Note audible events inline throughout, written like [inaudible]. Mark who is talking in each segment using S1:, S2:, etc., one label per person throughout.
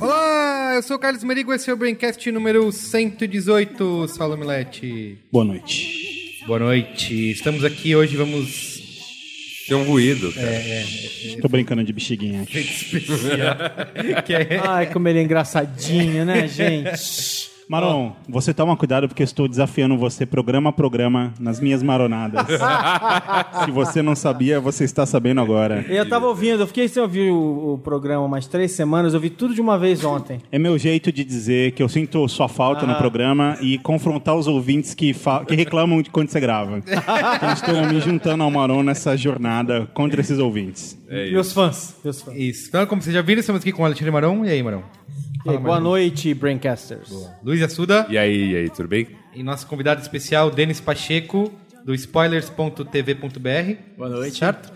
S1: Olá, eu sou o Carlos Merigo, esse é o Braincast número 118, Saulo Milete.
S2: Boa noite.
S1: Boa noite, estamos aqui hoje, vamos...
S3: Tem um ruído, cara.
S2: Tô brincando de bexiguinha.
S1: que é-
S4: Ai, como ele é engraçadinho,
S3: [laughs]
S4: né, gente?
S2: Maron, você toma cuidado porque eu estou desafiando você programa a programa nas minhas
S3: [laughs]
S2: maronadas. Se você não sabia, você está sabendo agora.
S4: Eu tava ouvindo, eu fiquei sem ouvir o, o programa umas três semanas, eu vi tudo de uma vez ontem.
S2: É meu jeito de dizer que eu sinto sua falta no programa e confrontar os ouvintes que, fa- que reclamam de quando você
S3: [laughs]
S2: grava. eu estou me juntando ao Maron nessa jornada contra esses ouvintes.
S3: É
S4: meus fãs, meus
S1: [laughs]
S4: fãs.
S1: Isso, então como vocês já viram, estamos aqui com o Alexandre Marão, e aí Marão?
S4: E aí,
S1: Fala,
S5: um.
S4: boa
S1: Marão.
S4: noite, Braincasters.
S1: Luiz Assuda
S3: E aí, e aí, tudo bem?
S1: e nosso convidado especial, Denis Pacheco, do spoilers.tv.br. Boa noite. Certo?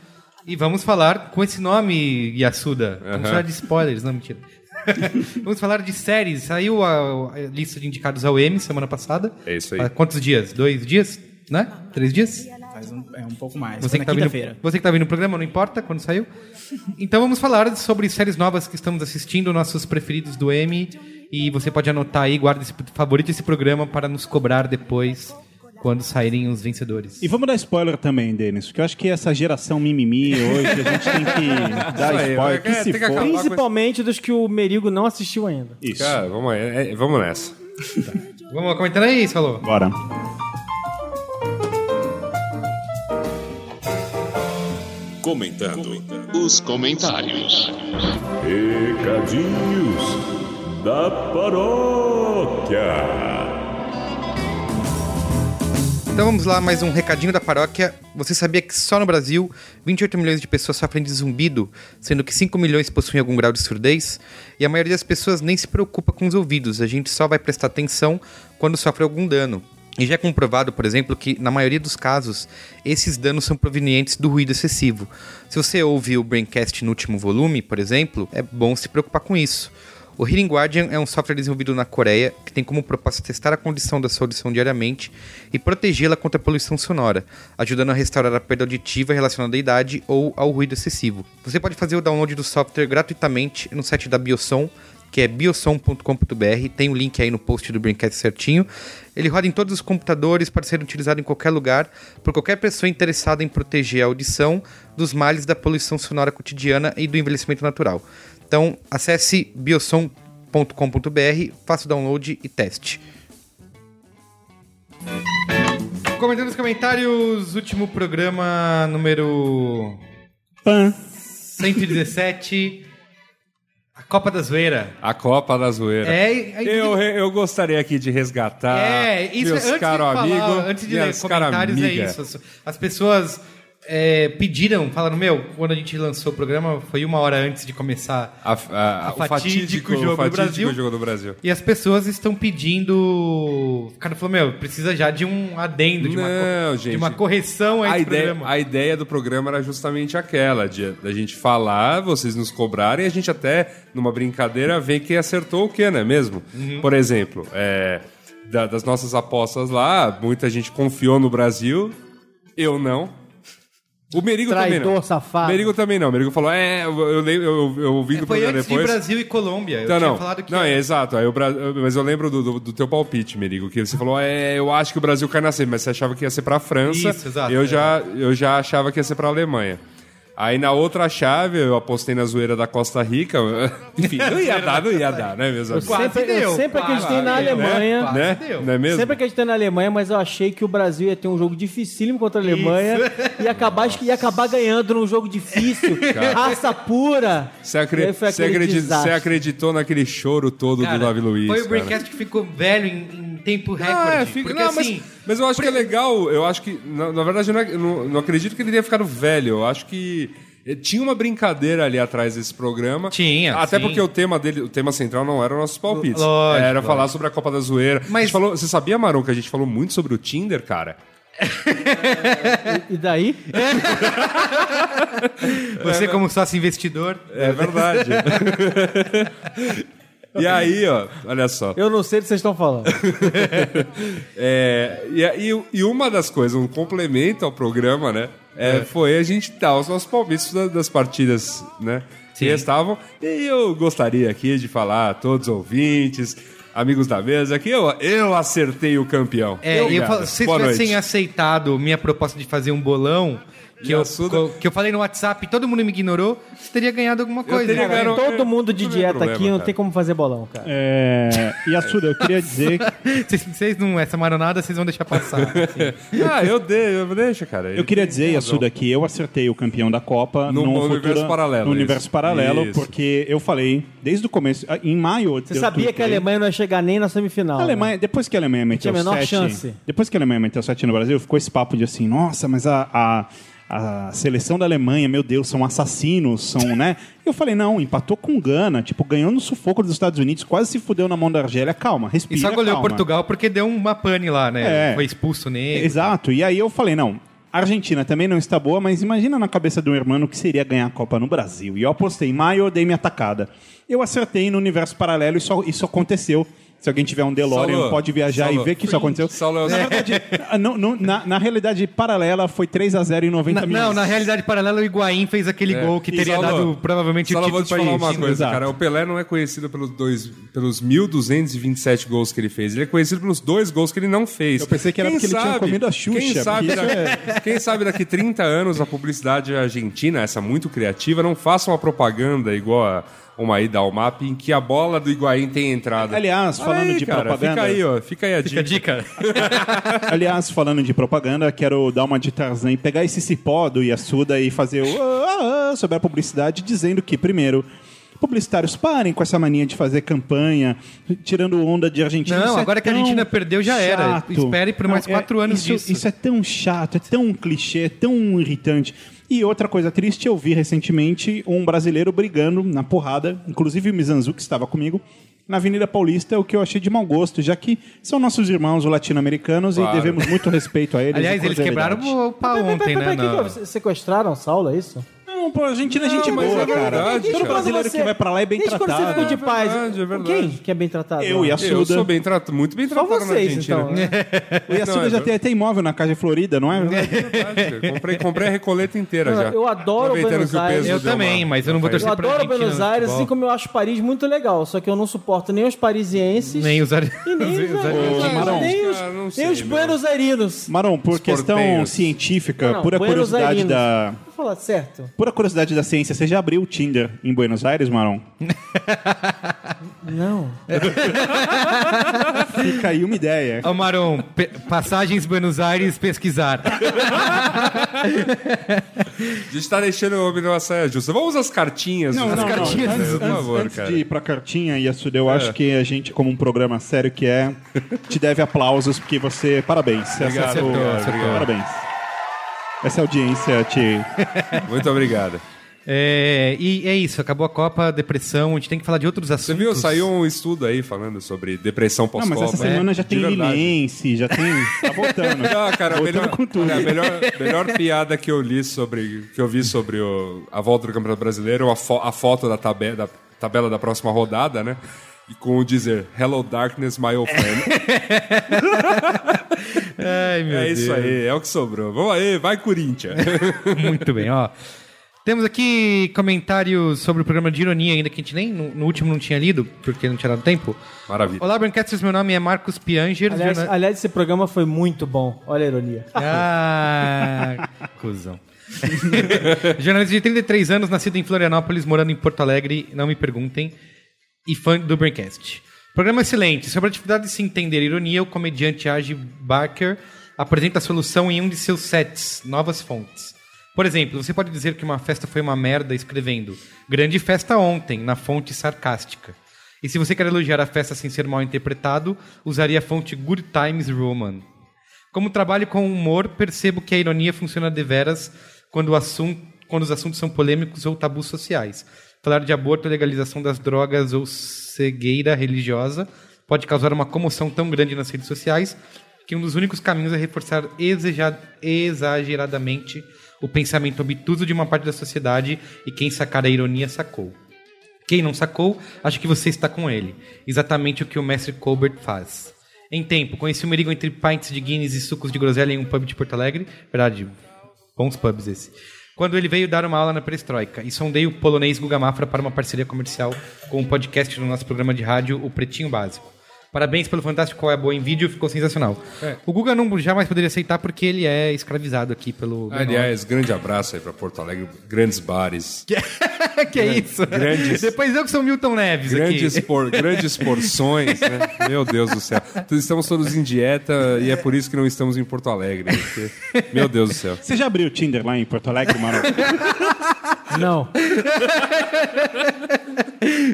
S1: E vamos falar com esse nome, Yasuda. Vamos
S3: Aham.
S1: falar de spoilers, não,
S3: [laughs]
S1: mentira. vamos falar de séries. Saiu a, a lista de indicados ao M semana passada.
S3: É isso aí.
S1: Há quantos dias? Dois dias? Né? Três dias?
S5: Faz um, é um pouco mais.
S1: Você
S5: Foi
S1: que,
S5: na
S1: tá vindo,
S5: quinta-feira.
S1: você que tá vindo no programa, não importa quando saiu. Então vamos falar sobre séries novas que estamos assistindo, nossos preferidos do M. E você pode anotar aí, guarda esse favorito esse programa para nos cobrar depois, quando saírem os vencedores.
S2: E vamos dar spoiler também, Denis, porque eu acho que essa geração mimimi hoje, a gente tem que dar
S3: Isso aí,
S2: spoiler.
S3: é,
S2: que se
S3: tem que
S2: for.
S3: acabar.
S4: Principalmente dos que o Merigo não assistiu ainda.
S2: Isso.
S3: Cara, vamos, é, é, vamos nessa.
S1: Vamos comentando aí, falou.
S2: Bora.
S6: comentando os comentários.
S7: Recadinhos da paróquia.
S1: Então vamos lá, mais um recadinho da paróquia. Você sabia que só no Brasil 28 milhões de pessoas sofrem de zumbido, sendo que 5 milhões possuem algum grau de surdez? E a maioria das pessoas nem se preocupa com os ouvidos, a gente só vai prestar atenção quando sofre algum dano. E já é comprovado, por exemplo, que na maioria dos casos, esses danos são provenientes do ruído excessivo. Se você ouve o Braincast no último volume, por exemplo, é bom se preocupar com isso. O Hearing Guardian é um software desenvolvido na Coreia que tem como proposta testar a condição da sua audição diariamente e protegê-la contra a poluição sonora, ajudando a restaurar a perda auditiva relacionada à idade ou ao ruído excessivo. Você pode fazer o download do software gratuitamente no site da Biosom, que é biosom.com.br, tem o link aí no post do Braincast certinho. Ele roda em todos os computadores para ser utilizado em qualquer lugar por qualquer pessoa interessada em proteger a audição dos males da poluição sonora cotidiana e do envelhecimento natural. Então, acesse biosom.com.br, faça o download e teste. Comentando nos comentários, último programa número
S2: Pã.
S1: 117, [laughs] a Copa da Zoeira.
S3: A Copa da Zoeira.
S1: É, é-
S3: Eu, eu gostaria aqui de resgatar
S1: é, isso
S3: meus
S1: antes
S3: caro
S1: de falar,
S3: amigo,
S1: antes de ler
S3: minhas caro
S1: comentários, é
S3: amiga.
S1: isso. As, as pessoas é, pediram, falaram, meu, quando a gente lançou o programa, foi uma hora antes de começar
S3: A- a-
S1: A
S3: o fatídico,
S1: fatídico jogo do
S3: o fatídico
S1: Brasil.
S3: jogo do Brasil.
S1: E as pessoas estão pedindo. O cara falou, meu, precisa já de um adendo, de, uma,
S3: Não,
S1: co- de
S3: gente.
S1: uma correção a é esse
S3: A ideia,
S1: programa.
S3: a ideia do programa era justamente aquela, de, da gente falar, vocês nos cobrarem, e a gente até, numa brincadeira, vê quem acertou o que, não é mesmo?
S1: Uhum.
S3: Por exemplo, é, da- das nossas apostas lá, muita gente confiou no Brasil, eu não. O Merigo também não.
S4: Traidor, safado.
S3: O Merigo também não. O Merigo falou, é, eu, eu, lembro- eu, eu ouvi do
S1: É, Foi
S3: programa
S1: antes
S3: depois.
S1: de Brasil e Colômbia. Eu
S3: Então,
S1: tinha
S3: não.
S1: falado que.
S3: não, é exato. Aí o Bra- Mas eu lembro do, do, do teu palpite, Merigo, que você falou, é, eu acho que o Brasil cai na semi, mas você achava que ia ser pra França.
S1: Isso, exato,
S3: Eu,
S1: é.
S3: já, eu já achava que ia ser pra Alemanha. Aí na outra chave, eu apostei na zoeira da Costa Rica. [laughs] Enfim, não ia dar, não ia dar, né, meus amigos?
S1: Quase
S4: Sempre,
S1: deu,
S4: eu sempre
S3: é
S1: quase
S4: acreditei na
S1: deu, né?
S4: Alemanha.
S1: Quase
S3: Né?
S1: deu.
S3: Não é mesmo?
S4: Sempre acreditei na Alemanha, mas eu achei que o Brasil ia ter um jogo dificílimo contra a Alemanha e acabar, acho que ia acabar ganhando num
S3: [laughs]
S4: jogo difícil, raça pura.
S3: Você,
S4: E
S3: acre-
S4: aí foi
S3: você
S4: aquele
S3: acredita-
S4: desastre.
S3: você acreditou naquele choro todo
S1: Cara,
S3: do Davi Luiz.
S1: Foi o
S3: cara.
S1: Braincast que ficou velho em, em tempo recorde.
S3: Ah, é, fica-
S1: porque
S3: não, mas,
S1: assim.
S3: [laughs] mas eu acho que é legal. Eu acho que, na, na verdade, eu não, ac- não- não acredito que ele tenha ficado velho. Eu acho que eh, tinha uma brincadeira ali atrás desse programa.
S1: Tinha,
S3: Até
S1: sim.
S3: porque o tema dele, o tema central não era nossos palpites.
S1: Lógico,
S3: era falar sobre a Copa da Zoeira. A gente
S1: Mas-
S3: falou- você sabia, Maron, que a gente falou muito sobre o Tinder, cara?
S4: E daí?
S3: né?
S1: Você, como sócio investidor.
S3: É verdade. [laughs] E aí, ó, olha só.
S4: Eu não sei do que vocês estão falando.
S3: É, e, a- e, e uma das coisas, um complemento ao programa, né? é, Foi a gente dar os nossos palpites da- das partidas, né? Que estavam. E eu gostaria aqui de falar a todos os ouvintes, amigos da mesa, que eu, eu acertei o campeão.
S1: É, eu
S3: Obrigado.
S1: falo, se vocês
S3: Boa noite.
S1: tivessem aceitado minha proposta de fazer um bolão, que
S3: E a
S1: eu,
S3: Suda-
S1: que eu falei no WhatsApp e todo mundo me ignorou, você teria ganhado alguma coisa.
S3: teria
S1: cara.
S3: ganho-
S4: Todo mundo de
S3: Não tem
S4: dieta
S3: problema,
S4: aqui não
S3: cara.
S4: tem como fazer bolão, cara.
S2: É, e Assuda, eu queria dizer
S3: [laughs]
S1: [laughs] Vocês, vocês não, essa maronada vocês vão deixar
S4: [laughs]
S1: passar. assim.
S3: Ah, eu dei, eu deixa, cara.
S2: Eu queria dizer, Yassuda, que eu acertei o campeão da Copa
S3: Num
S2: num
S3: universo
S2: futuro-
S3: paralelo,
S2: num
S3: isso.
S2: universo paralelo,
S3: Isso.
S2: porque eu falei desde o começo, ah, em maio.
S4: Você sabia que a Alemanha não ia chegar nem na semifinal.
S2: A Alemanha, depois que a Alemanha meteu
S4: Tinha a menor
S2: sete,
S4: chance.
S2: depois que a Alemanha meteu 7 no Brasil, ficou esse papo de assim, nossa, mas a, a, a seleção da Alemanha, meu Deus, são assassinos, são, né? [laughs] Eu falei, não, empatou com Gana, tipo, ganhou no sufoco dos Estados Unidos, quase se fudeu na mão da Argélia, calma,
S1: E
S2: respira,
S1: só
S3: é
S1: goleou
S2: calma.
S1: Portugal porque deu uma pane lá, né?
S2: É.
S1: Foi expulso nele.
S2: Exato. E aí eu falei, não, a Argentina também não está boa, mas imagina na cabeça de um irmão o que seria ganhar a Copa no Brasil. E eu apostei em maio, eu dei minha atacada. Eu acertei no universo paralelo e só, isso aconteceu. Se alguém tiver um DeLorean,
S3: Saulo,
S2: pode viajar
S3: Saulo,
S2: e ver que isso aconteceu.
S3: Saulo é o-
S2: na, verdade, [laughs] não- não- na- na realidade paralela, foi 3 a 0 em
S4: é
S2: 90
S1: Na-
S2: minutos.
S1: não, na realidade paralela, o Higuaín fez aquele
S3: É.
S1: gol que teria
S3: Saulo,
S1: dado provavelmente
S3: Saulo,
S1: o título
S3: vou te falar
S1: pra
S3: uma
S1: Argentina.
S3: coisa,
S2: Exato.
S3: cara. O Pelé não é conhecido pelos, dois, pelos 1.227 gols que ele fez. Ele é conhecido pelos dois gols que ele não fez.
S2: Eu pensei que era porque ele tinha comido a Xuxa,
S3: Quem sabe,
S2: porque é-
S3: da- [laughs] quem sabe daqui 30 anos a publicidade argentina, essa muito criativa, não faça uma propaganda igual a uma ida ao MAP em que a bola do Higuaín tem entrada.
S2: Aliás,
S3: Olha
S2: falando
S3: aí,
S2: de
S3: cara,
S2: propaganda-
S3: Fica aí, ó. Fica aí a
S1: Fica a
S3: dica.
S4: [laughs]
S1: dica.
S2: Aliás, falando de propaganda, quero dar uma de Tarzan e pegar esse cipó do Yasuda e fazer o ah, ah, ah, sobre a publicidade, dizendo que, primeiro, publicitários parem com essa mania de fazer campanha, tirando onda de Argentina.
S1: Não,
S2: Isso é
S1: agora que a
S2: tão
S1: Argentina perdeu, já era.
S2: chato.
S1: Espere por mais
S2: Não,
S1: quatro anos
S2: isso,
S1: disso.
S2: Isso é tão chato, é tão clichê, é tão irritante. E outra coisa triste, eu vi recentemente um brasileiro brigando na porrada, inclusive o Mizanzu, que estava comigo, na Avenida Paulista, o que eu achei de mau gosto, já que são nossos irmãos latino-americanos e
S3: Claro.
S2: devemos muito respeito a eles.
S1: Aliás,
S2: e
S1: eles
S2: cordialidade.
S1: quebraram o
S2: é
S1: o pau ontem, né?
S4: que que
S1: na-
S4: houve? Se- Sequestraram o Saulo, é isso?
S2: Não, pô, a Argentina é gente
S3: mas
S2: boa,
S3: é verdade,
S2: cara.
S3: cara.
S2: Todo
S3: Desde quando
S2: brasileiro que vai pra lá é bem
S4: assim, Desde quando você
S2: tratado.
S4: ficou de paz.
S3: verdade, é verdade.
S4: Quem que é bem tratado?
S2: Eu e a
S3: Eu
S2: Suda.
S3: sou bem tratado, muito bem
S4: Só
S3: tratado na
S4: vocês,
S3: Argentina.
S4: então. né?
S2: [laughs] O Yasuda
S3: Não, é
S2: já
S3: ver-
S2: tem até imóvel na Casa de Florida, não é?
S3: Verdade, cara. comprei, comprei a recoleta inteira
S4: Não,
S3: já.
S4: eu adoro
S3: Aproveitando
S4: Buenos
S3: que o peso
S4: Aires.
S3: deu
S1: Eu também, mas eu não vou
S3: uma
S4: Eu
S1: torcer pra
S2: um
S4: adoro
S1: Argentina
S2: né,
S4: Buenos
S1: no
S4: Aires,
S1: futebol.
S4: assim como eu acho Paris muito legal. Só que eu não suporto nem os parisienses.
S1: Nem usar.
S4: é
S1: [laughs]
S4: e nem os,
S2: Ô, Marão.
S4: nem os,
S3: Ah, não
S4: nem
S3: sei,
S4: os
S3: meu.
S4: buenos airinos.
S2: Maron, por
S3: Esporteiros.
S2: questão científica,
S4: Não,
S2: pura
S4: Buenos
S2: curiosidade
S4: Aires.
S2: da...
S4: Vou falar certo.
S2: Pura curiosidade da ciência, você já abriu o Tinder em Buenos Aires, Maron?
S4: Não.
S2: Fica aí uma ideia.
S1: Ô, Maron, pe- passagens Buenos Aires pesquisar.
S4: [laughs]
S3: A gente tá deixando o homem numa saia justa. Vamos às cartinhas.
S2: Não,
S3: né?
S2: não,
S3: As
S2: não.
S3: cartinhas,
S2: Antes,
S3: por
S2: antes-
S3: favor,
S2: antes
S3: cara. É.
S2: de ir pra cartinha, Yasuda, eu acho que a gente, como um programa sério que é, te deve aplausos, porque você. Parabéns. Você
S3: Obrigado,
S2: acertou.
S3: obrigado,
S2: acertou.
S3: obrigado.
S2: Parabéns. Essa audiência te.
S3: Muito obrigado.
S1: É, e é isso, acabou a Copa, depressão, a gente tem que falar de outros assuntos.
S3: Você viu, saiu um estudo aí falando sobre depressão
S2: Não,
S3: pós-copa.
S2: mas essa semana já
S3: De
S2: tem
S3: verdade.
S2: Linense, já tem. Tá voltando.
S3: [laughs] Não, cara, a
S2: voltando
S3: melhor,
S2: com tudo.
S3: olha, a melhor, melhor piada que eu li sobre. que eu vi sobre o- a volta do Campeonato Brasileiro, a, fo- a foto da, tabe- da tabela da próxima rodada, né? E com o dizer Hello Darkness, my
S2: [laughs]
S3: old friend.
S1: Ai, meu
S3: é
S1: Deus.
S3: isso aí, é o que sobrou. Vamos aí, vai Corinthians.
S1: Muito bem, ó. Temos aqui comentários sobre o programa de ironia ainda que a gente nem no, no último não tinha lido, porque não tinha dado tempo.
S3: Maravilha.
S1: Olá, Brancasters, meu nome é Marcos Pianger.
S4: Aliás,
S2: né?
S1: jorna-
S4: aliás, esse programa foi muito bom. Olha a ironia.
S1: Ah, cuzão. [laughs] Jornalista de 33 anos, nascido em Florianópolis, morando em Porto Alegre, não me perguntem, e fã do Braincast. Programa excelente. Sobre a dificuldade de se entender a ironia, o comediante Age Barker apresenta a solução em um de seus sets, Novas Fontes. Por exemplo, você pode dizer que uma festa foi uma merda escrevendo Grande festa ontem, na fonte sarcástica. E se você quer elogiar a festa sem ser mal interpretado, usaria a fonte Good Times Roman. Como trabalho com humor, percebo que a ironia funciona deveras quando, o assun- quando os assuntos são polêmicos ou tabus sociais. Falar de aborto, legalização das drogas ou cegueira religiosa pode causar uma comoção tão grande nas redes sociais que um dos únicos caminhos é reforçar exeja- exageradamente o pensamento obtuso de uma parte da sociedade e quem sacar a ironia sacou. Quem não sacou, acha que você está com ele. Exatamente o que o mestre Colbert faz. Em tempo, conheci o Merigo entre pints de Guinness e sucos de groselha em um pub de Porto Alegre. Verdade, bons pubs esse. Quando ele veio dar uma aula na Perestroika e sondei o polonês Guga Mafra para uma parceria comercial com um podcast do nosso programa de rádio, o Pretinho Básico. Parabéns pelo fantástico Qual é a Boa em vídeo, ficou sensacional.
S3: É.
S1: O Guga não jamais poderia aceitar porque ele é escravizado aqui pelo...
S3: Aliás, grande abraço aí pra Porto Alegre, grandes bares,
S1: [laughs] que é isso?
S3: Grandes.
S1: Depois eu que sou Milton Neves
S3: grandes,
S1: aqui.
S3: por- grandes porções, né? Meu Deus do céu. Então, Estamos todos em dieta e é por isso que não estamos em Porto Alegre. porque- Meu Deus do céu.
S2: Você já abriu o Tinder lá em Porto Alegre,
S3: [laughs]
S2: mano?
S4: Não.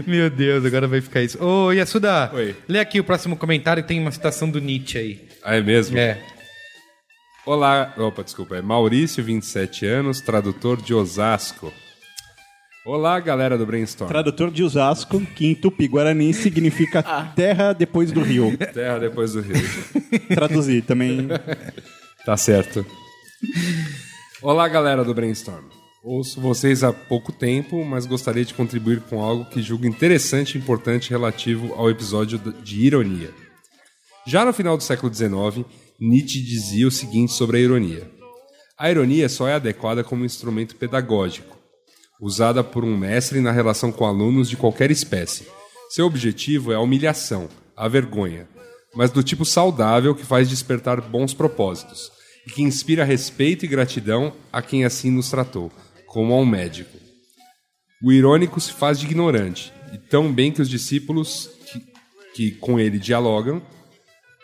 S1: Meu Deus, agora vai ficar isso. Ô, Yasuda,
S3: Oi.
S1: lê aqui o próximo comentário, tem uma citação do Nietzsche aí.
S3: Ah, é mesmo?
S1: É.
S3: Olá, opa, desculpa, é Maurício, 27 anos, tradutor de Osasco. Olá, galera do Brainstorm.
S2: Tradutor de Osasco, que em Tupi-Guarani significa terra depois do rio.
S3: Terra depois do Rio.
S2: Traduzir também.
S3: Tá certo. Olá, galera do Brainstorm. Ouço vocês há pouco tempo, mas gostaria de contribuir com algo que julgo interessante e importante relativo ao episódio de ironia. Já no final do século XIX, Nietzsche dizia o seguinte sobre a ironia: A ironia só é adequada como instrumento pedagógico, usada por um mestre na relação com alunos de qualquer espécie. Seu objetivo é a humilhação, a vergonha, mas do tipo saudável que faz despertar bons propósitos e que inspira respeito e gratidão a quem assim nos tratou, como a um médico. O irônico se faz de ignorante, e tão bem que os discípulos que, que com ele dialogam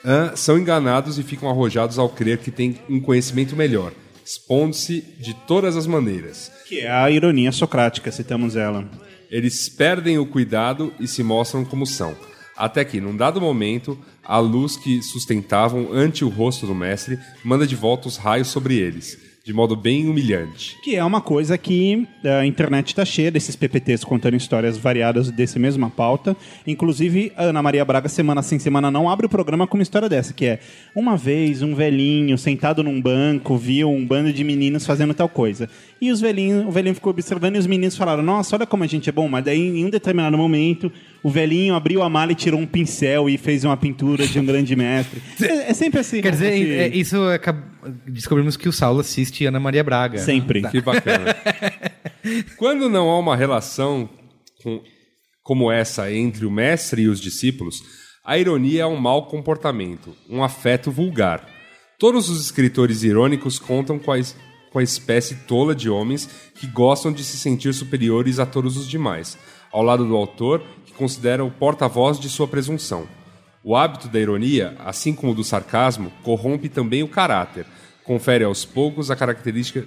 S3: Hã? são enganados e ficam arrojados ao crer que têm um conhecimento melhor, expondo-se de todas as maneiras.
S2: Que é a ironia socrática, citamos ela.
S3: Eles perdem o cuidado e se mostram como são. Até que, num dado momento, a luz que sustentavam ante o rosto do mestre manda de volta os raios sobre eles, de modo bem humilhante.
S2: Que é uma coisa que é, a internet está cheia desses PPTs contando histórias variadas desse mesma pauta. Inclusive, a Ana Maria Braga, semana sem semana, não abre o programa com uma história dessa, que é uma vez um velhinho sentado num banco viu um bando de meninos fazendo tal coisa. E os velhinhos, o velhinho ficou observando e os meninos falaram: Nossa, olha como a gente é bom. Mas daí, em um determinado momento, o velhinho abriu a mala e tirou um pincel e fez uma pintura de um grande mestre. É, é sempre assim.
S1: Quer dizer,
S2: esse-
S1: é- isso acab- descobrimos que o Saulo assiste Ana Maria Braga.
S2: Sempre.
S3: Que bacana. [laughs] Quando não há uma relação com- como essa entre o mestre e os discípulos, a ironia é um mau comportamento, um afeto vulgar. Todos os escritores irônicos contam com a, es- com a espécie tola de homens que gostam de se sentir superiores a todos os demais, ao lado do autor, que considera o porta-voz de sua presunção. O hábito da ironia, assim como o do sarcasmo, corrompe também o caráter, confere aos poucos a característica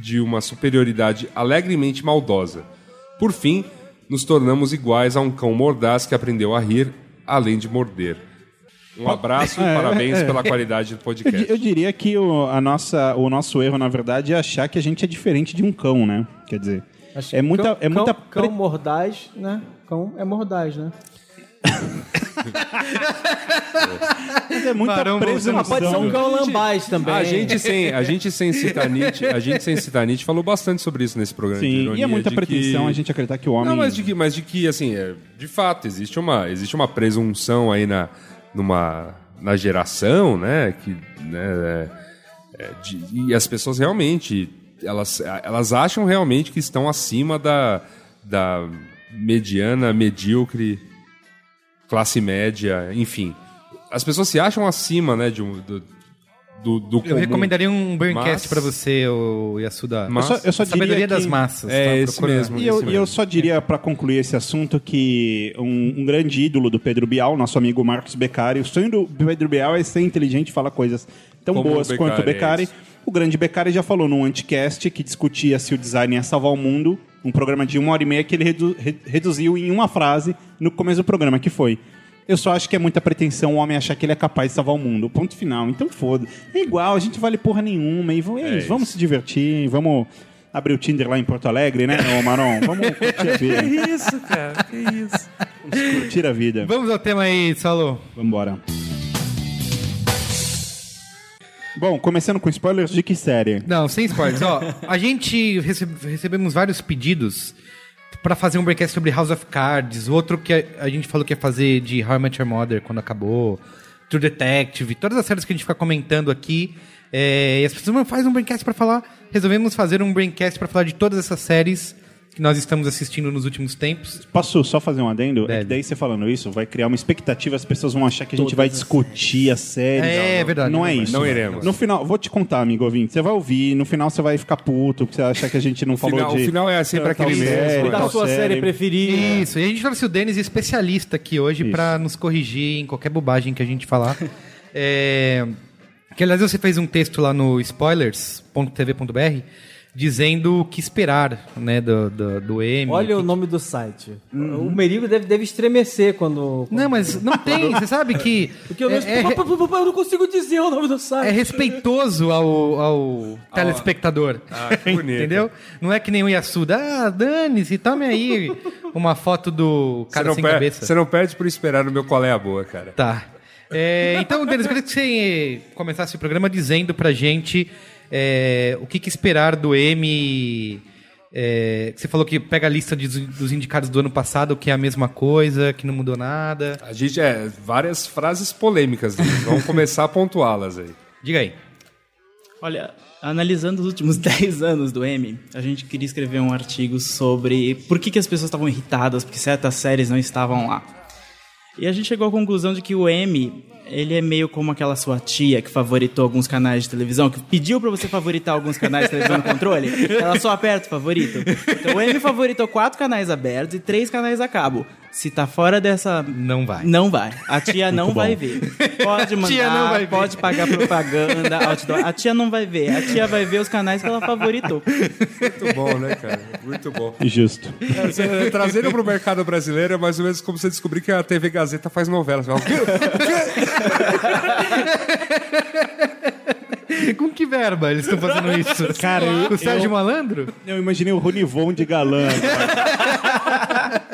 S3: de uma superioridade alegremente maldosa. Por fim, nos tornamos iguais a um cão mordaz que aprendeu a rir, além de morder.
S2: [laughs]
S3: Um abraço e parabéns pela
S2: É,
S3: qualidade do
S2: Eu, di-
S3: podcast.
S2: eu diria que o, a nossa, o nosso erro, na verdade, é achar que a gente é diferente de um cão, né? Quer dizer, é muita.
S4: Cão,
S2: é muita
S4: cão,
S2: pre-
S4: cão mordaz, né? Cão é mordaz, né?
S2: é muita
S1: Barão
S2: presunção.
S1: Bolsonaro.
S4: Ah, pode ser um cão lambaz também.
S3: A gente, sem, a, gente
S2: [laughs]
S3: sem citar Nietzsche, a gente sem citar Nietzsche falou bastante sobre isso nesse programa. de
S2: Sim, e
S3: ironia,
S2: é muita
S3: de
S2: pretensão
S3: que-
S2: a gente acreditar que o homem.
S3: Não, mas de que, mas de que assim, é, de fato, existe uma, existe uma presunção aí na, numa, na geração, né? Que, né é, é, de- e as pessoas realmente, elas, elas acham realmente que estão acima da, da mediana, medíocre, classe média, enfim. As pessoas se acham acima, né, de um, do, do, do
S1: Eu
S3: comum.
S1: recomendaria um Braincast
S3: Mas-
S1: pra você, o Yasuda.
S3: Mas-
S2: Eu só, eu só
S1: Sabedoria
S2: diria
S1: das
S2: que-
S1: massas.
S3: É
S1: tá?
S3: esse
S1: Procura-
S3: mesmo.
S2: E eu,
S3: Isso
S2: e eu
S3: mesmo.
S2: só diria, pra concluir esse assunto, que um, um grande ídolo do Pedro Bial, nosso amigo Marcos Beccari, o sonho do Pedro Bial é ser inteligente e falar coisas tão
S3: Como
S2: boas
S3: o Beccari,
S2: quanto o
S3: é
S2: Beccari.
S3: isso.
S2: o grande Beccari já falou num anticast que discutia se o design ia salvar o mundo, um programa de uma hora e meia que ele redu- re- reduziu em uma frase no começo do programa, que foi... Eu só acho que é muita pretensão o homem achar que ele é capaz de salvar o mundo. Ponto final. Então foda. É igual, a gente vale porra nenhuma. E vamos, é isso, vamos se divertir, vamos abrir o Tinder lá em Porto Alegre, né, ô Maron?
S3: [laughs]
S2: Vamos curtir a vida.
S3: Isso, cara, que isso.
S2: curtir a vida.
S1: Vamos ao tema aí, Saulo.
S2: Vambora. Bom, começando com spoilers de que série?
S1: Não, sem spoilers. Ó, a gente recebe- recebemos vários pedidos pra fazer um breakcast sobre House of Cards, outro que a, a gente falou que ia fazer de How I Met Your Mother quando acabou, True Detective, todas as séries que a gente fica comentando aqui. é, e as pessoas, mas faz um breakcast pra falar. Resolvemos fazer um breakcast pra falar de todas essas séries que nós estamos assistindo nos últimos tempos.
S2: Posso só fazer um adendo? É
S1: Deve.
S2: que daí você falando isso vai criar uma expectativa, as pessoas vão achar que a gente vai discutir a série.
S1: É,
S2: Não, não.
S1: verdade,
S2: Não é
S1: não
S2: isso.
S3: vai. Não iremos.
S2: No final, vou te contar, amigo ouvinte. Você vai ouvir, no final você vai ficar puto, porque você acha que a gente não falou
S3: final-
S2: de.
S3: o final é sempre
S2: tal
S3: aquele
S2: série,
S3: mesmo, é.
S4: Da
S2: tal
S4: sua série preferida.
S1: Isso, e a gente trouxe o Denis especialista aqui hoje
S2: Isso.
S1: pra nos corrigir em qualquer bobagem que a gente
S3: [laughs]
S1: falar. É, que aliás você fez um texto lá no spoilers.tv.br dizendo o que esperar, né, do, do, do M.
S4: Olha o nome do site.
S2: Uhum.
S4: O Merigo deve, deve estremecer quando.
S1: Não, mas
S3: [laughs]
S1: não tem, você sabe que
S4: Porque eu não,
S1: é, é,
S4: Pô, pô, pô, pô, [laughs] eu não consigo dizer o nome do site.
S1: é respeitoso ao, ao telespectador.
S3: Ah, que bonito.
S1: Entendeu? Não é que nem o Yasuda. Ah, dane-se, tome aí uma foto do
S3: Você
S1: cara
S3: não,
S1: sem
S3: per-
S1: cabeça.
S3: você não perde por esperar no meu qual é a boa, cara.
S1: Tá. É, então, Denis, eu queria que você eh, começasse o programa dizendo pra gente eh, o que, que esperar do M. eh, você falou que pega a lista de- dos indicados do ano passado, que é a mesma coisa, que não mudou nada.
S3: A gente é várias frases polêmicas, né? vamos começar a pontuá-las aí.
S1: Diga aí.
S5: Olha, analisando os últimos [laughs] 10 anos do M, a gente queria escrever um artigo sobre por que, que as pessoas estavam irritadas, porque certas séries não estavam lá. E a gente chegou à conclusão de que o M, ele é meio como aquela sua tia que favoritou alguns canais de televisão, que pediu pra você favoritar alguns canais de televisão no controle, ela só aperta o favorito. Então o M favoritou quatro canais abertos e três canais a cabo. Se tá fora dessa
S1: Não vai.
S5: não vai. A tia não vai ver.
S1: [laughs]
S5: Pode mandar,
S1: Tia não vai ver.
S5: pode pagar propaganda, outdoor. A tia não vai ver. A tia vai ver os canais que ela favoritou.
S3: Muito bom, né, cara? Muito bom.
S2: Justo.
S3: É, você- Trazendo pro mercado brasileiro é mais ou menos como você descobrir que a TV Gazeta faz novela. Você fala, "O quê?"
S1: [laughs] Com que verba eles estão fazendo isso?
S2: Cara, eu-
S1: o Sérgio
S2: eu-
S1: Malandro?
S2: Eu imaginei o Ronivon de galã.
S3: [laughs]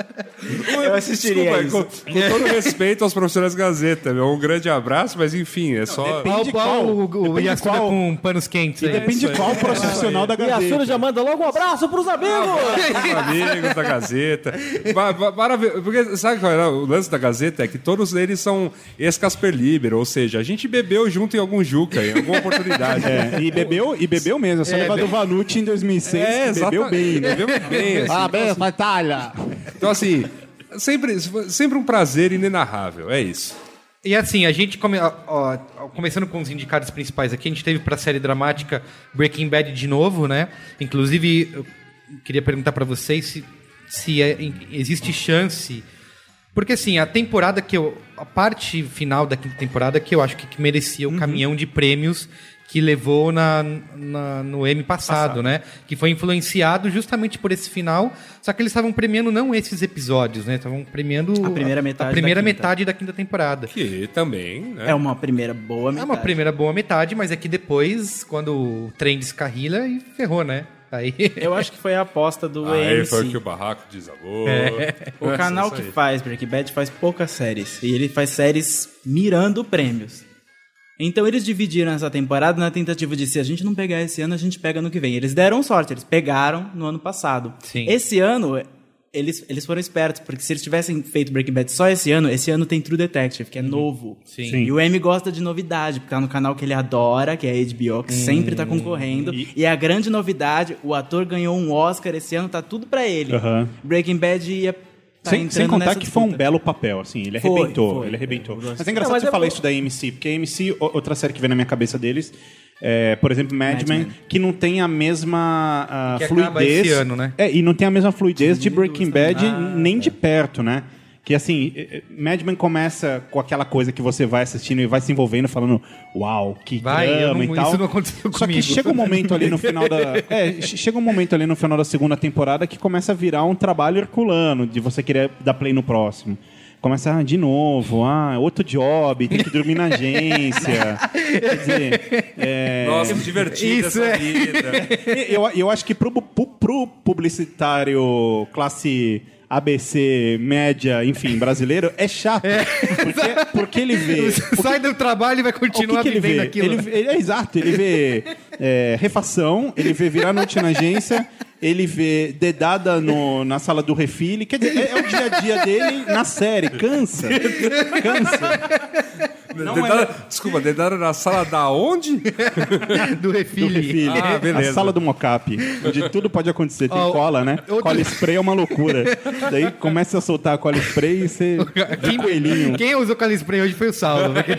S5: Eu assistiria
S3: Desculpa,
S5: isso.
S3: com, com todo respeito aos profissionais Gazeta, meu, um grande abraço, mas enfim, é só.
S2: Depende
S1: Pau,
S2: de
S1: pau,
S2: qual.
S1: o, o
S2: Depende de
S1: Yasuda
S2: qual.
S1: com panos quentes. né? aí.
S2: Depende de qual profissional da
S4: E a Sura
S2: Gazeta.
S4: já manda logo um abraço pros amigos!
S3: Os amigos da Gazeta. Ma- ma- Maravilhoso. Porque sabe qual é o lance da Gazeta? É que todos eles são ex-Casper Libero, ou seja, a gente bebeu junto em algum Juca, em alguma oportunidade.
S2: É, e bebeu, e bebeu mesmo. É só levar do Vanucci em 2006.
S3: É,
S2: que bebeu
S3: exata-
S2: bem, né?
S3: Bebeu bem. assim.
S2: Parabéns, batalha!
S3: Então, assim, sempre, sempre um prazer inenarrável, é isso.
S1: E assim, a gente, come- ó, ó, ó, começando com os indicados principais aqui, a gente teve pra série dramática Breaking Bad de novo, né? Inclusive, eu queria perguntar pra vocês se, se é- em- existe chance. Porque assim, a temporada que eu. A parte final da quinta temporada que eu acho que, que merecia o
S5: Uhum.
S1: caminhão de prêmios que levou na, na- no M passado, né? Que foi influenciado justamente por esse final. Só que eles estavam premiando não esses episódios, né? Estavam premiando
S5: A primeira metade
S1: a
S5: da
S1: primeira
S5: quinta.
S1: metade da quinta temporada.
S3: Que também, né?
S5: É uma primeira boa
S1: É
S5: metade.
S1: uma primeira boa metade, mas é que depois, quando o trem descarrila, e ferrou, né? Aí. [laughs]
S5: Eu acho que foi a aposta do
S3: Aí
S5: AMC.
S3: foi que o barraco desabou.
S5: O
S3: É,
S5: canal
S3: Isso
S5: que
S3: aí.
S5: faz Breaking Bad faz poucas séries. E ele faz séries mirando prêmios. Então eles dividiram essa temporada na tentativa de se a gente não pegar esse ano, a gente pega no que vem. Eles deram sorte, eles pegaram no ano passado.
S1: Sim.
S5: Esse ano, eles, eles foram espertos, porque se eles tivessem feito Breaking Bad só esse ano, esse ano tem True Detective, que é novo.
S1: Sim.
S2: Sim.
S5: E o M gosta de novidade, porque tá no canal que ele adora, que é a HBO, que sempre tá concorrendo. E a grande novidade, o ator ganhou um Oscar esse ano, tá tudo pra ele.
S2: Aham.
S5: Breaking Bad ia. tá
S2: sem,
S5: entrando
S2: sem contar
S5: nessa
S2: que foi um
S5: disputa.
S2: belo papel, assim. Ele
S5: Foi,
S2: arrebentou,
S5: foi.
S2: ele arrebentou. Mas é
S4: Não,
S2: engraçado
S4: mas
S2: você
S4: é
S2: falar
S4: bom.
S2: isso da AMC, porque a AMC, o- outra série que vem na minha cabeça deles, é, por exemplo, Mad,
S5: Mad
S2: Men,
S5: Men.
S2: que não tem a mesma ah,
S1: Que acaba
S2: fluidez.
S1: esse ano, né?
S2: É, e não tem a mesma fluidez de Breaking Bad
S5: Ah,
S2: nem
S5: é.
S2: de perto, né? Que assim, eh, eh, Mad Men começa com aquela coisa que você vai assistindo e vai se envolvendo, falando, uau, que
S1: Vai, eu
S2: drama
S1: não-
S2: e tal.
S1: isso não aconteceu
S2: Só
S1: comigo.
S2: que chega um momento ali no final
S1: [laughs]
S2: da. É, che- chega um momento ali no final da segunda temporada que começa a virar um trabalho herculano de você querer dar play no próximo. Começa ah, de novo, ah, outro job, tem que dormir na
S1: [laughs]
S2: agência. Quer dizer, é,
S3: Nossa, que divertido
S1: Isso é.
S3: essa vida.
S2: eu, eu acho que pro, pro- pro publicitário classe ABC, média, enfim, brasileiro, é chato. porque, porque ele
S1: [laughs]
S2: vê.
S1: Sai do trabalho e vai
S2: O que,
S1: continuar
S2: que ele
S1: vivendo
S2: vê?
S1: aquilo.
S2: Ele,
S1: né?
S2: ele- é exato, ele vê é, refação, ele vê virar noite na agência, ele vê dedada no- na sala do refile. Quer dizer, é, é o dia a dia dele na série. Cansa. Cansa.
S3: Dedada- Desculpa, dedaram na sala da onde?
S1: [laughs] Do
S2: Do
S1: refile.
S2: refile.
S3: Ah, beleza.
S2: A sala do mocap. Onde tudo pode acontecer. Tem
S1: Ó,
S2: cola, né?
S1: outro-
S2: Cola spray é uma loucura. Daí começa a soltar a cola spray e você.
S1: Quem,
S2: coelhinho.
S1: quem usou Cali Spray hoje foi o Saulo. né? [laughs]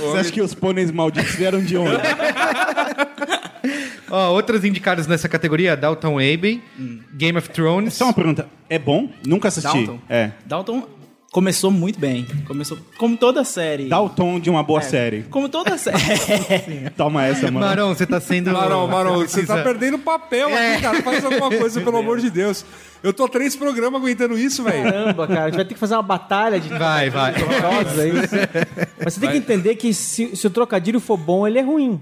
S2: Você acha que os pôneis malditos vieram de onde?
S1: Ó, outras indicadas nessa categoria, Dalton Abbey, Game of Thrones.
S2: Só uma pergunta. Hum. É bom? Nunca assisti.
S5: Dalton?
S2: É.
S5: Dalton começou muito bem. Começou como toda série.
S2: Dá o tom de uma boa
S3: É.
S2: série.
S5: Como toda [laughs] série.
S2: Toma essa, mano.
S1: Marão, você tá É. sendo...
S3: Marão, Marão, você
S1: precisa-
S3: tá perdendo papel aqui, cara. Faz alguma coisa, pelo amor de Deus. Eu tô três programas aguentando isso, velho.
S4: Caramba, cara, a gente vai ter que fazer uma batalha de
S1: Vai,
S2: [laughs]
S1: vai.
S4: horrorosas aí. Mas você tem que entender que se, se o trocadilho for bom, ele é ruim.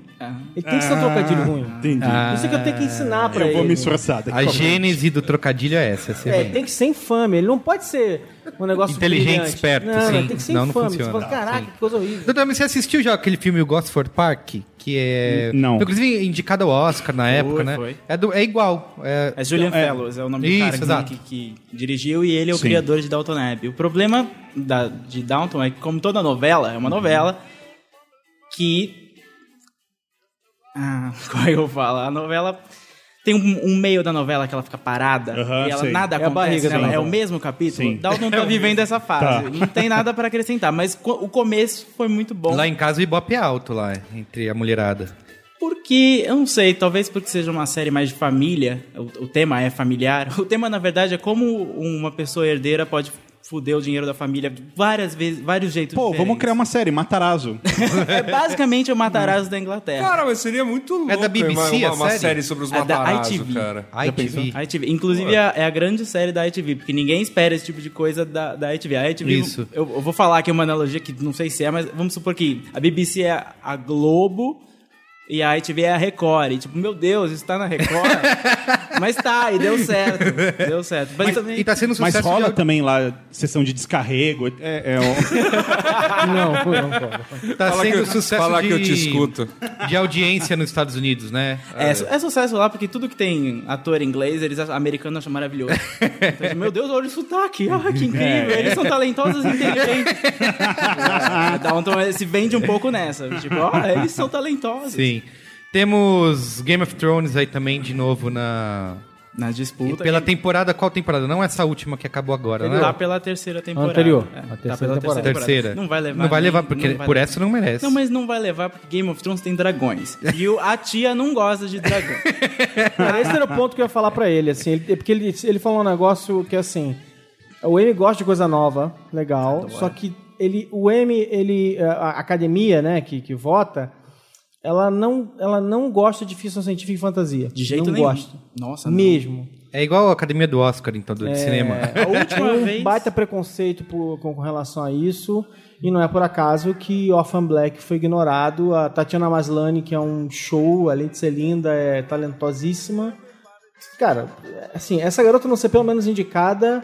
S4: Ele tem que ser um trocadilho ruim.
S2: Ah, Entendi. Ah,
S4: Isso é que eu tenho que ensinar pra
S2: Eu
S4: ele.
S2: vou me esforçar. tá daqui
S1: é, A
S2: pra frente.
S1: gênese do trocadilho é essa. essa
S4: É,
S1: é,
S4: tem que ser infame. Ele não pode ser um negócio
S1: Inteligente,
S4: brilhante.
S1: esperto,
S4: Não,
S1: sim.
S4: tem que ser
S1: Não, não
S4: infame.
S1: funciona.
S4: Você fala,
S1: Não,
S4: caraca,
S1: sim.
S4: que coisa horrível.
S1: Doutor, mas você assistiu já aquele filme o Gosford Park? Que é.
S2: Não.
S1: Foi, Inclusive indicado ao Oscar na época, né?
S5: foi.
S1: É, do- é igual. É,
S5: É Julian Fellows, é o nome
S1: Isso,
S5: do cara
S1: exato.
S5: que, que- que dirigiu e ele é o criador de Downton Abbey. O problema da- de Downton é que, como toda novela, é uma novela que... Ah, [laughs] como é que eu falo? A novela... Tem um, um meio da novela que ela fica parada
S2: Aham,
S5: e ela
S2: sei.
S4: É
S5: nada
S4: a
S5: acontece
S4: barriga da
S5: nela. É o
S4: novela.
S5: mesmo capítulo.
S2: Sim.
S5: Dalton tá vivendo essa fase. Não tem nada pra acrescentar, mas co- o começo foi muito bom.
S1: Lá em casa o Ibope é alto lá, entre a mulherada.
S5: Porque, eu não sei, talvez porque seja uma série mais de família, o, o tema é familiar. [laughs] O tema, na verdade, é como uma pessoa herdeira pode fuder o dinheiro da família de várias vezes, vários jeitos
S2: Pô,
S5: diferentes.
S2: vamos criar uma série, Matarazzo.
S5: É basicamente o Matarazzo da Inglaterra.
S3: Cara, mas seria muito louco É
S1: da BBC
S3: uma, uma,
S1: a
S3: uma
S1: série?
S3: série sobre os
S5: É da
S3: matarazzo,
S5: ITV.
S3: cara.
S1: Ai, TV.
S5: A ITV. Inclusive, é, é a grande série da ITV, porque ninguém espera esse tipo de coisa da, da ITV. A ITV,
S1: Isso.
S5: Eu, eu vou falar aqui uma analogia que não sei se é, mas vamos supor que a BBC é a Globo e a ITV é a Record. E, tipo, meu Deus, isso tá na Record?
S1: [laughs]
S5: mas tá, e deu certo. Deu certo. Mas, também...
S1: E tá sendo um
S2: Mas
S1: sucesso.
S2: rola
S1: de,
S2: também lá sessão de descarrego. É, é o-
S4: Não, pô, não, pô.
S1: tá
S3: Fala
S1: sendo
S3: que eu-
S1: sucesso
S3: fala
S1: de,
S3: que eu te
S5: [laughs]
S3: escuto.
S1: de audiência nos Estados Unidos, né?
S5: É, su- é sucesso lá, porque tudo que tem ator inglês, eles acham, americano acham maravilhoso. Então, tipo, meu Deus, olha o sotaque, ah, que incrível,
S1: É.
S5: eles são talentosos e inteligentes.
S1: [laughs]
S5: então, se vende um pouco nessa, tipo, ó, eles são talentosos.
S1: Sim. Temos Game of Thrones aí também de novo na.
S5: Na
S1: e
S5: disputa,
S1: pela
S5: quem
S1: temporada, qual temporada? Não essa última que acabou agora, né?
S5: tá pela terceira temporada.
S4: Anterior.
S5: É,
S4: A
S5: tá
S4: terceira
S5: pela
S4: temporada.
S1: Terceira.
S5: Não vai levar.
S1: Não vai
S5: nem-
S1: levar, porque
S5: não vai
S1: por
S5: levar.
S1: essa não merece.
S5: Não, mas não vai levar, porque Game of Thrones tem dragões. E o- a tia não gosta de dragão.
S4: Cara, esse era o ponto que eu ia falar pra ele, assim. Ele, é porque ele, ele falou um negócio que, assim... O M gosta de coisa nova, legal. Só que ele, o M, ele, a a academia, né, que, que vota, ela não, ela não gosta de ficção científica e fantasia.
S5: De jeito
S4: não
S5: nenhum.
S4: gosta.
S5: Nossa, não.
S4: Mesmo.
S1: É igual a academia do Oscar, então,
S5: É.
S1: do de
S5: [laughs]
S1: cinema.
S4: [laughs]
S5: A última
S4: um
S5: vez.
S4: baita preconceito por- com, com relação a isso. E não é por acaso que Orphan Black foi ignorado. A Tatiana Maslany, que é um show, além de ser linda, é talentosíssima. Cara, assim, essa garota não ser pelo
S3: [laughs]
S4: menos indicada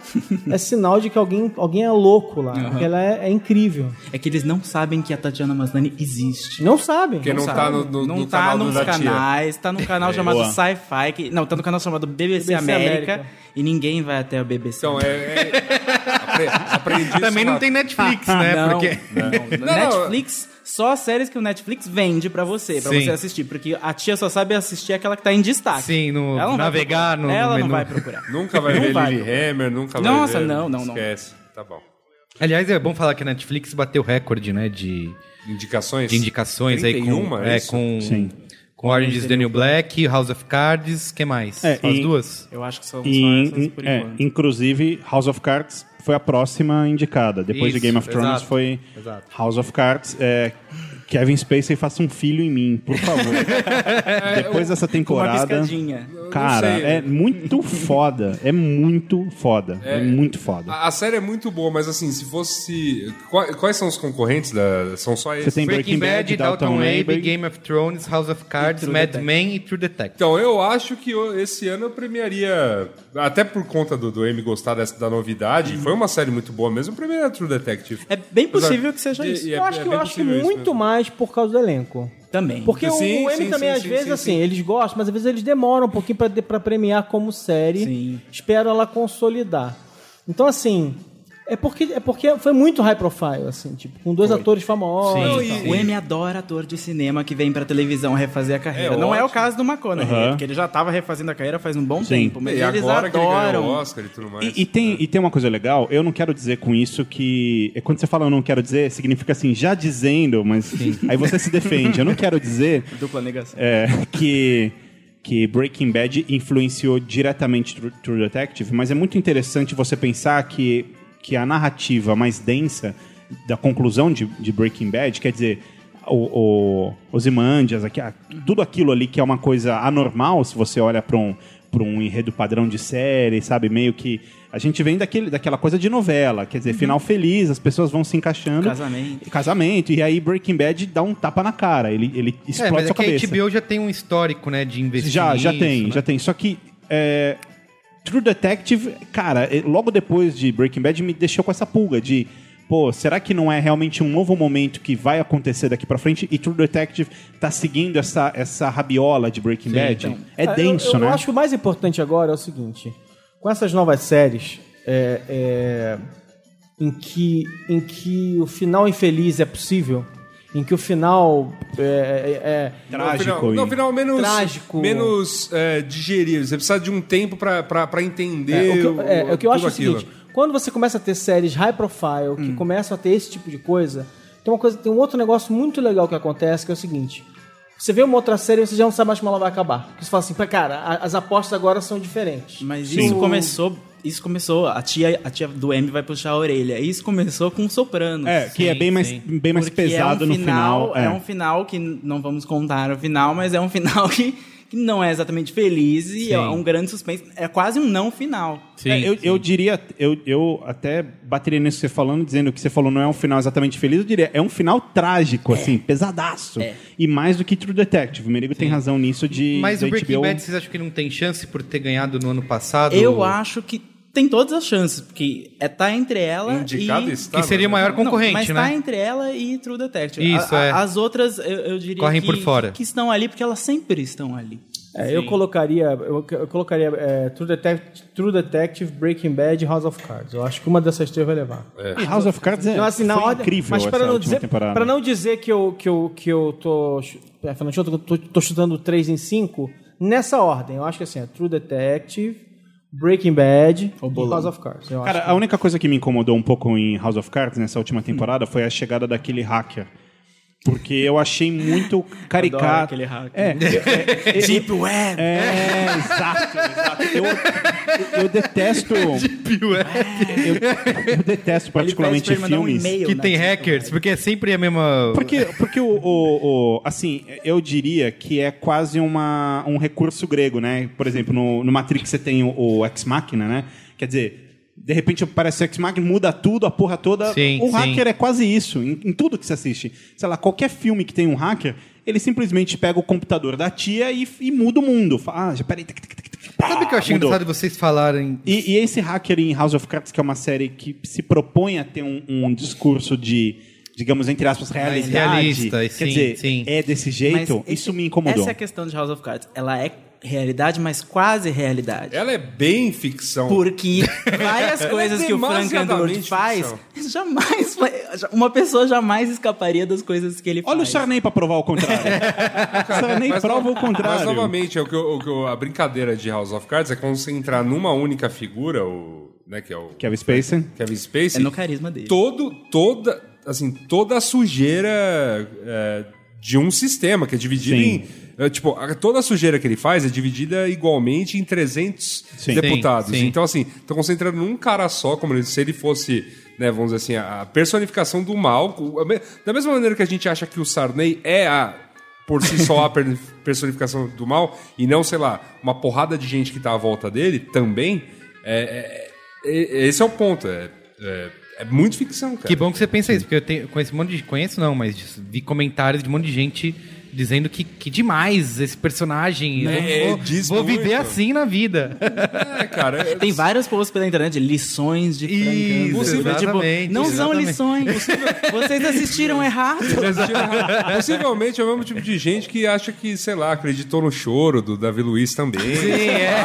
S4: é sinal de que alguém, alguém é louco lá. Porque ela é, é incrível.
S5: É que eles não sabem que a Tatiana Maslany existe.
S4: Não sabem.
S3: Porque não,
S5: sabe?
S3: tá no, no,
S5: não
S3: no
S5: tá
S3: canal do
S5: nos
S3: da tia.
S5: canais, tá num canal chamado
S2: É. boa.
S5: Sci-Fi, que- não, tá no canal chamado
S4: BBC
S5: BBC, América,
S4: América.
S5: e ninguém vai até o BBC.
S3: Então, é... é apre- aprendi isso
S1: Também não
S3: lá.
S1: tem Netflix, né?
S5: Ah, não,
S1: Porque...
S5: não, Netflix, só as séries que o Netflix vende pra você, pra
S1: Sim.
S5: você assistir, porque a tia só sabe assistir aquela que tá em destaque.
S1: Sim, assim, no-
S5: Ela não vai
S1: navegar
S5: procurar.
S1: no- no
S5: Ela não
S1: menu.
S5: vai procurar.
S3: Nunca vai ver
S5: vai.
S3: Lily Hammer, nunca
S5: Nossa,
S3: vai ver...
S5: não, não, não.
S3: Esquece. Tá bom.
S1: Aliás, é bom falar que a Netflix bateu recorde, né? De,
S3: Indicações?
S1: de indicações aí
S3: 31,
S1: com.
S3: é
S1: É,
S3: isso?
S1: com,
S2: Sim.
S1: com Orange is the New Black, House of Cards, que mais?
S2: É,
S1: As
S2: e-
S1: duas?
S5: Eu acho que são só
S2: E,
S5: essas
S2: in-
S5: por
S2: é,
S5: enquanto.
S2: inclusive, House of Cards foi a próxima indicada. Depois de
S1: Isso,
S2: Game of Thrones
S1: exato,
S2: foi
S1: exato.
S2: House of Cards. É, Kevin Spacey, faça um filho em mim, por favor. Depois dessa
S5: Com uma
S2: temporada...
S5: piscadinha.
S2: Cara,
S3: sei.
S2: é muito foda. É muito foda. É, muito foda.
S3: A, a série é muito boa, mas assim, se fosse... qua- Quais são os concorrentes da... São só
S2: Você
S3: esses?
S2: tem Breaking Bad, Dalton
S1: Abbey,
S2: Abbey...
S1: Game of Thrones, House of Cards, Mad Men e True Detective.
S3: Então, eu acho que eu- esse ano eu premiaria, até por conta do, do M gostar dessa, da novidade, foi uma série muito boa mesmo, eu premiaria True Detective.
S5: É bem
S3: Apesar-
S5: possível que seja
S3: E-
S5: isso.
S3: e é-
S4: eu acho
S3: é
S4: que, eu
S3: bem
S4: acho que
S3: possível isso
S4: muito
S3: mesmo.
S4: mais por causa do elenco.
S5: Também.
S4: Porque
S3: Sim,
S4: o Emmy
S3: sim,
S4: também,
S3: sim,
S4: às
S3: sim,
S4: vezes,
S3: sim,
S4: assim,
S3: sim.
S4: eles gostam, mas às vezes eles demoram um pouquinho pra, de- pra premiar como série.
S5: Sim.
S4: Espero ela consolidar. Então, assim, é porque, é porque foi muito high profile, assim, tipo, com dois atores famosos.
S5: Sim,
S4: e tal.
S5: então. o Emmy adora ator de cinema que vem pra televisão refazer a carreira.
S3: É
S5: não é o
S3: ótimo.
S5: caso do McConaughey,
S2: Aham.
S5: porque ele já tava refazendo a carreira faz um bom
S2: Sim.
S5: tempo, mas
S3: e
S5: eles
S3: agora que ele ganhou o
S5: adoram.
S3: Oscar e tudo mais.
S2: E, e tem, e tem uma coisa legal, eu não quero dizer com isso que. é Quando você fala eu não quero dizer, significa assim, já dizendo, mas aí você se defende. Eu não quero dizer
S5: Dupla negação.
S2: é, que, que Breaking Bad influenciou diretamente True, True Detective, mas é muito interessante você pensar que, que a narrativa mais densa da conclusão de, de Breaking Bad, quer dizer, o, o, os imandias, tudo aquilo ali que é uma coisa anormal, se você olha para um para um enredo padrão de série, sabe? Meio que a gente vem daquele, daquela coisa de novela, quer dizer, final
S1: Uhum.
S2: feliz, as pessoas vão se encaixando.
S5: Casamento.
S2: Casamento, e aí Breaking Bad dá um tapa na cara, ele, ele
S1: É,
S2: explode
S1: mas
S2: sua
S1: é que
S2: cabeça.
S1: a HBO já tem um histórico, né, de investir
S2: Já, já
S1: nisso,
S2: tem,
S1: né?
S2: já tem. Só que é, True Detective, cara, eh, logo depois de Breaking Bad me deixou com essa pulga de, pô, será que não é realmente um novo momento que vai acontecer daqui pra frente? E True Detective tá seguindo essa, essa rabiola de Breaking Bad.
S5: então.
S2: É
S4: Ah,
S2: denso,
S4: eu, eu
S2: né?
S4: acho que o mais importante agora é o seguinte: com essas novas séries, é, é, em, que, em que o final infeliz é possível, em que o final é, é, é,
S2: Trágico.
S3: Não, final,
S2: e-
S3: não, final menos,
S4: Trágico.
S3: menos é, digerível. Você precisa de um tempo pra, pra, pra
S4: É,
S3: entender.
S4: o que eu, é, o que
S3: tudo
S4: eu acho é o
S3: aquilo. Hum.
S4: seguinte: quando você começa a ter séries high profile que começam a ter esse tipo de coisa, tem uma coisa, tem um outro negócio muito legal que acontece que é o seguinte. Você vê uma outra série e você já não sabe mais como ela vai acabar. Porque você fala assim, "Pá, cara, a- as apostas agora são diferentes.
S5: Mas
S2: Sim.
S5: isso começou. Isso começou. A tia, a tia do M vai puxar a orelha. Isso começou com Sopranos.
S2: É, que é
S1: Sim,
S2: bem mais,
S1: sim.
S2: bem mais
S5: Porque
S2: pesado
S5: é um
S2: no final.
S5: É. um final que n- não vamos contar o final, mas é um [laughs] final que, que não é exatamente feliz e é um grande suspense. É quase um não final.
S1: Sim,
S2: É, eu, eu diria, eu, eu até bateria nisso que você falando, dizendo que você falou não é um final exatamente feliz, eu diria, é um final trágico,
S1: É.
S2: assim, pesadaço. E mais do que True Detective. O Merigo tem razão nisso de.
S1: Mas o
S2: da
S1: Breaking
S2: HBO.
S1: Bad, vocês acham que não tem chance por ter ganhado no ano
S3: Tá
S1: passado?
S5: Eu acho que tem todas as chances, porque é tá entre ela
S3: Indicado
S5: e...
S3: está.
S1: Que seria o maior
S5: Não,
S1: concorrente,
S5: mas
S1: né?
S5: tá entre ela e True Detective.
S1: Isso, é.
S5: As outras, eu, eu diria
S1: Correm
S5: que,
S1: por fora.
S5: que estão ali porque elas sempre estão ali.
S4: É, eu colocaria, eu, eu colocaria é, True, Detective, True Detective, Breaking Bad e House of Cards. Eu acho que uma dessas três vai levar.
S2: E House of Cards é
S4: Não, assim, na
S2: foi
S4: ordem,
S2: incrível
S4: mas para
S2: essa
S4: não
S2: última
S4: dizer,
S2: temporada.
S4: para não dizer que eu que eu que eu tô, chu- é, Fernando Schultz, eu tô, tô chutando 3 em 5 nessa ordem. Eu acho que assim, é True Detective, Breaking Bad e House of Cards. Eu
S2: Cara,
S4: acho.
S2: a única coisa que me incomodou um pouco em House of Cards nessa
S1: Hum.
S2: última temporada foi a chegada daquele hacker. Porque eu achei muito caricato.
S5: Adoro aquele hacker.
S2: É, é, é, é,
S5: Deep Web!
S2: É, exato, exato. Eu, eu detesto.
S1: é,
S2: Eu, eu detesto
S5: [laughs] Ele pede
S2: particularmente
S5: pra ele mandar um
S2: filmes.
S5: e-mail
S1: Que
S5: na
S1: tem
S5: Deep
S1: hackers,
S5: Web.
S1: porque é sempre a mesma...
S2: porque, porque o, o- o- Assim, eu diria que é quase uma, um recurso grego, né? Por exemplo, no, no Matrix você tem o, o Ex Machina, né? Quer dizer. De repente aparece o Ex Machina, muda tudo, a porra toda.
S1: Sim,
S2: o
S1: sim.
S2: hacker é quase isso, em, em tudo que você assiste. Sei lá, qualquer filme que tem um hacker, ele simplesmente pega o computador da tia e, e muda o mundo. Fala, ah, já peraí. tic, tic, tic, tic, pá,
S1: Sabe o que eu achei
S2: mudou.
S1: engraçado vocês falarem
S2: E, e esse hacker em House of Cards, que é uma série que se propõe a ter um, um discurso de, digamos, entre aspas, realidade.
S1: realista,
S2: quer
S1: sim,
S2: dizer,
S1: sim.
S2: é desse
S5: Mas
S2: jeito,
S5: esse-
S2: isso me incomodou.
S5: Essa é a questão de House of Cards. Ela é realidade, mas quase realidade.
S3: Ela é bem ficção.
S5: Porque
S1: [laughs]
S5: várias
S3: Ela é
S5: coisas que o Frank
S3: demasiadamente
S5: Underwood faz,
S3: ficção.
S5: [laughs] jamais vai- uma pessoa jamais escaparia das coisas que ele faz.
S2: Olha o Sarney pra provar o contrário. o Sarney
S3: Mas
S2: prova
S3: no-
S2: o contrário.
S3: Mas novamente, é o que eu- o que eu- a brincadeira de House of Cards é concentrar numa única figura, o, né, que é o
S2: Kevin Spacey.
S3: Kevin Spacey.
S5: É no carisma dele.
S3: todo, toda, assim, toda a sujeira é, de um sistema, que é dividido
S2: Sim.
S3: em. é, tipo, a- toda a sujeira que ele faz é dividida igualmente em 300
S2: Sim.
S3: deputados.
S1: Sim, sim.
S3: Então, assim, estão concentrando num cara só, como ele- se ele fosse, né, vamos dizer assim, a a personificação do mal. o- a me- Da mesma maneira que a gente acha que o Sarney é a. Por si só a [laughs] per- personificação do mal, e não, sei lá, uma porrada de gente que tá à volta dele também. é- é- é- esse é o ponto. É, é- é muito ficção, cara.
S1: Que bom que você pensa isso, porque eu tenho, conheço um monte de. Conheço não, mas vi comentários de um monte de gente dizendo que, que demais esse personagem.
S3: É,
S1: eu vou,
S3: diz
S1: vou
S3: muito.
S1: viver assim na vida.
S3: É, cara.
S1: [laughs]
S3: eu-
S5: Tem vários posts pela internet, lições de Frank
S1: Isso,
S5: Anderson. É,
S1: exatamente,
S5: não são
S1: exatamente.
S5: lições.
S3: [laughs]
S5: Vocês assistiram errado.
S3: Possivelmente é o mesmo tipo de gente que acha que, sei lá, acreditou no choro do Davi Luiz também.
S1: Sim, é.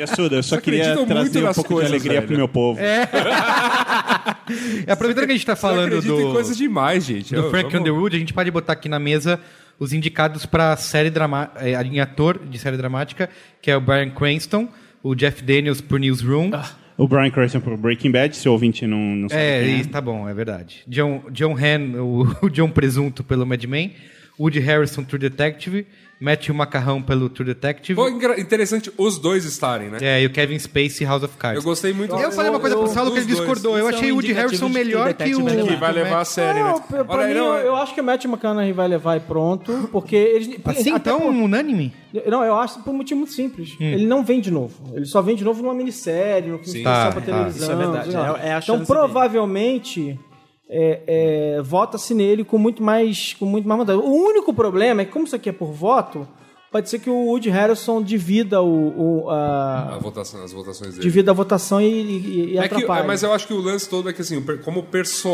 S2: Yasuda, eu só
S3: Só
S2: queria
S3: acredito muito
S2: trazer um
S3: nas
S2: pouco
S3: coisas,
S2: de alegria
S3: velho.
S2: pro meu povo.
S1: [laughs] Aproveitando que a gente tá falando
S3: acredita em
S1: do,
S3: coisas demais, gente.
S1: do
S3: Eu-
S1: Frank
S3: vamos-
S1: Underwood, a gente pode botar aqui na mesa os indicados pra série dramática, em ator de série dramática, que é o Brian Cranston, o Jeff Daniels por Newsroom.
S2: O Brian Cranston pro Breaking Bad, se o ouvinte não, não sabe
S1: É,
S2: quem
S1: e- tá bom, é verdade. John, John Han, o, [laughs] o John Presunto pelo Mad Men, Woody Harrison, True Detective, Matthew Macarrão pelo True Detective,
S3: Pô, engra- interessante os dois estarem, né?
S1: é, e o Kevin Spacey, House of Cards.
S3: Eu gostei muito
S1: Eu falei uma coisa pro Saulo que ele
S3: dos dois.
S1: discordou. Eu
S5: Isso é um
S1: achei o Woody
S5: indicativo
S1: Harrison
S5: de que o
S1: melhor que
S5: Detective né,
S1: o...
S3: Que vai
S5: vai levar.
S3: levar a série,
S4: Não,
S3: né?
S4: pra, pra
S3: Olha aí,
S4: mim,
S3: não,
S4: eu,
S3: é-
S4: eu acho que o Matt McConaughey vai levar e pronto, porque eles...
S1: Assim,
S4: até
S1: então,
S4: por-
S1: unânime?
S4: Não, eu acho por um motivo muito simples. Ele não vem de novo. Ele só vem de novo numa minissérie, no filme
S3: Sim.
S4: especial
S1: Tá,
S4: pra
S1: tá.
S4: televisão.
S5: Isso é verdade,
S4: sei lá.
S5: é- é a
S4: então,
S5: chance
S4: provavelmente, é, é, vota-se nele com muito mais com muito mais vontade. O único problema é que, como isso aqui é por voto, pode ser que o Woody Harrison divida o, o- a,
S3: A votação- as votações dele.
S4: divida a votação e, e, e
S3: É que-
S4: atrapalhe.
S3: é, mas eu acho que o lance todo é que, assim, o per- como o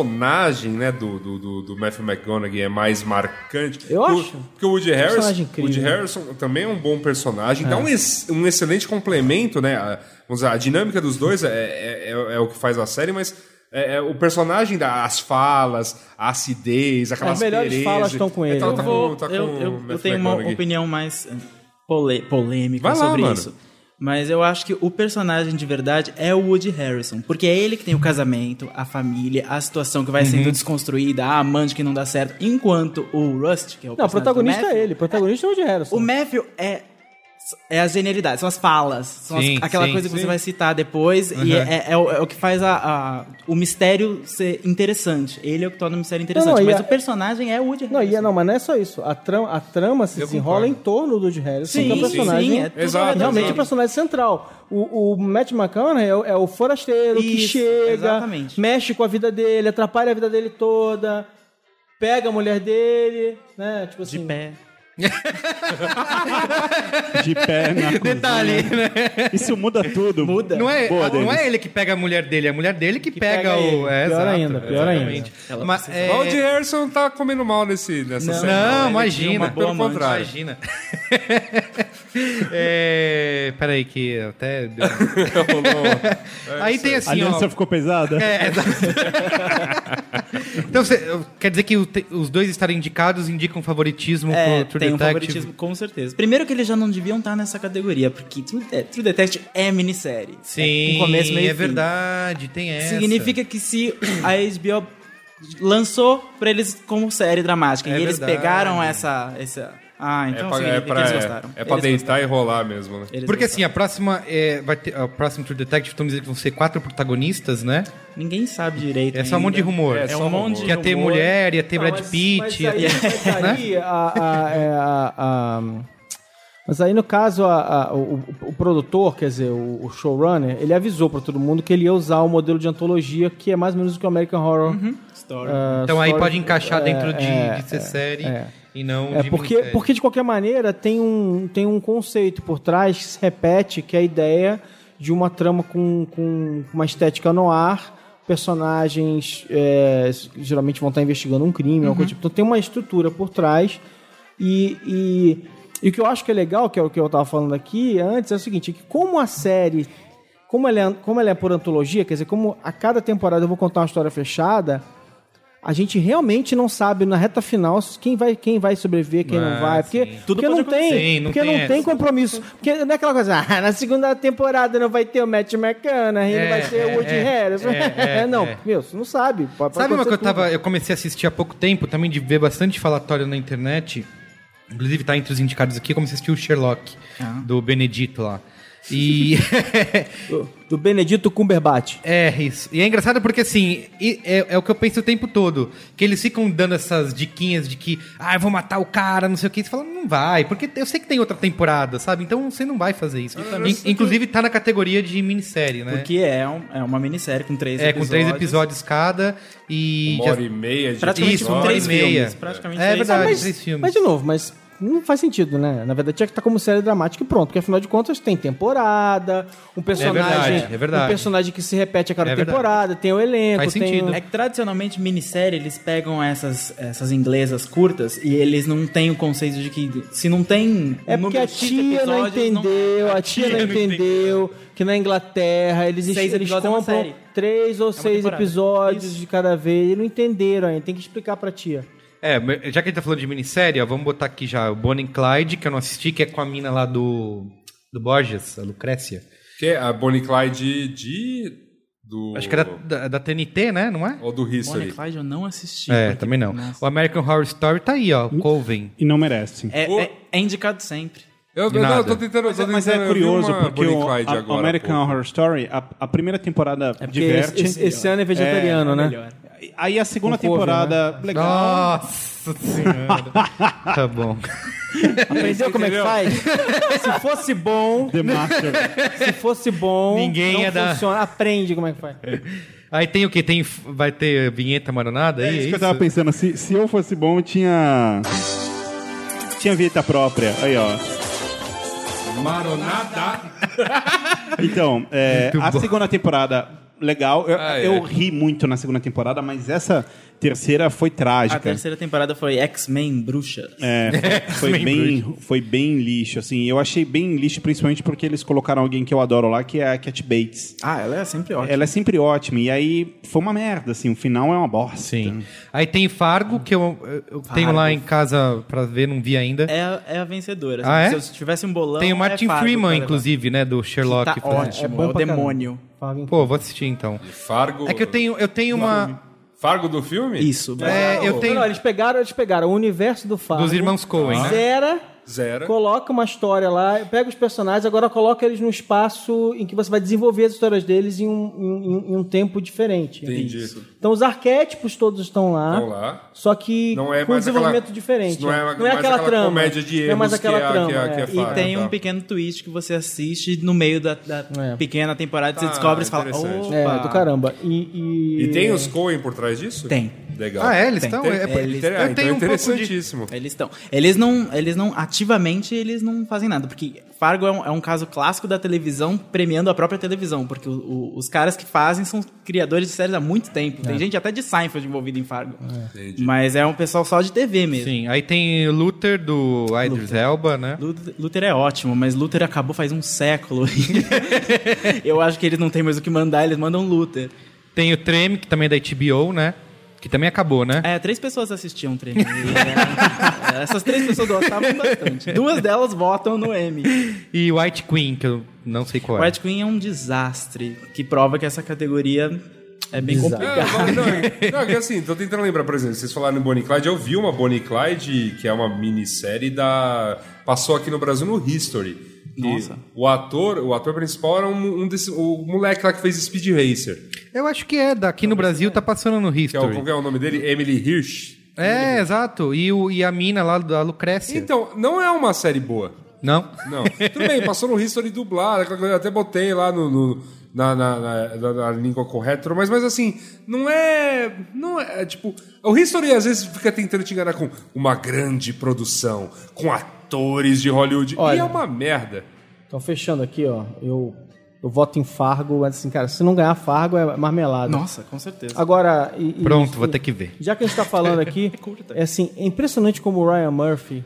S3: personagem né, do, do, do, do Matthew McConaughey é mais marcante.
S4: Eu
S3: o-
S4: acho.
S3: Porque o Woody
S4: Personagem
S3: Harrison,
S4: incrível. É.
S3: Woody Harrison também é um bom personagem, dá um, ex- um excelente complemento, né? A, vamos dizer, a dinâmica dos dois é, é, é- é o que faz a série, mas. é- é o personagem dá as falas, a acidez, aquelas
S4: As É, melhores
S3: perezes.
S4: falas estão com ele.
S3: É, tá-
S4: Eu
S3: tá
S5: vou-
S3: com- tá
S5: eu,
S3: com o
S5: eu- eu
S3: Matthew
S5: tenho uma
S3: McConaughey.
S5: opinião mais eh, pole- polêmica
S3: Vai lá,
S5: sobre
S3: mano.
S5: isso. Mas eu acho que o personagem de verdade é o Woody Harrison. Porque é ele que tem o casamento, a família, a situação que vai
S3: Uhum.
S5: sendo desconstruída, a amante que não dá certo. Enquanto o Rust, que é
S4: Não,
S5: o
S4: o
S5: personagem do
S4: protagonista
S5: Matthew,
S4: é ele. O protagonista é o Woody Harrison.
S5: O Matthew é, é a genialidade, são as falas, são as-
S1: Sim,
S5: aquela
S1: sim,
S5: coisa que
S1: sim.
S5: você vai citar depois. E é, é- é o, é o que faz a, a- o mistério ser interessante. Ele é o que torna o mistério interessante.
S4: não, e
S5: mas
S4: a-
S5: o personagem é o Woody
S4: Não, e é-
S5: Harrelson.
S4: não, mas não é só isso. A, tram- a trama se
S3: Eu
S4: desenrola
S3: concordo.
S4: em torno do Woody Harrison, que é o
S5: Sim, sim,
S4: personagem.
S5: é tudo
S3: Exato,
S5: verdade.
S4: Realmente é o
S3: exato.
S4: personagem central. O, o Matt McConaughey é, o- é o forasteiro que
S5: Isso,
S4: chega,
S5: exatamente.
S4: mexe com a vida dele, atrapalha a vida dele toda, pega a mulher dele, né? Tipo assim.
S5: De pé.
S2: é. De
S1: [laughs]
S2: pé na cozinha.
S1: [laughs] Detalhe, né?
S2: Isso muda tudo.
S5: Muda.
S1: Não é,
S2: Boa,
S1: não
S2: Denis.
S1: é ele que pega a mulher dele, é a mulher dele que, pega,
S5: pega
S1: o...
S5: ele.
S1: É,
S4: Pior
S1: exato,
S4: ainda, pior ainda.
S1: exatamente.
S5: Ela
S1: Mas,
S5: precisa-
S1: é-
S3: O Woody Harrison tá comendo mal nesse, nessa
S5: Não,
S3: série.
S1: Não,
S5: Ele
S1: imagina.
S5: tinha uma boa
S1: pelo
S5: amante.
S1: contrário. Imagina. [laughs] é, peraí, que até. deu uma-
S4: [laughs]
S1: Aí tem
S2: A
S1: assim,
S2: aliança
S1: ó.
S2: ficou pesada?
S1: É, exato. então, você, quer dizer que o te- os dois estarem indicados indicam favoritismo
S5: É,
S1: pro True
S5: tem um
S1: Detective?
S5: favoritismo, com certeza. Primeiro que eles já não deviam estar nessa categoria, porque True, é, True Detective é minissérie.
S1: Sim,
S5: é, com começo, meio e
S1: é
S5: fim.
S1: verdade, tem essa.
S5: Significa que se a HBO lançou pra eles como série dramática
S1: É
S5: e eles
S1: verdade.
S5: pegaram essa, essa... Ah,
S3: É
S5: então
S3: pra,
S5: significa
S3: é
S5: que
S3: pra,
S5: eles
S3: é-
S5: gostaram.
S3: é pra
S5: Eles
S3: deitar e rolar mesmo, né?
S5: Eles
S1: Porque assim,
S5: gostaram.
S1: a próxima é, vai ter, o próximo True Detective, estão dizendo que vão ser quatro protagonistas, né?
S5: Ninguém sabe direito
S1: É só um monte de
S5: ainda.
S1: rumor.
S3: É,
S5: É
S3: só
S5: um monte de
S1: ia ter
S5: rumor.
S1: mulher, ia ter
S4: Ah,
S1: Brad
S4: mas-
S1: Pitt.
S5: [laughs]
S1: né?
S4: Mas aí,
S1: ia ter-
S5: Né?
S4: mas aí a- a- é, a- a- mas aí, no caso, a- a- o, o- o produtor, quer dizer, o, o showrunner, ele avisou pra todo mundo que ele ia usar o modelo de antologia, que é mais ou menos o que o American Horror.
S5: Uhum. Story.
S4: ah,
S1: Então aí
S4: Story-
S1: pode encaixar
S4: é,
S1: dentro de,
S4: é,
S1: de ser
S4: é,
S1: série
S4: é.
S1: e não
S4: É
S1: de
S4: porque,
S1: minissérie.
S4: porque de qualquer maneira tem um, tem um conceito por trás que se repete, que é a ideia de uma trama com, com uma estética no ar, personagens é, geralmente vão estar investigando um crime, alguma coisa tipo. Então tem uma estrutura por trás e, e, e o que eu acho que é legal, que é o que eu estava falando aqui antes, é o seguinte, é que como a série, como ela, é, como ela é por antologia, quer dizer, como a cada temporada eu vou contar uma história fechada, a gente realmente não sabe na reta final quem vai, quem vai sobreviver, quem
S1: Ah,
S4: não vai. Porque,
S1: sim.
S5: Tudo
S4: porque
S5: pode
S4: não tem,
S1: acontecer, não
S4: porque
S1: tem
S4: não tem
S1: essa.
S4: compromisso. Porque não é aquela coisa, [laughs] ah, na segunda temporada não vai ter o Matt McConaughey,
S1: É,
S4: não vai ter
S1: é,
S4: o Woody
S1: é,
S4: Harrison. [laughs]
S1: é, é,
S4: não,
S1: é.
S4: meu, você não sabe. Pode, pode
S1: Sabe uma que eu
S4: acontecer
S1: tava. Eu comecei a assistir há pouco tempo, também de ver bastante falatório na
S4: Ah.
S1: internet. Inclusive tá entre os indicados aqui, eu comecei a assistir o Sherlock, do Benedito lá. E. [laughs]
S4: Do, do Benedito Cumberbatch.
S1: É, isso. E é engraçado porque, assim, e- é, é o que eu penso o tempo todo. Que eles ficam dando essas diquinhas de que, ah, eu vou matar o cara, não sei o que. Você fala, não vai, porque eu sei que tem outra temporada, sabe? Então você não vai fazer isso. In- inclusive, tá na categoria de minissérie, né?
S5: Porque é, um- é uma minissérie com três
S1: é, com
S5: episódios.
S1: três episódios cada e.
S3: Uma
S1: já-
S3: hora e meia de
S5: Praticamente
S1: Isso,
S5: com
S1: uma hora
S5: três
S1: e meia.
S5: filmes. Praticamente
S1: É
S5: três
S1: verdade.
S5: filmes.
S4: mas,
S1: três filmes.
S4: mas, de novo, mas não faz sentido, né? Na verdade, tinha que estar como série dramática e pronto, porque afinal de contas tem temporada, um personagem.
S1: verdade, é verdade.
S4: Um personagem que se repete a cada
S1: É verdade.
S4: temporada, tem o elenco,
S1: Faz
S4: tem. um-
S1: sentido.
S5: É que tradicionalmente minissérie eles pegam essas, essas inglesas curtas e eles não têm o conceito de que se não tem
S4: É
S5: um
S4: porque
S5: número
S4: a
S5: X de
S4: tia não
S5: episódios, é-
S4: entendeu, a tia não entendeu que na Inglaterra eles,
S5: Seis
S4: eles
S5: episódios é uma
S4: compram
S5: série.
S4: três ou seis
S5: temporada.
S4: episódios
S5: Isso.
S4: de cada vez. Eles não entenderam ainda, tem que explicar pra tia.
S1: É, mas já que a gente tá falando de minissérie, ó, vamos botar aqui já o Bonnie and Clyde, que eu não assisti, que é com a mina lá do. do Borges, a Lucrécia.
S3: Que é a Bonnie Clyde de. Do,
S1: Acho que era da, da TNT, né? Não é?
S3: Ou do
S5: Bonnie
S3: History.
S5: and Clyde eu não assisti.
S1: É,
S5: porque- um
S1: também não.
S5: Nossa.
S1: O American Horror Story tá aí, ó, o Colvin.
S2: E não merece.
S5: É,
S3: O-
S5: é- é indicado sempre.
S3: Eu, eu, não,
S1: Nada.
S3: eu tô tentando.
S2: Mas
S3: tô
S2: é, mas é
S3: tentando- eu vi
S2: curioso
S3: uma
S2: porque
S3: Bonnie
S2: o
S3: Clyde
S2: a-
S3: agora,
S2: American
S3: pô.
S2: Horror Story, a, a primeira temporada
S4: É Porque
S2: diverte.
S4: esse, esse ano é vegetariano, né?
S5: Melhor.
S2: Aí a segunda
S4: Com né? couve,
S2: temporada, legal.
S1: Nossa senhora. [laughs] tá bom.
S4: Aprendeu como é que faz? se fosse bom,
S2: The Master.
S4: [laughs] se fosse bom,
S1: Ninguém
S4: não
S1: ia dar.
S4: funciona. Aprende como é que faz.
S1: Aí tem o quê? Tem, vai ter vinheta maronada?
S2: É
S1: aí,
S2: isso que eu tava pensando. Se, se eu fosse bom, eu tinha. Tinha vinheta própria. Aí, ó.
S3: Maronada.
S2: Então,
S4: [laughs]
S2: é,
S1: Muito
S2: a
S1: bom.
S2: segunda temporada, legal. Eu,
S3: Ah, é.
S2: eu ri muito na segunda temporada, mas essa terceira foi trágica.
S5: A terceira temporada foi X-Men Bruxas.
S1: [laughs]
S2: É, foi foi bem, foi bem lixo, assim. Eu achei bem lixo, principalmente porque eles colocaram alguém que eu adoro lá, que é a Cat Bates.
S5: Ah, ela é sempre ótima.
S2: Ela é sempre ótima. E aí foi uma merda, assim. O final é uma bosta.
S3: Então,
S1: Sim. Aí tem
S3: hum.
S1: Fargo, que eu, eu tenho lá em casa pra ver, não vi ainda.
S5: É a, é a vencedora.
S1: Ah,
S5: assim,
S1: é?
S5: Se eu tivesse um bolão.
S1: tem o
S5: é
S1: Martin
S5: Fargo pra
S1: Freeman,
S5: levar.
S1: inclusive, né? Do
S5: Que
S1: Sherlock.
S5: Tá ótimo, é,
S4: bom
S5: o
S4: pra
S5: demônio.
S4: Fala,
S1: Pô, vou assistir então.
S3: Fargo.
S1: É que eu tenho, eu tenho uma.
S3: Fargo do filme?
S5: Isso,
S1: É, eu
S4: Não,
S1: tenho.
S4: não, eles pegaram, eles pegaram o universo do Fargo.
S1: Dos irmãos Coen, né?
S4: Zera,
S3: Zero.
S4: coloca uma história lá, pega os personagens, agora coloca eles num espaço em que você vai desenvolver as histórias deles em um, em um- em um tempo diferente.
S3: Entendi.
S4: Então os arquétipos todos estão lá.
S3: Estão lá.
S4: Só que
S3: Não é
S4: com um
S3: mais aquela-
S4: desenvolvimento diferente.
S3: não é
S4: né?
S3: mais aquela comédia de
S4: não é mais
S3: erros que
S4: aquela
S3: é a-
S4: trama.
S3: que é a- que é
S4: é.
S3: fácil.
S5: E tem
S3: tá.
S5: um pequeno twist que você assiste no meio da, da
S4: É.
S5: pequena temporada,
S1: Ah,
S3: Tá,
S5: você descobre e você fala,
S3: interessante.
S5: opa.
S4: É, do caramba. E, e-
S3: E tem os Coen por trás disso?
S5: Tem.
S3: Legal.
S1: Ah, é? Eles
S5: Tem,
S1: estão.
S5: tem.
S1: É,
S5: É,
S1: eu
S5: eles-
S3: Inter... Ah, então
S1: tenho um pouco de.
S3: interessantíssimo.
S5: Eles estão. Eles não, eles não, ativamente, eles não fazem nada, porque Fargo é um, é um caso clássico da televisão premiando a própria televisão, porque o- o- os caras que fazem são criadores de séries há muito tempo.
S1: É.
S5: Tem gente até de Seinfeld envolvida em Fargo.
S3: Entendi.
S5: Mas é um pessoal só de TV mesmo.
S1: Sim, aí tem Luther do Idris Elba, né?
S5: Luther- Luther é ótimo, mas Luther acabou faz um século. [laughs] Eu acho que eles não têm mais o que mandar, eles mandam Luther.
S1: Tem o Treme, que também é da HBO, né? Que também acabou, né?
S5: É, três pessoas assistiam o trailer. É, Essas três pessoas gostavam bastante. Duas delas votam no M.
S1: E White Queen, que eu não sei qual é.
S5: White Queen é um desastre, que prova que essa categoria é bem
S4: Desastre.
S5: complicada.
S3: É, mas- não, é- não, é que assim, tô tentando lembrar, por exemplo, vocês falaram em Bonnie e Clyde, eu vi uma Bonnie e Clyde, que é uma minissérie da. Passou aqui no Brasil no History. E
S5: Nossa.
S3: O ator, o ator principal era um, um desse, o moleque lá que fez Speed Racer.
S1: Eu acho que é, daqui no Brasil tá passando no
S3: Que é o,
S1: History.
S3: qual que é o nome dele? Emily Hirsch.
S1: É, exato. E, o, e a mina lá da Lucrécia.
S3: Então, não é uma série boa.
S1: Não?
S3: Não. Tudo bem, passou no History dublado, aquela coisa, eu até botei lá no. no- na, na, na- na- na língua correta, mas, mas assim, não é. Não é. é, Tipo, o History às vezes fica tentando te enganar com uma grande produção, com atores de Hollywood. e
S4: Olha.
S3: é uma merda.
S4: Então, fechando aqui, ó. Eu, eu voto em Fargo, mas assim, cara, se não ganhar Fargo é marmelada.
S5: Nossa, com certeza.
S4: Agora. e- e-
S1: Pronto, vou
S4: e-
S1: ter que ver.
S4: Já que a gente tá falando
S3: [laughs]
S4: aqui, é assim, é impressionante como o Ryan Murphy.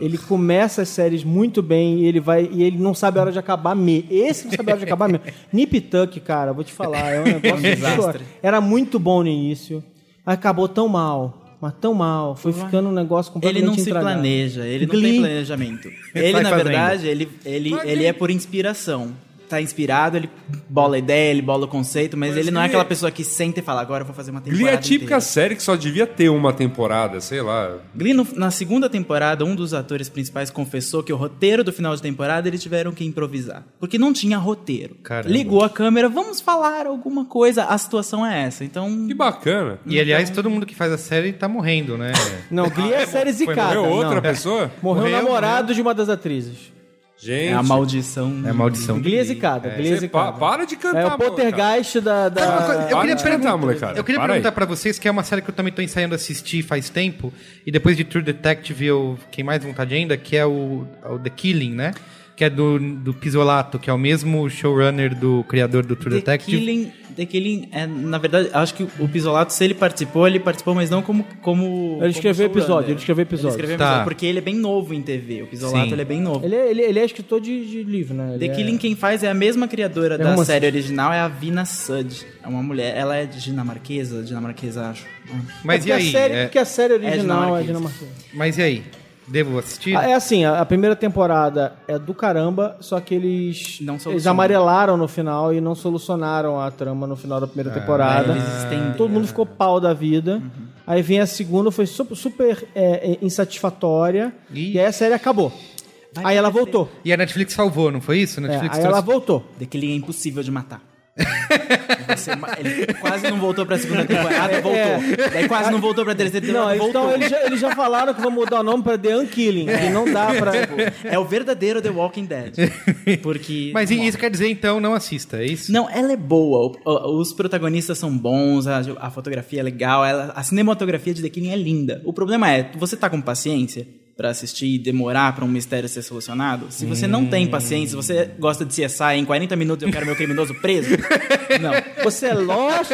S4: Ele começa as séries muito bem e ele vai e ele não sabe a hora de acabar mesmo. Esse não sabe a hora de acabar
S3: [laughs]
S4: mesmo. Nip Tuck, cara, vou te falar, é um negócio desastre. Era muito bom no início, mas acabou tão mal, mas tão mal, foi ficando um negócio
S5: Ele
S4: completamente
S5: não se
S4: intragável.
S5: planeja, ele não
S4: Glee.
S5: tem planejamento. Ele,
S1: Vai
S5: na
S1: fazendo.
S5: verdade, ele, ele, ele é por inspiração. tá inspirado, ele bola a ideia, ele bola o conceito, mas, ele não é
S3: Glee-
S5: aquela pessoa que senta e fala, agora eu vou fazer uma temporada
S3: Glee é a típica
S5: inteira."
S3: série que só devia ter uma temporada, sei lá.
S5: Glee, no- na segunda temporada, um dos atores principais confessou que o roteiro do final de temporada eles tiveram que improvisar. Porque não tinha roteiro.
S1: Caramba.
S5: Ligou a câmera, vamos falar alguma coisa, a situação é essa. Então.
S3: Que bacana.
S1: E aliás, todo mundo que faz a série tá morrendo, né?
S4: Não, Glee é série zicada.
S3: Morreu outra
S4: não. É.
S3: pessoa?
S4: Morreu o
S1: Morreu,
S4: namorado de uma das atrizes.
S3: Gente.
S5: É a maldição.
S1: É a
S5: Então,
S1: maldição.
S4: Glee é zicada. Glee é
S3: Você pa- tá
S4: zicada.
S3: para de cantar,
S4: É o
S3: moleque.
S4: poltergeist da... da-
S1: Sabe uma coisa? Eu
S3: Para
S1: queria
S3: de
S1: perguntar,
S3: cantar, molecada.
S1: Eu queria
S3: Para aí.
S1: perguntar pra vocês que é uma série que eu também tô ensaiando assistir faz tempo e depois de True Detective eu fiquei mais vontade ainda, que é o, o The Killing, né? Que é do, do Pisolato, que é o mesmo showrunner do criador do True
S5: The
S1: Detective.
S5: Killing, The Killing é, na verdade, acho que o Pisolato, se ele participou, ele participou, mas não como. como
S4: Ele escreveu
S5: como showrunner.
S4: episódio, ele escreveu episódio.
S5: Ele escreveu
S1: Tá.
S5: episódio, porque ele é bem novo em TV. O Pisolato,
S1: Sim.
S5: ele é bem novo.
S4: Ele, é, ele, ele é escritor de, de livro, né? Ele
S5: The
S4: é-
S5: Killing quem faz é a mesma criadora da
S4: romance.
S5: série original, é a Vina Sud. É uma mulher, ela é dinamarquesa, dinamarquesa acho.
S1: Mas
S4: porque
S1: e
S4: A
S1: aí?
S4: série,
S1: É-
S4: Porque a série original é
S5: dinamarquesa.
S4: dinamarquesa.
S1: mas e aí? Devo assistir?
S4: Ah, É assim, a a primeira temporada é do caramba, só que eles,
S5: Não
S4: eles
S5: solucionam.
S4: amarelaram no final e não solucionaram a trama no final da primeira
S1: Ah,
S4: temporada.
S5: Eles estendem. né?
S4: Todo mundo ficou pau da vida.
S1: Uhum.
S4: Aí vem a segunda, foi super, super, é, é, insatisfatória.
S1: Ih.
S4: E aí a série acabou.
S5: Vai
S4: aí ela
S5: aparecer.
S4: voltou.
S1: E a Netflix salvou, não foi isso? A
S4: É, aí
S1: Netflix
S4: ela
S1: trouxe-
S4: voltou.
S5: The Killing é impossível
S4: [laughs]
S5: de matar. Você ma- ele quase não voltou pra segunda temporada, voltou. Daí quase não voltou pra terceira
S4: É. Não,
S5: temporada, voltou.
S4: então eles já, eles já falaram que vão mudar o nome pra The Unkilling. que não dá pra.
S1: [laughs]
S5: É o verdadeiro The
S4: [laughs]
S5: Walking Dead. Porque.
S1: Mas
S5: Vamos lá.
S1: isso quer dizer então, não assista, é isso?
S5: Não, ela é boa. O- o- Os protagonistas são bons, a, a fotografia é legal, ela- a cinematografia de The Killing é linda. O problema é, você tá com paciência pra assistir e demorar pra um mistério ser solucionado? Se você não tem paciência, se você gosta de CSI em 40 minutos eu quero meu criminoso
S2: [laughs]
S5: preso? não.
S4: Você é Lost?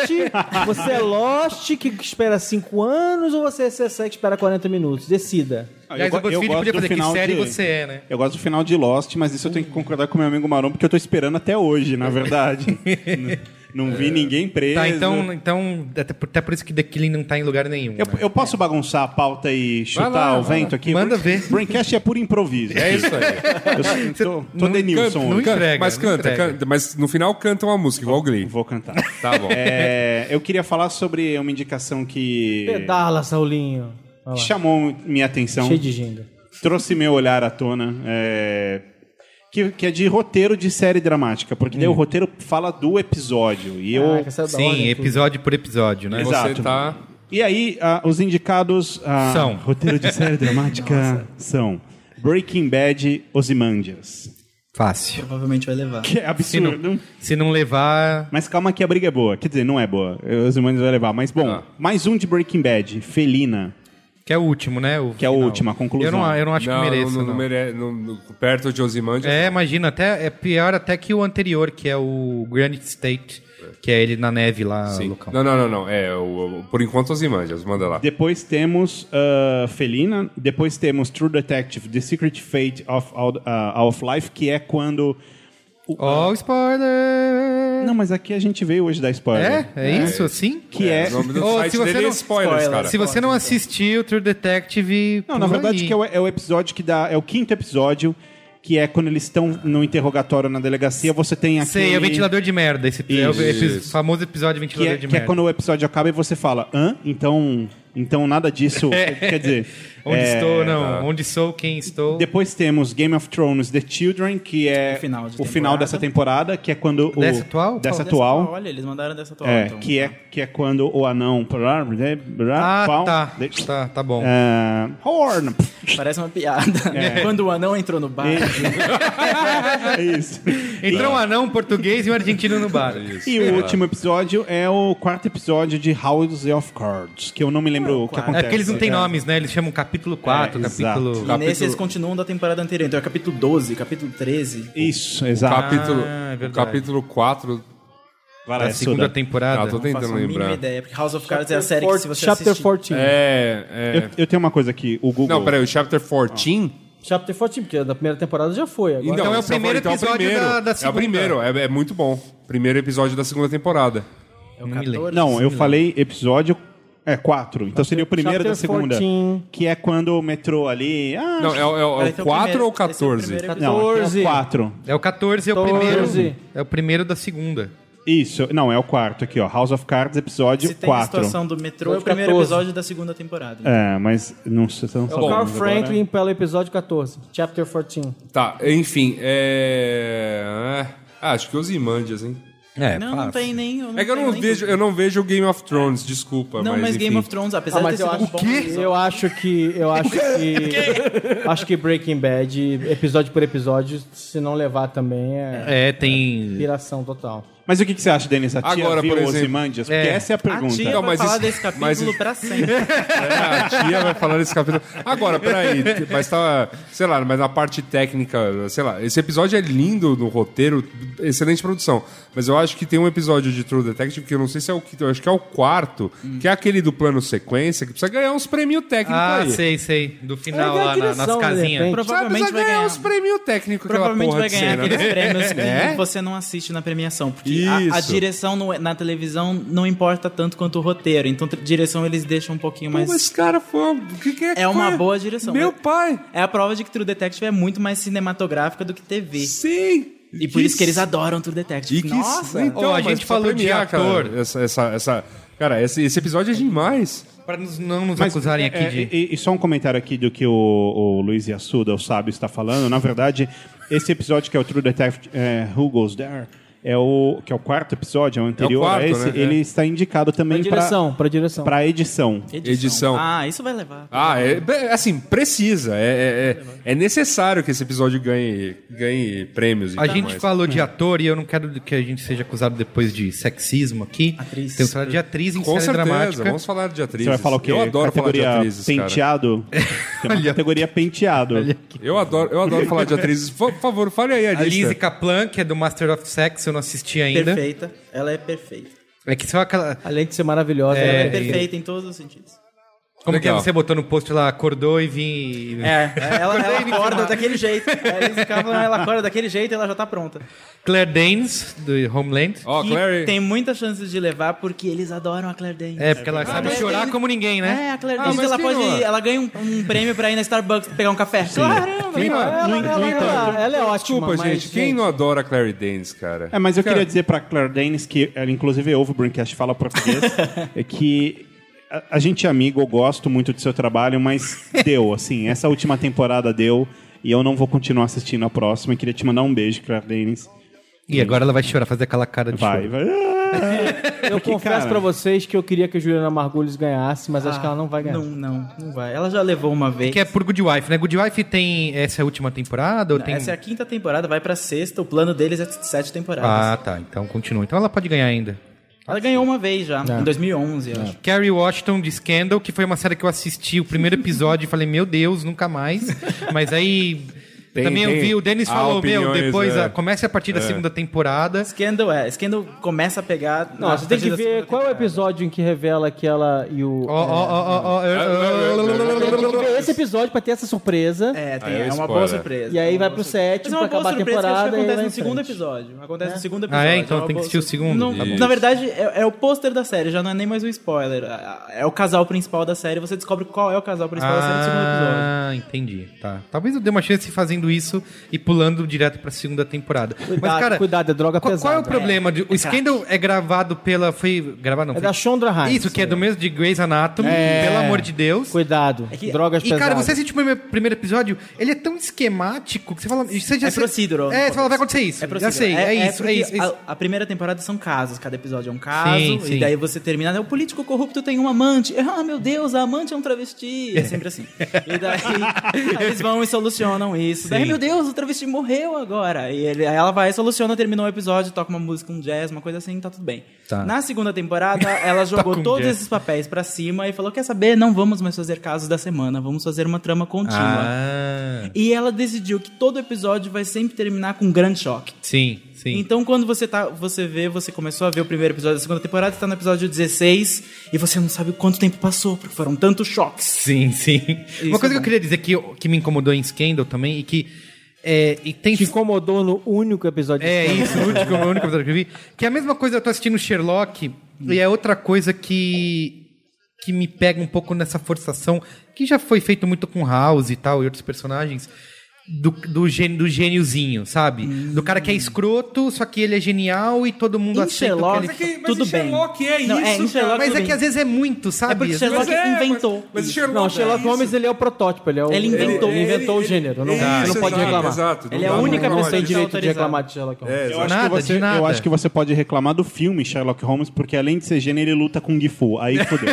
S4: Você é Lost que espera 5 anos ou você é CSI que espera 40 minutos? Decida.
S1: Aliás,
S2: go-
S1: o BuzzFeed
S2: gosto
S1: podia
S2: do
S1: fazer que
S2: final
S1: série
S2: de-
S1: você é, né?
S2: Eu gosto do final de Lost, mas isso eu tenho que concordar com meu amigo Marom, porque eu tô esperando até hoje, na
S1: [laughs]
S2: verdade. N- não vi ninguém preso.
S1: Tá, então, então até, por, até por isso que The Killing não tá em lugar nenhum.
S2: Eu,
S1: né?
S2: eu posso bagunçar a pauta e chutar
S3: Vai lá,
S2: o
S3: vai
S2: vento aqui?
S1: Manda ver.
S2: Braincast é puro improviso.
S3: É isso aí.
S2: Eu
S1: [laughs]
S2: tô, tô
S1: Não
S2: Denilson.
S1: canta, não
S2: hoje.
S1: canta. Entrega,
S3: mas
S1: não
S3: canta,
S1: entrega.
S3: canta, mas no final canta uma música, igual o Glee.
S2: Vou cantar.
S3: [laughs] Tá bom.
S2: É, eu queria falar sobre uma indicação que
S4: Pedala, Saulinho. Olha lá.
S2: chamou minha atenção,
S4: Cheio de ginga.
S2: trouxe meu olhar à tona, é, que, que é de roteiro de série dramática, porque daí o roteiro fala do episódio. E eu
S4: Hum. Caraca, saiu da
S1: Sim,
S2: né?
S4: ordem,
S1: episódio por episódio, né?
S3: Você
S2: exato.
S3: tá.
S2: E aí, ah, os indicados a
S1: São.
S2: roteiro de
S3: [laughs]
S2: série dramática são Breaking Bad, Ozymandias.
S1: Fácil.
S5: Provavelmente vai levar.
S2: Que é
S1: Se não,
S2: absurdo.
S1: se não levar.
S2: Mas calma que a briga é boa. Quer dizer, não é boa. Ozymandias vai levar. Mas bom,
S3: Ah.
S2: mais um de Breaking Bad, Felina.
S1: Que é o último, né? O
S2: Que é o
S1: final.
S2: último, a conclusão.
S1: Eu não, eu não acho
S3: não,
S1: que mereça.
S3: não,
S1: Não,
S3: não mere- não- não- perto de Ozymandias.
S1: É, imagina, até, é pior até que o anterior, que é o Granite State, que é ele na neve lá,
S3: Sim.
S1: Lucão.
S3: Não, não, não, não. É, o, o- por enquanto Ozymandias, manda lá.
S2: Depois temos ah, Felina. Depois temos True Detective, The Secret Fate of, Out- ah, of Life, que é quando... o-
S1: Ó, o spoiler!
S2: Não, mas aqui a gente veio hoje da spoiler.
S1: é? é? isso assim?
S2: Que é...
S3: O nome do
S1: Ô,
S3: site
S1: se você
S3: dele é
S1: não-
S3: spoilers,
S5: spoiler,
S3: cara.
S1: Se você não assistiu True Detective.
S2: Não, na
S1: pula
S2: verdade
S1: aí.
S2: que é o, é o episódio que dá... É o quinto episódio, que é quando eles estão no interrogatório na delegacia, você tem aquele...
S1: Sei, é o ventilador de merda. Esse é o
S2: Isso.
S1: epi- famoso episódio
S2: Que
S1: ventilador
S2: é,
S1: de
S2: que é
S1: merda.
S2: quando o episódio acaba e você fala, hã? Então, então
S1: [laughs]
S2: nada disso... Quer dizer...
S1: É. Onde
S2: é,
S1: estou, não. Onde sou, quem estou.
S2: Depois temos Game of Thrones The Children, que é
S5: O final de
S2: o final
S5: temporada.
S2: dessa temporada, que é quando o
S1: Dessa atual?
S2: dessa
S1: Qual?
S2: atual,
S5: Olha, eles mandaram dessa atual.
S2: é,
S5: então.
S2: que é que é quando o anão
S1: Ah,
S2: pau,
S1: tá.
S2: de-
S1: Tá, tá bom.
S2: Ah,
S1: [laughs]
S2: horn.
S5: Parece uma piada. [laughs] Quando o anão entrou no bar.
S2: É isso.
S1: Entrou um anão um português e um argentino no bar.
S2: E o último episódio é o quarto episódio de House of Cards, que eu não me lembro o que
S5: quarto.
S1: É
S2: acontece.
S1: porque eles não têm nomes, né? Eles chamam capítulo 4,
S2: É,
S1: capítulo.
S5: E
S2: exato.
S5: nesse eles continuam da temporada anterior. Então é capítulo 12, capítulo 13.
S2: Isso, exato.
S3: Capítulo,
S1: Ah, é
S3: o
S1: verdade.
S3: capítulo 4.
S2: Vai lá,
S1: Da
S2: Suda.
S1: segunda
S3: Ah,
S1: temporada.
S3: tô
S5: Faço
S3: tentando
S5: a mínima
S3: lembrar.
S5: ideia, porque House of Cards é a
S4: Chapter
S5: série que se
S4: 14,
S5: você
S4: Chapter
S5: assistir...
S4: 14.
S3: É. é...
S2: Eu, eu tenho uma coisa aqui, o Google.
S3: Não, peraí, o Chapter 14?
S4: Chapter 14, porque da primeira temporada já foi. Agora
S1: Então é o
S3: esse o
S1: primeiro
S3: então é o
S1: episódio
S3: primeiro.
S1: da- da
S3: É o
S1: segunda.
S3: primeiro, é, é muito bom. Primeiro episódio da segunda temporada.
S5: É o 14.
S2: Não, eu
S5: sei lá.
S2: falei episódio É, quatro. Então seria o primeiro da
S4: Chapter
S2: segunda.
S4: 14.
S2: Que é quando o metrô ali. Ah,
S3: Não, é, o- é o- é o
S5: Peraí, então
S3: 4
S5: primeiro-
S3: ou
S5: esse é o
S3: 14?
S5: primeiro
S2: não, aqui é
S4: 14.
S2: o quatro.
S1: É o 14, é o
S4: 14.
S1: primeiro. É o primeiro da segunda.
S2: Isso, não, é o quarto aqui, ó. House of Cards, episódio
S5: Se tem a
S2: 4.
S5: situação do metrô, é o
S4: Episódio
S5: primeiro
S4: 14.
S5: episódio da segunda temporada.
S2: É, mas não sei
S3: Tá
S2: se não
S4: É o Carl
S2: sabemos
S4: Franklin pelo episódio 14, chapter 14.
S3: Tá, enfim, é. Ah, acho que os Imandias, hein?
S1: É,
S5: Não, não tem nem...
S3: É que eu
S5: tem
S3: não
S5: nem-
S3: vejo, eu não vejo Game of Thrones, desculpa.
S5: Não, mas,
S3: enfim.
S5: Game of Thrones, apesar
S4: Ah, mas
S5: de ter
S4: eu
S5: sido um
S4: acho,
S5: bom
S4: eu acho que. Eu acho que. acho que Breaking Bad, episódio por episódio, se não levar também é
S1: É, tem.
S4: piração total.
S2: Mas o que, que você acha, Denis? A tia
S3: Agora,
S2: viu
S3: por
S2: os
S3: exemplo.
S2: Imandias?
S1: É.
S2: Porque essa é a
S5: A
S2: pergunta.
S5: tia
S3: Não,
S5: vai
S3: mas
S5: falar
S3: isso-
S5: desse capítulo
S3: mas isso-
S5: pra
S3: [laughs]
S5: sempre.
S3: É, a tia vai falar nesse capítulo. Agora, peraí, mas tá, sei lá, mas na parte técnica, sei lá, esse episódio é lindo no roteiro, excelente produção. Mas eu acho que tem um episódio de True Detective que eu não sei se é o quinto, eu acho que é o quarto,
S5: Hum.
S3: que é aquele do plano sequência, que precisa ganhar uns prêmios técnicos
S1: Ah,
S3: aí.
S1: sei, sei. Do final lá
S4: É,
S1: na-
S4: direção,
S1: nas
S4: de
S1: casinhas.
S4: repente.
S3: Sabe,
S5: Provavelmente
S3: precisa
S5: vai
S3: ganhar,
S5: ganhar.
S3: uns prêmios técnicos aquela
S5: Provavelmente
S3: porra
S5: vai
S3: de
S5: ganhar
S3: cena.
S5: aqueles prêmios que
S3: [laughs] É?
S5: você não assiste na premiação. Porque a, a
S3: Isso.
S5: direção no- na televisão não importa tanto quanto o roteiro. Então, tr- direção eles deixam um pouquinho
S3: Mas,
S5: mais.
S3: Mas cara, foi uma... que que
S5: É uma
S3: foi?
S5: boa direção.
S3: Meu
S5: É-
S3: pai!
S5: É a prova de que True Detective é muito mais cinematográfica do que TV.
S3: Sim!
S5: E por isso que eles adoram True Detective.
S3: E que-
S5: Nossa!
S3: Então,
S1: Ó, a
S3: mas
S1: gente
S3: pra
S1: falou de ator.
S3: Cara, essa, essa, essa- cara esse, esse episódio é demais.
S1: Pra nos- não nos
S2: Mas,
S1: acusarem
S2: é,
S1: aqui
S2: é,
S1: de.
S2: e, e só um comentário aqui do que o, o Luiz Yassuda, o sábio, está falando. Na verdade, esse episódio que é o True Detective é, Who Goes There, é o, que é o quarto episódio, é o anterior
S3: quarto,
S2: a esse,
S3: né? É.
S2: ele está indicado também
S4: Pra
S2: para
S4: direção, pra direção.
S2: para edição.
S3: Edição.
S5: Ah, isso vai levar.
S3: Ah, é, é, assim, precisa. É, é, é- é necessário que esse episódio ganhe, ganhe prêmios. e
S1: A
S3: tudo
S1: gente
S3: mais.
S1: falou de ator e eu não quero que a gente seja acusado depois de sexismo aqui.
S5: Atriz.
S1: Temos falado de atriz em
S3: Com
S1: série
S3: certeza,
S1: dramática.
S3: vamos falar de atrizes.
S2: Você vai falar o quê?
S3: Eu adoro falar
S2: categoria
S3: de atrizes, cara.
S2: penteado?
S3: [laughs]
S2: Tem uma
S1: Olha.
S2: categoria penteado.
S3: Eu adoro, eu adoro falar de atrizes. Por favor, fale aí a
S1: A
S3: lista.
S1: Lizzie Kaplan, que é do Master of Sex, eu não assisti ainda.
S5: Perfeita. Ela é perfeita.
S1: É que só aquela.
S4: Além de ser maravilhosa,
S5: Ela é,
S1: É,
S5: perfeita em todos os sentidos.
S1: Como que
S3: Legal.
S1: você botou no post lá, acordou e vim.
S5: É, ela, ela acorda daquele [laughs] jeito. Ela escapa, É, Ela acorda daquele jeito e ela já tá pronta.
S1: Claire Danes, do Homeland.
S3: Ó,
S5: que
S3: Clary.
S5: tem muitas chances de levar porque eles adoram a Claire Danes.
S1: É, porque ela sabe
S5: verdade.
S1: chorar como ninguém,
S5: Ah, É,
S1: né?
S5: a Claire
S3: Ah,
S5: Danes
S3: mas
S5: ela
S3: quem
S5: pode,
S3: não é?
S5: ela ganha um, um prêmio pra ir na Starbucks pegar um café. Caramba,
S2: Quem-
S5: cara.
S2: no-
S4: ela,
S2: no
S4: ela-
S2: entanto-
S4: ela- ela é ótima.
S3: Desculpa,
S4: mas,
S3: gente. Quem não adora a Clary Danes, cara?
S2: É, mas eu
S3: Cara,
S2: queria dizer pra Claire Danes, que ela inclusive ouve o Braincast fala português, é que a, a gente é amigo, eu gosto muito do seu trabalho, mas deu, assim, essa última temporada deu e eu não vou continuar assistindo a próxima. Eu queria te mandar um beijo, Claire Danes.
S1: E agora ela vai chorar, fazer aquela cara de
S2: Vai,
S1: choro.
S2: vai.
S4: Eu
S2: Porque,
S4: confesso
S2: cara-
S4: pra vocês que eu queria que a Juliana Margulhos ganhasse, mas acho que ela não vai ganhar.
S5: Ah, Não, não, não vai. Ela já levou uma vez.
S1: Que é por Good Wife, né? Good Wife tem. Essa é a última temporada? Ou tem...
S5: Essa é a quinta temporada, vai pra sexta. O plano deles é sete temporadas.
S1: Ah, tá. Então continua. Então ela pode ganhar ainda.
S5: Ela ganhou uma vez já,
S4: É.
S5: em 2011, eu acho.
S1: Carrie Washington de Scandal, que foi uma série que eu assisti o primeiro episódio e falei, meu Deus, nunca mais. Mas aí.
S3: Tem-
S1: também eu
S3: tem-
S1: vi, o Denis
S3: há
S1: falou, meu,
S3: opiniões,
S1: depois
S3: é.
S1: a- comece a partir da segunda temporada.
S5: Scandal é, Scandal começa a pegar.
S4: Não,
S5: na-
S4: você tem
S5: a
S4: que
S5: partir da
S4: ver
S5: segunda
S4: qual é o
S5: temporada.
S4: episódio em que revela que ela e o.
S1: Ó, ó, ó, ó,
S2: É,
S1: ó, ó.
S4: Tem que ver esse episódio pra ter essa surpresa.
S5: É, tem-
S3: Aí é
S5: é uma
S3: spoiler.
S5: boa surpresa.
S4: E aí vai pro sétimo
S5: Mas é
S4: pra
S5: uma boa
S4: acabar a
S5: surpresa que acho
S4: temporada.
S5: que
S4: e
S5: acontece
S4: vai Né?
S5: no
S4: em
S5: segundo
S4: frente.
S5: episódio. Acontece no segundo
S1: Ah,
S5: episódio.
S1: é? Então tem
S5: uma
S1: que
S5: boa
S1: assistir o
S5: surpresa.
S1: segundo.
S5: Não,
S1: Tá bom.
S5: na verdade, é, é o pôster da série, já não é nem mais um spoiler. É- É o casal principal da série, você descobre qual é o casal principal da série no segundo episódio.
S1: Ah, entendi. Tá. Talvez eu dê uma chance fazendo isso e pulando direto pra segunda temporada. Mas,
S4: Cuidado,
S1: cara,
S4: cuidado, é droga
S1: qual, qual é o
S4: pesada.
S1: problema? de- o Scandal é gravado pela. Foi. Gravado não.
S4: É
S1: foi-
S4: da Shondra Rhimes.
S1: Isso, que é do mesmo de Grey's Anatomy, pelo amor de Deus.
S4: Cuidado,
S5: que-
S1: E,
S4: drogas pesadas.
S1: cara, você assiste o primeiro- primeiro episódio, ele é tão esquemático que você fala. Você já
S5: É procedural.
S1: É, você fala, vai acontecer isso. já
S5: procedural.
S1: sei, é, isso, é
S5: porque
S1: isso. é isso.
S5: A, a primeira temporada são casos, cada episódio é um caso,
S1: Sim,
S5: e
S1: sim.
S5: daí você termina. né, O político corrupto tem um amante. [laughs] Ah, meu Deus, a amante é um travesti. É sempre assim. E daí
S1: [laughs]
S5: aí eles vão e solucionam isso. Daí, meu Deus, o travesti morreu agora. E ele- aí ela vai, soluciona, terminou o episódio, toca uma música, um jazz, uma coisa assim, tá tudo bem.
S1: Tá.
S5: Na segunda temporada, ela
S1: [laughs] Toca
S5: jogou
S1: um
S5: todos
S1: jazz.
S5: esses papéis pra cima e falou: quer saber? Não vamos mais fazer casos da semana, vamos fazer uma trama contínua.
S1: Ah,
S5: E ela decidiu que todo episódio vai sempre terminar com um grande choque.
S1: sim, sim.
S5: Então, quando você tá, você vê, você começou a ver o primeiro episódio da segunda temporada, você tá no episódio 16 e você não sabe quanto tempo passou, porque foram tantos choques.
S1: Sim, sim. Uma coisa
S5: é
S1: que eu
S5: bom.
S1: queria dizer que, eu- que me incomodou em Scandal também e que. É, e tem
S4: Te incomodou no único episódio.
S1: É
S5: [laughs]
S4: de Scandal.
S1: isso, o único, o único episódio que eu vi. Que é a mesma coisa, eu tô assistindo Sherlock, e é outra coisa que que me pega um pouco nessa forçação que já foi feito muito com House e tal e outros personagens do, do, gênio, do gêniozinho, sabe? Do cara que é escroto, só que ele é genial e todo mundo
S5: Hum. Em
S1: aceita o
S5: Sherlock,
S1: que ele...
S3: Mas é que- mas
S5: tudo
S3: em Sherlock
S5: bem.
S3: é
S5: Não,
S3: isso,
S5: é, em
S3: cara.
S5: Sherlock
S1: Mas
S5: tudo
S1: é
S5: bem.
S1: que às vezes é muito, sabe?
S5: É porque
S1: Às
S5: Sherlock
S1: vezes-
S3: é, mas-
S5: inventou.
S3: Mas o Sherlock,
S4: Não, Sherlock
S3: é
S4: Holmes ele é o protótipo, ele é o.
S5: Ele inventou.
S4: ele inventou o gênero. Não,
S3: Isso,
S4: você não pode
S3: exato,
S4: reclamar.
S3: exato. Não
S4: ele é a
S3: dá,
S4: única
S3: não
S4: pessoa
S3: pode.
S4: em direito de
S5: Desautorizado.
S4: reclamar de Sherlock Holmes.
S3: É,
S2: Eu acho,
S1: Nada,
S2: que você,
S1: de nada.
S2: eu acho que você pode reclamar do filme Sherlock Holmes, porque além de ser gênio, ele luta com Gifu. Aí fodeu.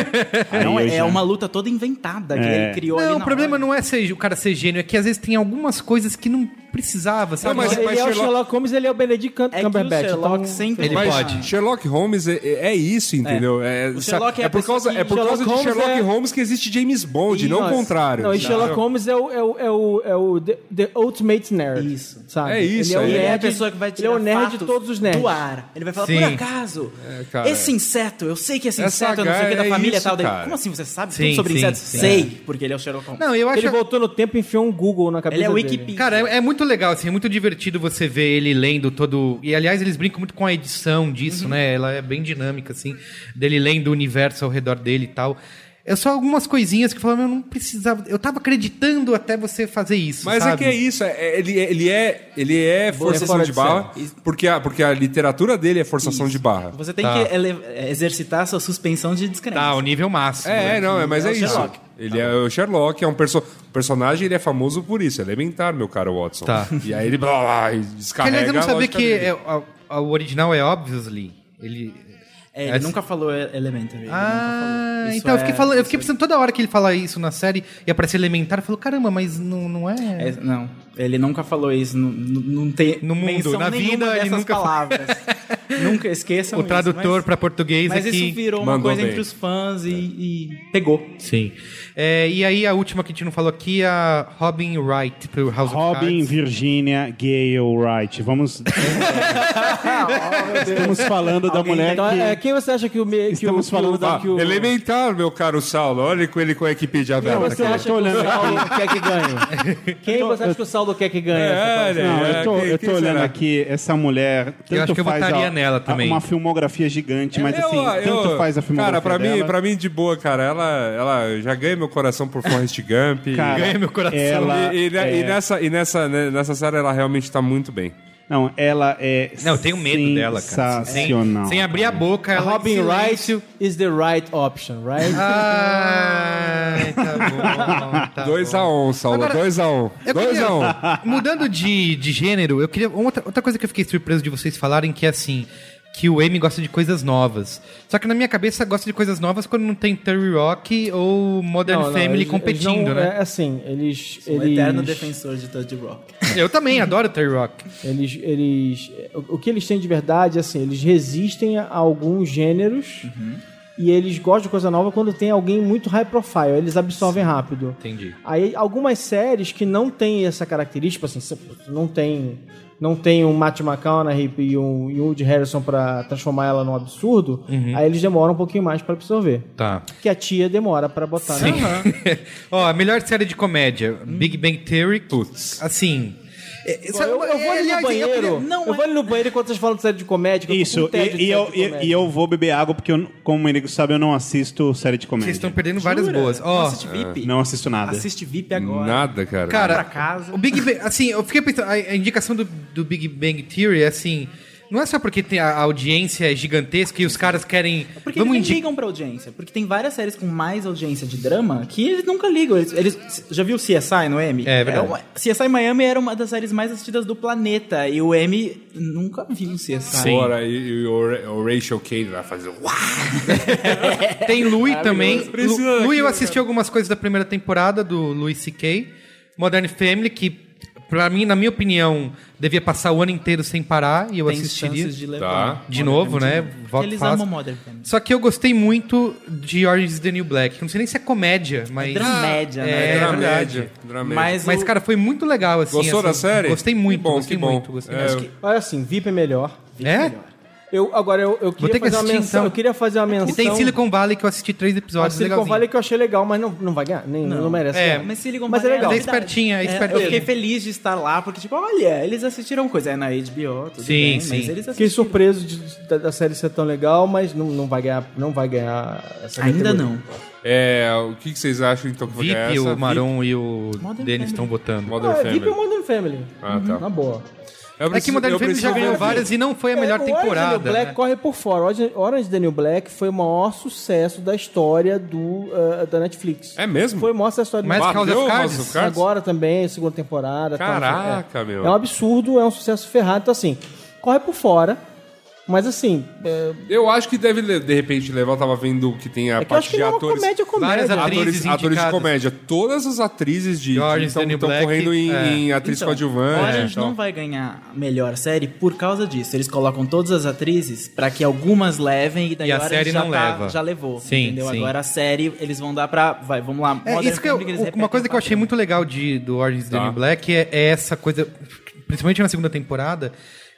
S2: Aí
S5: Não,
S2: eu
S5: é
S2: já-
S5: uma luta toda inventada que
S2: É.
S5: ele criou ali
S1: Não, o
S5: na
S1: problema
S5: hora.
S1: não é ser, o cara ser gênio, é que às vezes tem algumas coisas que não precisava, sabe?
S3: Não, mas-
S4: ele é o
S3: Sherlock-
S4: Sherlock Holmes, ele é o Benedict Cumber-
S5: É que o
S4: Cumberbatch.
S5: Sherlock
S4: então-
S5: sempre
S1: Ele
S5: vai-
S1: pode.
S3: Sherlock Holmes é, é- é isso, entendeu? É,
S5: O Sherlock é a
S3: por
S5: pessoa
S3: causa,
S5: que-
S3: é por
S4: Sherlock
S3: causa de
S4: Holmes
S3: Sherlock
S4: é-
S3: Holmes que existe James Bond,
S4: E
S3: não
S4: nós-
S3: o contrário.
S4: Não, e Sherlock Holmes é o, é o, é o, é o the, the Ultimate Nerd.
S5: Isso.
S4: Sabe?
S3: É isso,
S4: Ele é, o
S3: aí.
S5: Ele
S4: nerd,
S5: é a pessoa que vai
S4: Ele
S5: tirar
S4: é o nerd de
S5: fatos
S4: todos os nerds.
S5: do ar. Ele vai falar,
S1: Sim.
S5: por acaso,
S3: cara.
S5: esse inseto, eu sei que esse
S3: Essa
S5: inseto, eu não sei o que,
S3: gaia
S5: da
S3: é
S5: família e
S3: isso,
S5: tal. Daí,
S3: cara.
S5: Como assim, você sabe
S1: Sim,
S5: tudo sobre
S1: sim,
S5: insetos?
S1: sim.
S5: Sei, porque ele é o Sherlock Holmes.
S1: Não, eu acho
S4: Ele voltou no tempo e enfiou um Google na cabeça
S5: Ele é
S4: dele.
S5: Wikipedia.
S1: Cara, é, é muito legal, assim, é muito divertido você ver ele lendo todo. E aliás, eles brincam muito com a edição disso, né? Ela é bem dinâmica, assim, dele lendo o universo ao redor dele e tal. É só algumas coisinhas que eu falava, eu não precisava. Eu tava acreditando até você fazer isso.
S3: Mas é
S1: sabe?
S3: que é isso, é- ele, ele é, ele é forçação
S4: fora
S3: de
S4: de
S3: barra, porque a, porque a literatura dele é forçação de barra.
S5: Você tem
S1: Tá.
S5: que ele- é, exercitar a sua suspensão de descrença.
S1: Tá, o nível máximo.
S3: É,
S1: né?
S3: é, não, é, mas
S5: É
S3: é,
S5: o
S3: isso.
S5: Sherlock.
S3: Ele é o Sherlock, é um perso personagem, ele é famoso por isso, é elementar, meu caro Watson.
S1: Tá.
S3: E aí ele blá, blá, blá, e
S1: Que,
S3: descarrega
S1: aliás, eu não
S3: a
S1: sabia
S3: lógica
S1: que
S3: dele.
S1: é- a- a- o original é Obviously. Ele.
S5: É, ele
S1: Essa-
S5: nunca falou e- Elementary. ele nunca
S1: Ah,
S5: falou. Isso
S1: então eu fiquei,
S5: é-
S1: falando, eu
S5: isso
S1: fiquei pensando toda hora que ele fala isso na série e aparece elementar, eu falo, caramba, mas não, não é.
S5: é- Não, ele nunca falou isso. Não, não tem
S1: No mundo,
S5: menção
S1: na
S5: nenhuma
S1: vida, ele
S5: dessas
S1: nunca falou. [laughs]
S5: palavras. nunca esqueçam
S1: o tradutor
S5: isso,
S1: pra português
S5: mas, mas
S1: é que... É.
S5: isso virou uma
S3: Mandou
S5: coisa
S3: bem.
S5: entre os fãs e, e pegou.
S1: Sim. É, e aí a última que a gente não falou aqui é a Robin Wright pro House of
S2: Robin
S1: Cards.
S2: Virginia Gale Wright. Vamos. Estamos falando da mulher
S4: Então,
S2: que.
S4: é, quem você acha que o... me- Que
S2: Estamos
S4: o,
S2: falando
S4: que o,
S2: da-
S4: que o,
S3: Ah, é Elementar, meu caro Saulo, olha com ele com a Wikipedia
S4: Quem
S3: aberta
S4: você
S3: aqui.
S4: acha que o Saulo quer que ganhe? Quem você acha que o Saulo quer que ganhe?
S3: É,
S4: essa coisa?
S3: né?
S2: Não, eu tô,
S3: quem-
S2: eu tô
S3: quem
S2: olhando
S3: será?
S2: aqui, essa mulher tanto
S1: acho que eu
S2: faz
S1: votaria
S2: a-
S1: nela
S2: a-
S1: também.
S2: uma filmografia gigante, mas assim,
S3: Eu-
S2: tanto
S3: eu-
S2: faz a filmografia
S3: Cara, pra mim,
S2: dela.
S3: pra mim, de boa, cara. Ela, ela já ganha meu coração por Forrest Gump. e-
S2: Cara,
S1: Ganha meu coração.
S2: Ela
S3: e, e, ne-
S2: é-
S3: e nessa, e nessa, né, nessa série ela realmente tá muito bem.
S2: Não, ela é
S1: Não, eu tenho medo dela, cara. Sem,
S2: Sensacional.
S1: sem abrir a boca,
S4: A
S1: ela é
S4: Robin
S1: em
S4: Wright
S1: silêncio.
S4: is the right option, right?
S5: Ah,
S1: Ai, Ah, tá bom.
S3: [laughs]
S1: Tá
S3: 2x1,
S1: bom.
S3: Saulo.
S1: Agora,
S3: 2x1.
S1: Eu
S3: 2x1.
S1: queria, mudando de, de gênero, eu queria. Outra, outra coisa que eu fiquei surpreso de vocês falarem que é assim. Que o Amy gosta de coisas novas. Só que na minha cabeça gosta de coisas novas quando não tem Terry Rock ou Modern
S4: Não, não,
S1: Family
S4: eles-
S1: competindo,
S4: eles não-
S1: né?
S4: É assim, eles...
S5: O
S4: eles-
S5: um eterno defensor de Todd Rock.
S1: [laughs] Eu também adoro Terry Rock.
S4: Eles, eles, o o que eles têm de verdade é assim, eles resistem a alguns gêneros
S2: Uhum.
S4: e eles gostam de coisa nova quando tem alguém muito high profile, eles absorvem rápido.
S1: Entendi.
S4: Aí algumas séries que não têm essa característica, assim, você não tem não tem um Matt McConaughey e um, e um Woody Harrison pra transformar ela num absurdo,
S2: Uhum.
S4: aí eles demoram um pouquinho mais pra absorver.
S1: Tá.
S4: Que a tia demora pra botar.
S1: Sim.
S4: Né?
S1: [laughs] Ó, a melhor série de comédia, Big Bang Theory. Putz. Hum. Assim. é- é-
S4: Eu, eu vou ali no
S1: aliás, eu queria-
S4: banheiro.
S5: não,
S4: eu
S5: é-
S4: vou ali no banheiro enquanto vocês falam de série de comédia. que eu tô com
S2: Isso,
S4: tédio de
S2: e, e
S4: série
S2: eu,
S4: de
S2: e, é
S4: comédia.
S2: e eu vou beber água porque, eu, como o Enigo sabe, eu não assisto série de comédia.
S1: Vocês estão perdendo várias boas. Ó,
S4: tipo,
S5: Assiste VIP.
S2: Não assisto nada.
S5: Assiste VIP agora.
S3: Nada, cara.
S1: Cara,
S5: pra casa.
S1: o Big Bang, assim, eu fiquei pensando, a, a indicação do, do Big Bang Theory é assim, não é só porque tem a, a audiência é gigantesca e os caras querem,
S4: É
S5: Porque
S1: vamos
S5: eles
S1: indicar.
S5: nem ligam pra audiência. Porque tem várias séries com mais audiência de drama que eles nunca ligam. Eles, eles- já viu o CSI no M?
S1: É, é verdade.
S5: CSI Então, Miami era uma das séries mais assistidas do planeta. E o M nunca viu um o CSI.
S3: Agora, e, e o, Ra- o Rachel Kane vai fazer. Uau!
S1: [laughs] Tem Louis também.
S3: Precisa
S1: Lu- Louis eu
S3: daquilo,
S5: né?
S1: assisti algumas coisas da primeira temporada do Louis C.K., Modern Family, que pra mim, na minha opinião, devia passar o ano inteiro sem parar e eu
S5: tem
S1: assistiria.
S5: chances
S1: De,
S5: de levar.
S3: Tá.
S1: novo, né?
S5: Porque
S1: Voto
S5: eles
S1: fácil.
S5: amam Modern Family.
S1: Só que eu gostei muito de Orange is the New Black. Não sei nem se é comédia, mas...
S5: dramédia, né?
S1: É,
S5: É
S1: verdade.
S3: Dramédia. dramédia.
S5: Mas,
S1: Mas,
S5: o-
S1: cara, foi muito legal, assim.
S3: Gostou
S1: essa-
S3: da série?
S1: Gostei muito,
S3: Que bom,
S1: gostei
S3: que bom.
S1: muito. Gostei
S3: É,
S1: muito.
S3: eu-
S4: Olha assim, VIP é melhor.
S1: É?
S5: melhor.
S4: Eu, agora, eu, eu queria
S1: ter que
S4: fazer uma
S1: assistir,
S4: menção.
S1: então.
S4: Eu queria fazer uma menção.
S1: E tem Silicon Valley que eu assisti três
S4: a
S1: episódios.
S4: Silicon
S1: legalzinho.
S4: Valley que eu achei legal, mas não, não vai ganhar. Nem, não. merece.
S1: É,
S4: ganhar.
S5: Mas Silicon
S4: Mas é
S5: Valley
S4: legal.
S5: uma
S1: É espertinha, é
S5: novidade.
S1: espertinha.
S5: eu fiquei feliz de estar lá, porque, tipo, olha, eles assistiram coisa. É na HBO, tudo
S1: Sim,
S5: bem,
S1: sim.
S5: mas eles
S4: Fiquei
S5: assistiram.
S4: surpreso de- da, da série ser tão legal, mas não, não vai ganhar. Não vai ganhar essa
S5: Ainda
S4: categoria.
S5: não.
S3: É, o que, que vocês acham então que vai ganhar
S1: VIP,
S3: essa?
S1: o Maron e o
S5: Modern
S1: Denis estão
S3: VIP?
S1: votando.
S3: Modern
S4: Ah,
S3: Family.
S4: VIP é Modern Family. Uhum,
S3: Ah, tá.
S4: Na boa.
S3: Eu
S1: É que
S3: preciso-
S1: Modern
S3: eu
S1: Family já
S3: preciso
S1: ganhou
S3: ver.
S1: várias e não foi a melhor
S4: É, Orange
S1: temporada.
S4: Daniel Black
S1: né?
S4: corre por fora. Orange, Orange Daniel Black foi o maior sucesso da história do, ah, da Netflix.
S3: É mesmo?
S4: Foi o maior sucesso da
S1: Mas
S4: Netflix.
S1: House
S3: Bateu
S1: of
S3: o
S1: Cards?
S3: House of Cards?
S4: Agora também, segunda temporada. tá,
S3: Caraca,
S4: é.
S3: meu.
S4: É um absurdo, é um sucesso ferrado. Então, assim, corre por fora. Mas, assim, é,
S3: Eu acho que deve, le- de repente, levar. Eu tava vendo que tem a
S4: é que eu acho
S3: parte
S4: que
S3: de
S4: não é uma
S3: atores.
S4: comédia,
S1: Várias
S4: comédia.
S1: atrizes
S3: Atores, atores de
S1: indicadas.
S3: comédia. Todas as atrizes de
S1: Orange
S3: estão
S1: is the New Black,
S3: correndo em,
S1: é.
S3: em atriz
S5: Então,
S3: coadjuvante.
S5: Orange
S1: né,
S3: e tal.
S5: não vai ganhar a melhor série por causa disso. Eles colocam todas as atrizes pra que algumas levem e daí
S1: E a
S5: Orange
S1: série
S5: já,
S1: não
S5: tá-
S1: leva.
S5: já levou.
S1: Sim,
S5: entendeu?
S1: sim.
S5: Agora a série eles vão dar pra. Vai, vamos lá.
S1: É,
S5: Modern
S1: isso que eu,
S5: Family, eles
S1: o-
S5: repetem
S1: uma coisa que eu
S5: o
S1: achei muito legal de, do Orange is the
S3: Tá.
S1: New Black é, é essa coisa, principalmente na segunda temporada,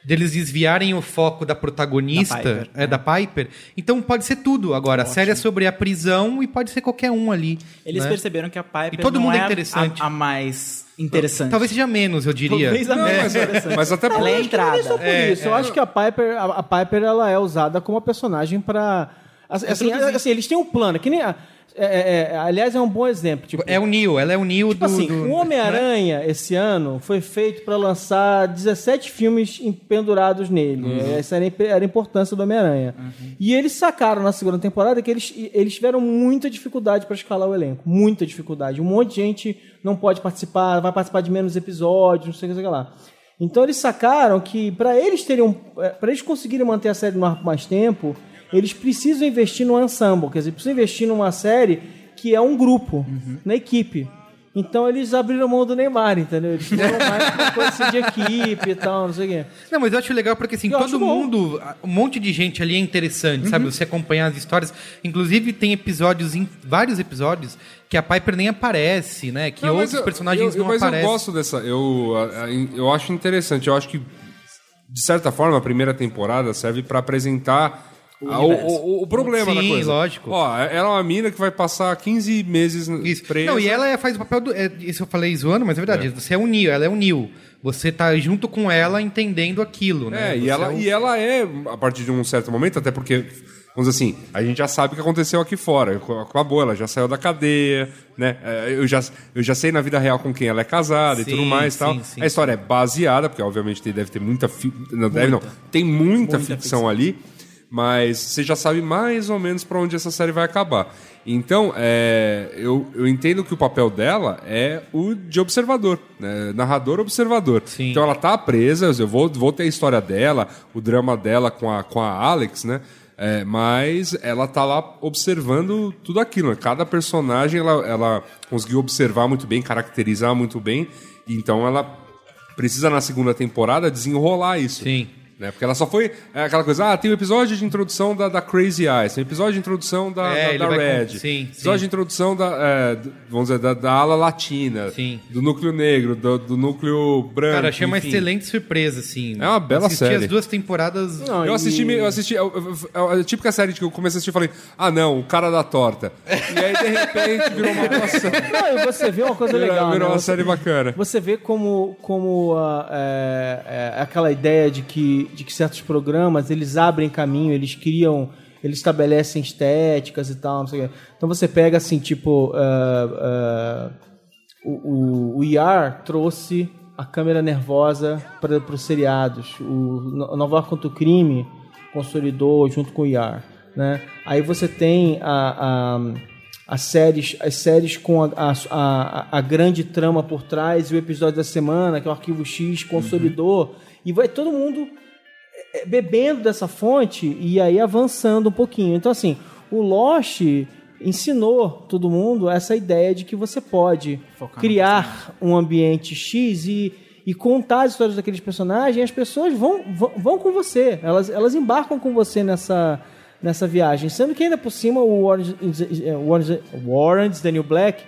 S1: deles desviarem o foco da protagonista,
S5: Da Piper, né?
S1: é, da Piper. Então pode ser tudo agora. A série é sobre a prisão e pode ser qualquer um ali.
S5: Eles
S1: né?
S5: perceberam que a Piper
S1: E todo
S5: não
S1: mundo é
S5: a-
S1: interessante.
S5: A, a mais interessante.
S1: Talvez seja menos, eu diria.
S5: Talvez a
S3: Não,
S5: menos
S3: mas,
S5: interessante.
S3: mas até
S5: Ela é a
S4: Não é só
S5: entrada.
S4: por isso. Eu acho que a Piper, a, a Piper, ela é usada como uma personagem pra... assim, Assim, assim, eles têm um plano, que nem... a- é, é, é, aliás, é um bom exemplo. Tipo,
S1: É o Neil, ela é o Neil
S4: Tipo
S1: do...
S4: assim,
S1: do- né?
S4: o Homem-Aranha esse ano foi feito pra lançar 17 filmes em- pendurados nele.
S1: Uhum.
S4: É, Essa era, a imp- era a importância do Homem-Aranha. E eles sacaram na segunda temporada que eles, e- eles tiveram muita dificuldade pra escalar o elenco. Muita dificuldade. Um monte de gente não pode participar, vai participar de menos episódios, não sei o que, não sei o que lá. Então eles sacaram que pra eles terem para eles conseguirem manter a série no ar por mais tempo, eles precisam investir num ensemble, quer dizer, precisam investir numa série que é um grupo,
S1: Uhum.
S4: na equipe. Então eles abriram mão do Neymar, entendeu? Eles foram mais
S3: [laughs]
S4: pra coisa de equipe e tal, não sei o quê.
S1: Não, mas eu acho legal porque assim,
S4: Eu acho
S1: todo
S4: bom.
S1: mundo, a- um monte de gente ali é interessante, sabe?
S3: Uhum.
S1: Você acompanhar as histórias. Inclusive, tem episódios, em vários episódios, que a Piper nem aparece, né? Que
S3: Não, mas
S1: outros
S3: eu-
S1: personagens
S3: eu-
S1: não
S3: mas
S1: aparecem.
S3: eu gosto dessa. Eu, a- a- eu acho interessante. Eu acho que, de certa forma, a primeira temporada serve pra apresentar. a- O, o- o problema da
S1: Sim,
S3: coisa.
S1: lógico.
S3: Ó, ela é uma mina que vai passar 15 meses
S1: Isso.
S3: presa.
S1: Não, e ela é- faz o papel do. é, isso eu falei zoando, mas é verdade. Você é o Neil, ela é o Neil. Você tá junto com ela entendendo aquilo, né?
S3: É,
S1: Você
S3: e ela,
S1: é o-
S3: e ela é, a partir de um certo momento, até porque, vamos dizer assim, a gente já sabe o que aconteceu aqui fora. Ac- Acabou, ela já saiu da cadeia, né? É, Eu já, eu já sei na vida real com quem ela é
S1: Sim,
S3: casada e tudo mais e tal.
S1: sim, sim,
S3: a história é baseada, porque obviamente tem- deve ter muita. fi- Não, deve, não, tem muita, ficção, ali. Mas você já sabe mais ou menos pra onde essa série vai acabar. Então, é, eu, eu entendo que o papel dela é o de observador, né? narrador-observador.
S1: Sim.
S3: Então, ela tá presa, eu vou, vou ter a história dela, o drama dela com a, com a Alex, né? É, mas ela tá lá observando tudo aquilo. Né? Cada personagem ela, ela conseguiu observar muito bem, caracterizar muito bem. Então ela precisa na segunda temporada desenrolar isso.
S1: Sim.
S3: Né? Porque ela só foi é, aquela coisa, ah, tem o episódio de introdução da, da Crazy Eyes, tem o episódio de introdução da,
S1: É, ele
S3: da, da
S1: vai com-
S3: Red,
S1: sim,
S3: episódio
S1: sim.
S3: de introdução da, é, d- vamos dizer, da, da ala latina,
S1: Sim.
S3: do núcleo negro, do, do núcleo branco.
S1: Cara, achei uma
S3: enfim.
S1: excelente surpresa, assim.
S3: É uma bela
S1: assisti
S3: série.
S1: as duas temporadas.
S4: Não,
S3: Eu
S4: e-
S3: assisti, me- eu assisti eu- eu- eu- a típica série que eu comecei a assistir e falei, ah não, o cara da torta. E aí, de repente, virou uma
S4: [laughs]
S3: atuação.
S4: Não, e você vê uma coisa
S3: Virou,
S4: legal, né?
S3: virou uma
S4: Você-
S3: série bacana.
S4: Você vê como, como a- é- é aquela ideia de que, de que certos programas eles abrem caminho, eles criam, eles estabelecem estéticas e tal, não sei o quê. Então você pega assim, tipo, ah, ah, o, o, o ER trouxe a câmera nervosa para os seriados. O No- Nova York contra o Crime consolidou junto com o ER. Né? Aí você tem a, a, as, séries, as séries com a, a, a, a grande trama por trás e o episódio da semana, que é o Arquivo X, consolidou. E vai todo mundo é, bebendo dessa fonte e aí avançando um pouquinho. Então, assim, o Lost ensinou todo mundo essa ideia de que você pode
S5: Focar no
S4: criar um ambiente X e, e contar as histórias daqueles personagens, e as pessoas vão, vão, vão com você, elas, elas embarcam com você nessa, eh, nessa viagem. Sendo que ainda por cima o Orange, is- é, o Orange, o Orange is the New Black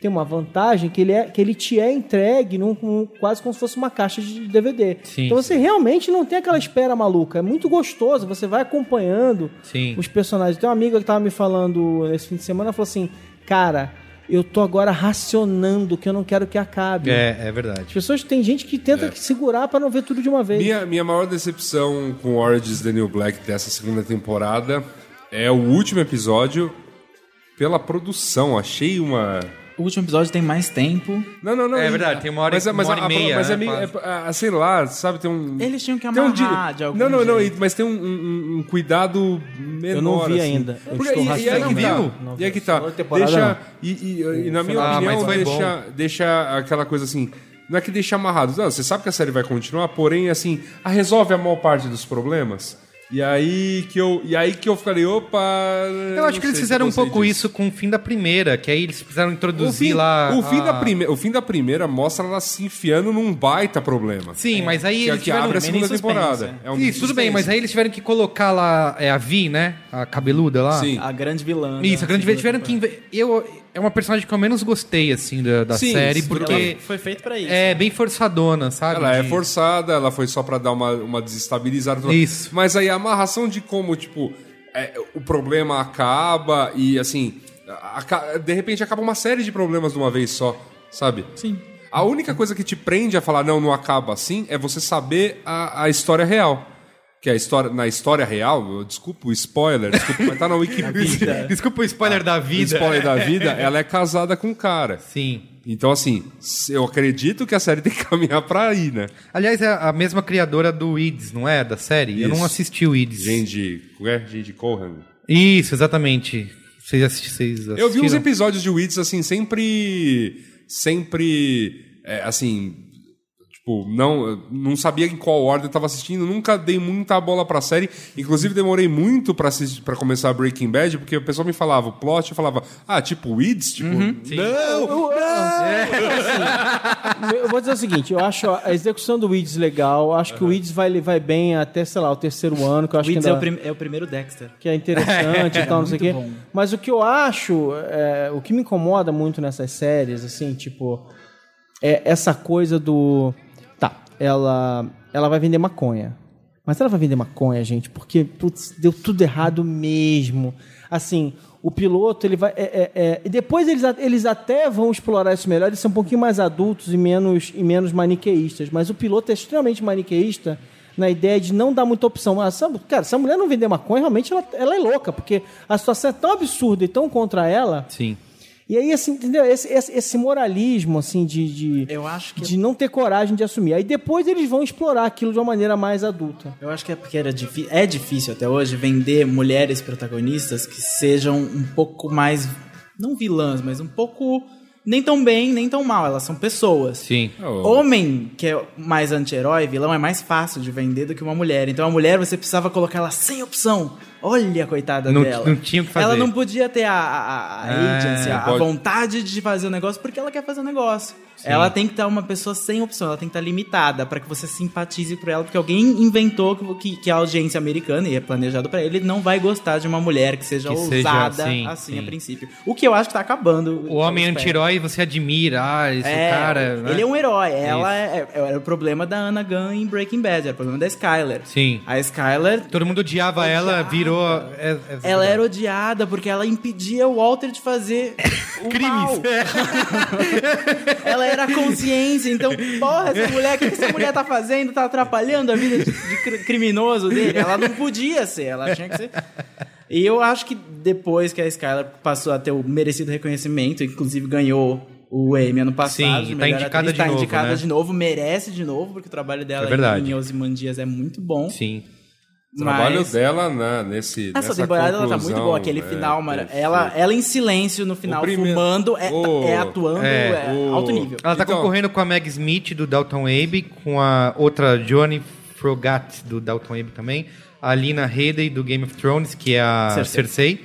S4: tem uma vantagem que ele, é, que ele te é entregue num, num- quase como se fosse uma caixa de DVD.
S1: Sim,
S4: então você realmente não tem aquela espera maluca. É muito gostoso, você vai acompanhando
S1: Sim.
S4: os personagens. Tem uma amiga que tava me falando nesse fim de semana, ela falou assim, cara, eu tô agora racionando que eu não quero que acabe.
S1: É, é
S4: As
S1: verdade.
S4: pessoas, tem gente que tenta segurar pra não ver tudo de uma vez.
S3: Minha, minha maior decepção com Orange is the New Black dessa segunda temporada é o último episódio pela produção. Achei uma...
S5: O último episódio tem mais tempo.
S3: Não, não, não.
S1: É
S3: e-
S1: verdade, tem uma hora-
S3: mas, é- mas
S1: uma hora
S3: a-
S1: e
S3: a-
S1: meia,
S3: Mas
S1: né,
S3: é meio.
S1: quase.
S3: é- é- sei lá, sabe? Tem um.
S5: Eles tinham que
S3: tem um
S5: amarrar de algum
S3: Não, não, não.
S5: jeito.
S3: e- Mas tem um, um- um cuidado menor.
S4: Eu não vi
S3: assim.
S4: ainda. Eu
S3: Porque-
S4: estou
S3: e, e aí
S4: rastreando.
S3: que tá.
S4: Não vi. Não vi.
S3: E aí que tá.
S4: Segunda temporada,
S3: Deixa.
S4: não.
S3: E, e- e na minha
S1: final,
S3: opinião,
S1: Ah, mas foi bom.
S3: deixa, deixa aquela coisa assim. Não é que deixa amarrado. Não, você sabe que a série vai continuar, porém, assim, ah, resolve a maior parte dos problemas. E aí que eu, e aí que eu falei, opa.
S1: Eu acho que eles fizeram um pouco
S3: isso
S1: isso com o fim da primeira, que aí eles precisaram
S3: o
S1: introduzir
S3: fim,
S1: lá.
S3: o fim
S1: a-
S3: da prime- o fim da primeira mostra ela se enfiando num baita problema.
S1: Sim, mas aí
S3: que é
S1: eles
S3: que
S1: tiveram.
S3: abre a
S5: também nem
S3: segunda
S5: suspense,
S3: temporada. É um
S1: né? Isso, tudo bem, mas aí eles tiveram que colocar lá é, a Vi, né? A cabeluda lá.
S3: Sim.
S5: A grande vilã. né? Assim, da
S1: Isso, a grande é tiveram
S5: segunda
S1: que.
S5: temporada.
S1: inve- Eu, é uma personagem que eu menos gostei, assim, da, da
S3: Sim,
S1: série,
S3: isso,
S1: porque
S5: Ela foi feito pra isso. né?
S1: é bem forçadona, sabe?
S3: Ela é
S1: De-
S3: forçada, ela foi só pra dar uma, uma desestabilizada.
S1: Isso.
S3: Mas aí a amarração de como, tipo, é, o problema acaba e assim. aca- de repente acaba uma série de problemas de uma vez só, sabe?
S5: Sim.
S3: A única coisa que te prende a falar não, não acaba assim é você saber a, a história real. Que a história, na história real, eu- desculpa o spoiler, desculpa, mas
S1: [laughs]
S3: tá na Wikipedia.
S1: Desculpa o spoiler da
S3: O
S1: vida.
S3: spoiler da vida, ela é casada com um cara.
S1: Sim.
S3: Então, assim, se- eu acredito que a série tem que caminhar pra aí, né?
S1: Aliás, é a mesma criadora do IDs, não é? Da série? Eu não
S3: Isso.
S1: assisti o IDs.
S3: Gente, como é? Gente, Cohan.
S1: Isso, exatamente. Vocês assisti- vocês assistiram?
S3: Eu vi uns episódios de Weeds, assim, sempre. Sempre. é, assim. Tipo, não, não sabia em qual ordem eu tava assistindo, nunca dei muita bola pra série. Inclusive, demorei muito pra, assistir, pra começar Breaking Bad, porque o pessoal me falava o plot, eu falava, ah, tipo, Weeds? Tipo,
S5: Uhum.
S3: não!
S4: Eu, assim, eu vou dizer o seguinte, eu acho a execução do Weeds legal, eu acho que o Weeds vai, vai bem até, sei lá, o terceiro ano, que eu acho
S5: Weeds
S4: que,
S5: é,
S4: ainda,
S5: o prim- é o primeiro Dexter.
S4: que é
S5: [laughs]
S4: interessante e tal, não sei o quê.
S5: Muito bom.
S4: Mas o que eu acho, é, o que me incomoda muito nessas séries, assim, tipo, é essa coisa do... Tá, ela, ela vai vender maconha. Mas ela vai vender maconha, gente, porque, putz, deu tudo errado mesmo. Assim, o piloto, ele vai... é- é- é- e depois eles, a- eles até vão explorar isso melhor, eles são um pouquinho mais adultos e menos, e menos maniqueístas. Mas o piloto é extremamente maniqueísta na ideia de não dar muita opção. Ah, essa- cara, se a mulher não vender maconha, realmente ela, ela é louca, porque a situação é tão absurda e tão contra ela...
S1: Sim.
S4: E aí, assim, entendeu? Esse, esse- esse moralismo, assim, de, de,
S5: Eu acho que- é,
S4: de não ter coragem de assumir. Aí depois eles vão explorar aquilo de uma maneira mais adulta.
S5: Eu acho que é porque era difí- é difícil até hoje vender mulheres protagonistas que sejam um pouco mais. Não vilãs, mas um pouco. Nem tão bem, nem tão mal. Elas são pessoas.
S1: Sim.
S3: Oh.
S5: Homem, que é mais anti-herói, vilão, é mais fácil de vender do que uma mulher. Então a mulher você precisava colocar ela sem opção. Olha, coitada
S1: Não-
S5: dela.
S1: não tinha o que fazer.
S5: Ela não podia ter a, a, a
S1: É,
S5: agency, a, a
S3: pode-
S5: vontade de fazer o negócio porque ela quer fazer o negócio. Ela tem que estar uma pessoa sem opção, ela tem que estar limitada pra que você simpatize por ela, porque alguém inventou que, que, que a audiência americana, e é planejado pra ele, não vai gostar de uma mulher que seja
S1: Que seja
S5: ousada
S1: assim,
S5: assim a
S1: sim.
S5: princípio. O que eu acho que tá acabando.
S1: O homem
S5: Eu espero.
S1: anti-herói você admira, ah, esse cara. né?
S5: Ele é um herói. Ela é- é- era o problema da Anna Gunn em Breaking Bad, era o problema da Skyler.
S1: Sim.
S5: A Skyler.
S1: Todo mundo odiava ela, virou. é- é-
S5: Ela era odiada porque ela impedia o Walter
S1: [laughs]
S5: de fazer o mal. Ela era a consciência. Então, porra,
S1: [laughs]
S5: essa mulher, o que essa mulher tá fazendo? Tá atrapalhando a vida de, de cri- criminoso dele. Ela não podia ser, ela tinha que ser. E eu acho que depois que a Skylar passou a ter o merecido reconhecimento, inclusive ganhou o Emmy ano passado,
S1: Sim,
S5: de
S1: tá
S5: melhor
S1: indicada
S5: atriz,
S1: de
S5: tá
S1: novo,
S5: indicada
S1: né?
S5: de novo, merece de novo, porque o trabalho dela
S1: É verdade.
S5: em Osimandias é muito bom.
S1: Sim.
S3: O trabalho
S5: mas-
S3: dela na, nesse.
S5: essa
S3: nessa
S5: temporada ela tá
S3: conclusão,
S5: muito boa, aquele
S1: é,
S3: né?
S5: final, mano.
S3: Perfeito.
S5: Ela, é ela em silêncio no final,
S3: primeiro-
S5: fumando, é,
S3: Oh,
S5: é atuando,
S1: é,
S5: é,
S3: oh.
S5: alto nível.
S1: Ela tá
S3: Então-
S1: concorrendo com a Meg Smith do Dalton Abe, com a outra Johnny Frogat do Dalton Abe também, a Lina Headey do Game of Thrones, que é a Cersei,
S5: Cersei.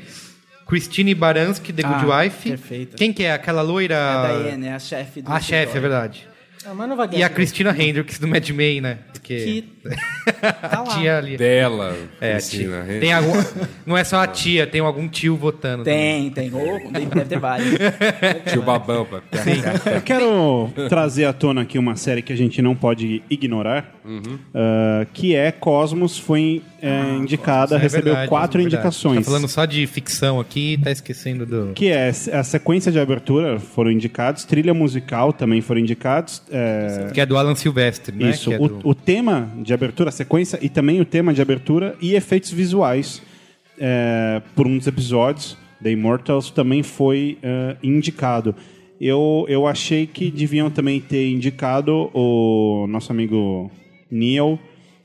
S1: Christine Baranski, The Good
S5: Ah,
S1: Wife.
S5: perfeita.
S1: Quem que é? Aquela loira.
S5: A Diane é a chefe do
S1: a chefe, é
S5: escritório.
S1: verdade.
S4: Ah, mas não vai ganhar.
S1: E a Christina Hendricks do Mad Men, né? Porque
S5: Que
S1: [laughs]
S5: tá lá.
S1: tinha ali.
S3: Dela, assim, né,
S1: É, a
S3: Cristina.
S1: tia. Tem algum... [laughs] Não é só a tia, tem algum tio votando.
S5: Tem, tem. Ô, deve ter vários.
S3: Tio
S1: [laughs]
S3: Babão. pá.
S2: Eu quero trazer à tona aqui uma série que a gente não pode ignorar,
S1: Uhum.
S2: ah, que é Cosmos, foi eh, indicada,
S1: É
S2: recebeu
S1: verdade,
S2: quatro
S1: é verdade.
S2: indicações.
S1: Tá falando só de ficção aqui e tá esquecendo do.
S2: Que é a sequência de abertura foram indicados, trilha musical também foram indicados. eh,
S1: Que é do Alan Silvestre, né?
S2: Isso,
S1: Que é
S2: o,
S1: do-
S2: o tema de abertura, a sequência, e também o tema de abertura e efeitos visuais é, por um dos episódios, The Immortals, também foi é, indicado. Eu, eu achei que deviam também ter indicado o nosso amigo Neil.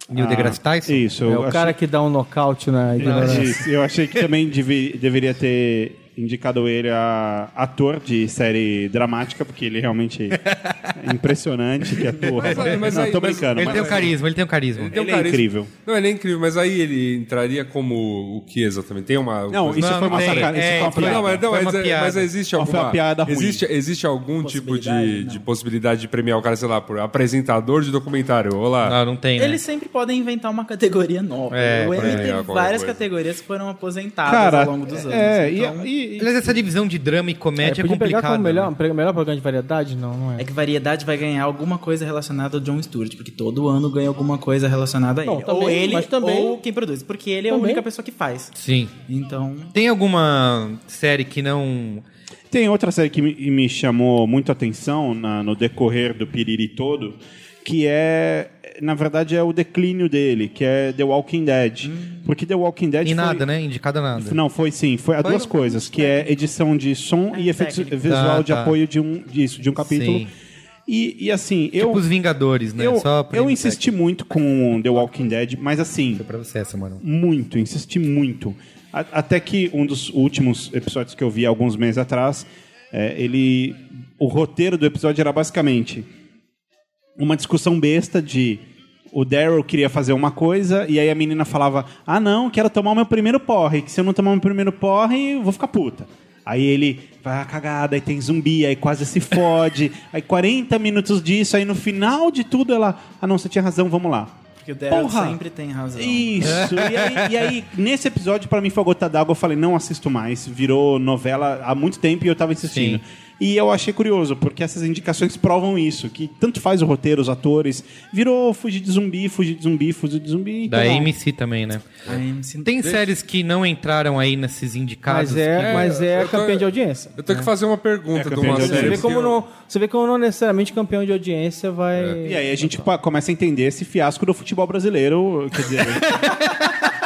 S1: Neil
S2: Ah,
S1: deGrasse Tyson?
S2: Isso.
S4: É
S2: eu
S4: o
S2: achei-
S4: cara que dá um nocaute na
S2: eu
S4: ignorância.
S2: achei, [laughs] eu achei que também devi- deveria ter indicado ele a ator de série dramática, porque
S1: [laughs]
S2: ele realmente é impressionante que atua.
S3: Mas- mas
S2: Não,
S3: aí-
S2: tô
S3: mas-
S2: brincando.
S1: Ele
S2: né? mas-
S1: tem o carisma, ele tem o carisma.
S3: Tem um
S2: Ele é
S3: carisma.
S2: incrível.
S3: Não, ele é incrível, mas aí ele entraria como o que exatamente? Tem uma.
S2: Não, isso
S1: Não,
S2: foi
S1: não
S2: uma
S1: tem.
S2: sacanagem.
S1: É,
S2: Isso foi
S1: foi-
S2: uma piada.
S3: Não, mas, não,
S1: Foi uma
S3: mas, é-
S1: piada.
S3: mas existe
S2: Ó, foi
S3: alguma...
S2: uma piada ruim.
S3: Existe, existe algum tipo de,
S5: Possibilidade,
S3: de
S5: não.
S3: possibilidade de premiar o cara, sei lá, por apresentador de documentário. Olá.
S1: Não, não tem, né?
S5: Eles sempre podem inventar uma categoria nova.
S1: É,
S5: o
S1: pra
S5: Emmy
S3: criar
S5: tem
S3: qualquer
S5: várias
S3: coisa.
S5: categorias que foram aposentadas
S2: Cara,
S5: ao longo dos anos.
S2: é, e-
S5: então,
S2: e- e-
S1: Aliás, essa divisão de drama e comédia é,
S4: podia pegar
S1: complicada.
S4: como melhor,
S1: né?
S4: pre- melhor programa de variedade? Não, não é.
S5: É que variedade vai ganhar alguma coisa relacionada ao John Stewart, porque todo ano ganha alguma coisa relacionada a ele.
S4: Não, também,
S5: ou ele,
S4: mas também-
S5: ou quem produz, porque ele é
S4: Também.
S5: a única pessoa que faz.
S1: Sim.
S5: Então,
S1: Tem alguma série que não.
S2: Tem outra série que me, me chamou muito a atenção na- no decorrer do Piriri todo, que é, na verdade, é o declínio dele, que é The Walking Dead.
S5: Hum.
S2: Porque The Walking Dead
S1: Em
S2: foi-
S1: nada, né? Indicada nada.
S2: É Não, foi sim, foi a
S1: Foi
S2: duas
S1: no-
S2: coisas, que é edição de som e efeito
S5: técnico.
S2: visual
S1: Tá,
S2: de
S1: tá.
S2: apoio de um, disso, de um capítulo.
S1: Sim.
S2: E, e assim,
S1: Tipo
S2: eu,
S1: os Vingadores, né?
S2: eu,
S1: Só pra
S2: eu insisti muito com The Walking Dead, mas assim,
S1: Foi pra você essa, mano.
S2: Muito, insisti muito. A- até que um dos últimos episódios que eu vi alguns meses atrás, é, ele. O roteiro do episódio era basicamente uma discussão besta de o Daryl queria fazer uma coisa e aí a menina falava: "Ah, não, quero tomar o meu primeiro porre, que se eu não tomar o meu primeiro porre, eu vou ficar puta". Aí ele vai a cagada, aí tem zumbi, aí quase se
S5: [laughs]
S2: fode, aí 40 minutos disso, aí no final de tudo ela: "Ah, não, você tinha razão, vamos lá".
S5: porque o Daryl
S2: Porra!
S5: sempre tem razão.
S2: Isso. E aí, e aí, nesse episódio, pra mim foi a gota d'água. Eu falei, não assisto mais. Virou novela há muito tempo e eu tava insistindo.
S1: Sim.
S2: E eu achei curioso, porque essas indicações provam isso, que tanto faz o roteiro, os atores. Virou fugir de zumbi, fugir de zumbi, fugir de zumbi.
S1: Da
S2: então,
S1: AMC também, né?
S5: A AMC não-
S1: Tem séries que não entraram aí nesses indicados.
S4: Mas é,
S1: que-
S4: mas é
S3: eu tô-
S4: campeão de audiência.
S3: Eu tenho que fazer uma pergunta
S2: É,
S3: de uma
S2: campeão de
S4: Você
S3: série.
S4: vê,
S2: audiência.
S3: porque
S4: como
S3: eu-
S4: não, você vê como não necessariamente campeão de audiência vai.
S2: É. E aí a gente pa- começa a entender esse fiasco do futebol brasileiro, quer dizer...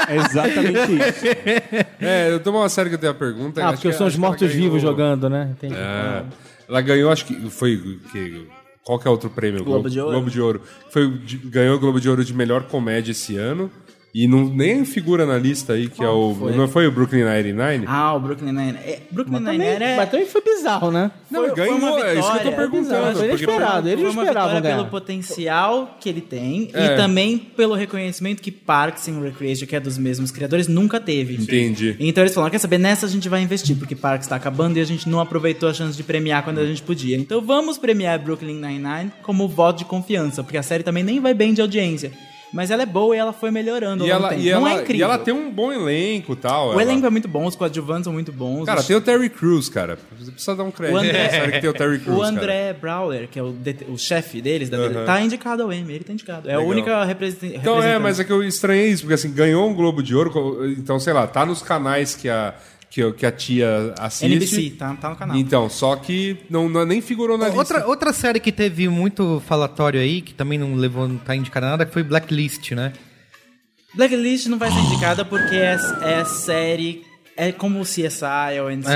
S2: é exatamente isso.
S3: É, eu tenho uma série que eu tenho a pergunta.
S4: Ah,
S3: acho
S4: porque
S3: que- é-
S4: são os
S3: acho que ela
S4: mortos-vivos
S3: ganhou-
S4: jogando, né? Entendi.
S3: É. Ela ganhou, acho que foi. Que, qual que é outro prêmio?
S5: Globo de Ouro.
S3: Globo de Ouro. Foi, o de- ganhou o Globo de Ouro de melhor comédia esse ano. E não, nem figura na lista aí, que é o. Não foi o Brooklyn Nine-Nine?
S5: Ah, o Brooklyn Nine-Nine. É, Brooklyn
S4: Mas também,
S5: Nine-Nine é...
S4: mas também foi bizarro, né?
S3: não,
S5: foi- foi uma
S3: é isso que eu tô
S5: vitória. é
S3: perguntando.
S4: Mas ele
S3: porque-
S4: esperava. Eles
S5: Foi
S4: não
S5: uma
S4: esperavam
S5: vitória
S4: ganhar.
S5: pelo potencial que ele tem
S3: É.
S5: e também pelo reconhecimento que Parks and Recreation, que é dos mesmos criadores, nunca teve.
S3: Entendi.
S5: Então eles falaram, quer saber, nessa a gente vai investir, porque Parks tá acabando e a gente não aproveitou a chance de premiar quando a gente podia. Então vamos premiar Brooklyn Nine-Nine como voto de confiança, porque a série também nem vai bem de audiência. Mas ela é boa e ela foi melhorando ao
S3: E
S5: longo do
S3: ela,
S5: tempo.
S3: e,
S5: não
S3: ela,
S5: é incrível.
S3: e ela tem um bom elenco e tal.
S5: O
S3: ela-
S5: elenco é muito bom, os coadjuvantes são muito bons.
S3: Cara,
S5: os
S3: tem o Terry Crews, cara. Você precisa dar um crédito.
S5: O André-
S3: pra série que tem o Terry Crews.
S5: É, O
S3: cara.
S5: André Brawler, que é o, det- o chefe deles, da
S3: Aham.
S5: tá indicado ao Emmy, ele tá indicado. É a
S3: Legal.
S5: única representante.
S3: Então é, mas é que eu estranhei isso, porque assim, ganhou um Globo de Ouro, co- então, sei lá, tá nos canais que a, que, que a tia assiste.
S5: NBC, tá, tá no canal.
S3: Então, só que não, não- nem figurou na lista.
S1: Outra, outra série que teve muito falatório aí, que também não levou, não tá indicada nada, que foi Blacklist, né?
S5: Blacklist não vai ser indicada porque é, é série. É como o CSI ou NCIS.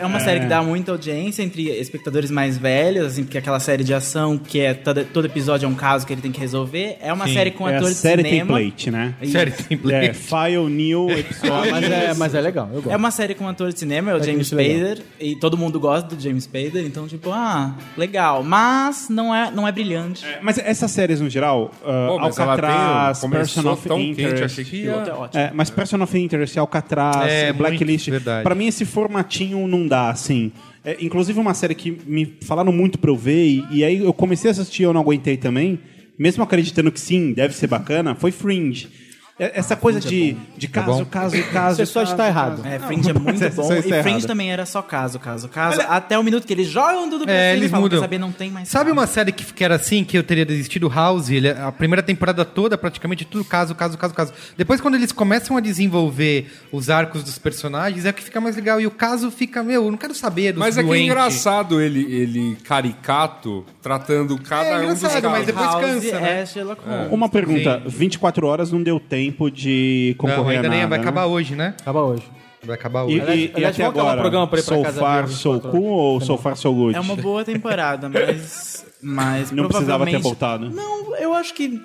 S5: É, uma série que dá muita audiência entre espectadores mais velhos, assim, porque aquela série de ação que é todo, todo episódio é um caso que ele tem que resolver. É uma série com
S2: é a
S5: atores
S2: série
S5: de cinema.
S2: template, né?
S5: Isso.
S1: Série template.
S2: É, file, new,
S4: Ah,
S2: episódio...
S4: mas, é, mas é legal, eu gosto.
S5: É uma série com ator de cinema, é o
S4: É
S5: James
S4: muito legal.
S5: Spader, e todo mundo gosta do James Spader, então tipo, ah, legal, mas não é, não é brilhante.
S2: É, Mas essas séries no geral, ah,
S3: Pô, mas ela tem-
S2: Alcatraz,
S3: começou
S2: Person of
S3: tão
S2: Interest,
S3: quente, achei que ia-
S5: Outro é ótimo.
S2: É, mas Person of Interest, Alcatraz,
S1: É,
S2: Blacklist,
S1: muito, verdade.
S2: pra mim esse formatinho não dá assim. É, inclusive uma série que me falaram muito pra eu ver, e, e aí eu comecei a assistir e eu não aguentei também, mesmo acreditando que sim, deve ser bacana, foi Fringe. É- Essa coisa de, de caso,
S1: bom.
S2: caso, caso.
S4: Você só
S2: caso,
S4: está errado.
S2: caso.
S5: É, Fringe é muito
S2: isso é-
S5: bom.
S2: isso é
S5: E Fringe
S2: errado.
S5: também era só caso, caso, caso. até o minuto que eles jogam tudo pra
S1: É,
S5: cima e
S1: eles
S5: falam,
S1: mudam.
S5: Quer saber, não tem mais
S1: Sabe
S5: caso.
S1: uma série que, que era assim, que eu teria desistido? House, ele- é a primeira temporada toda, praticamente tudo caso, caso, caso, caso. Depois, quando eles começam a desenvolver os arcos dos personagens, é o que fica mais legal. E o caso fica, meu, eu não quero saber dos
S3: Mas é que é
S1: doentes.
S3: engraçado ele, ele caricato tratando cada
S1: É
S3: um dos
S1: engraçado,
S3: casos.
S1: mas depois
S5: House
S1: cansa, né?
S5: é Sherlock Holmes.
S2: Uma pergunta: 24 horas não deu tempo de concorrer
S1: Não,
S2: a
S1: ainda
S2: nada,
S1: nem vai
S2: né?
S1: acabar hoje, né?
S4: Acaba hoje.
S1: Vai acabar
S2: E,
S1: hoje.
S4: Aliás-
S2: e- e
S4: aliás,
S2: até
S4: vamos acabar
S2: agora,
S4: o programa pra ir pra
S2: so
S4: casa
S2: far,
S4: ver
S2: so
S4: 24
S2: cool ou so far, so good?
S5: É uma boa temporada, mas. mas
S2: Não precisava ter
S5: provavelmente-
S2: voltado.
S5: Não, eu acho que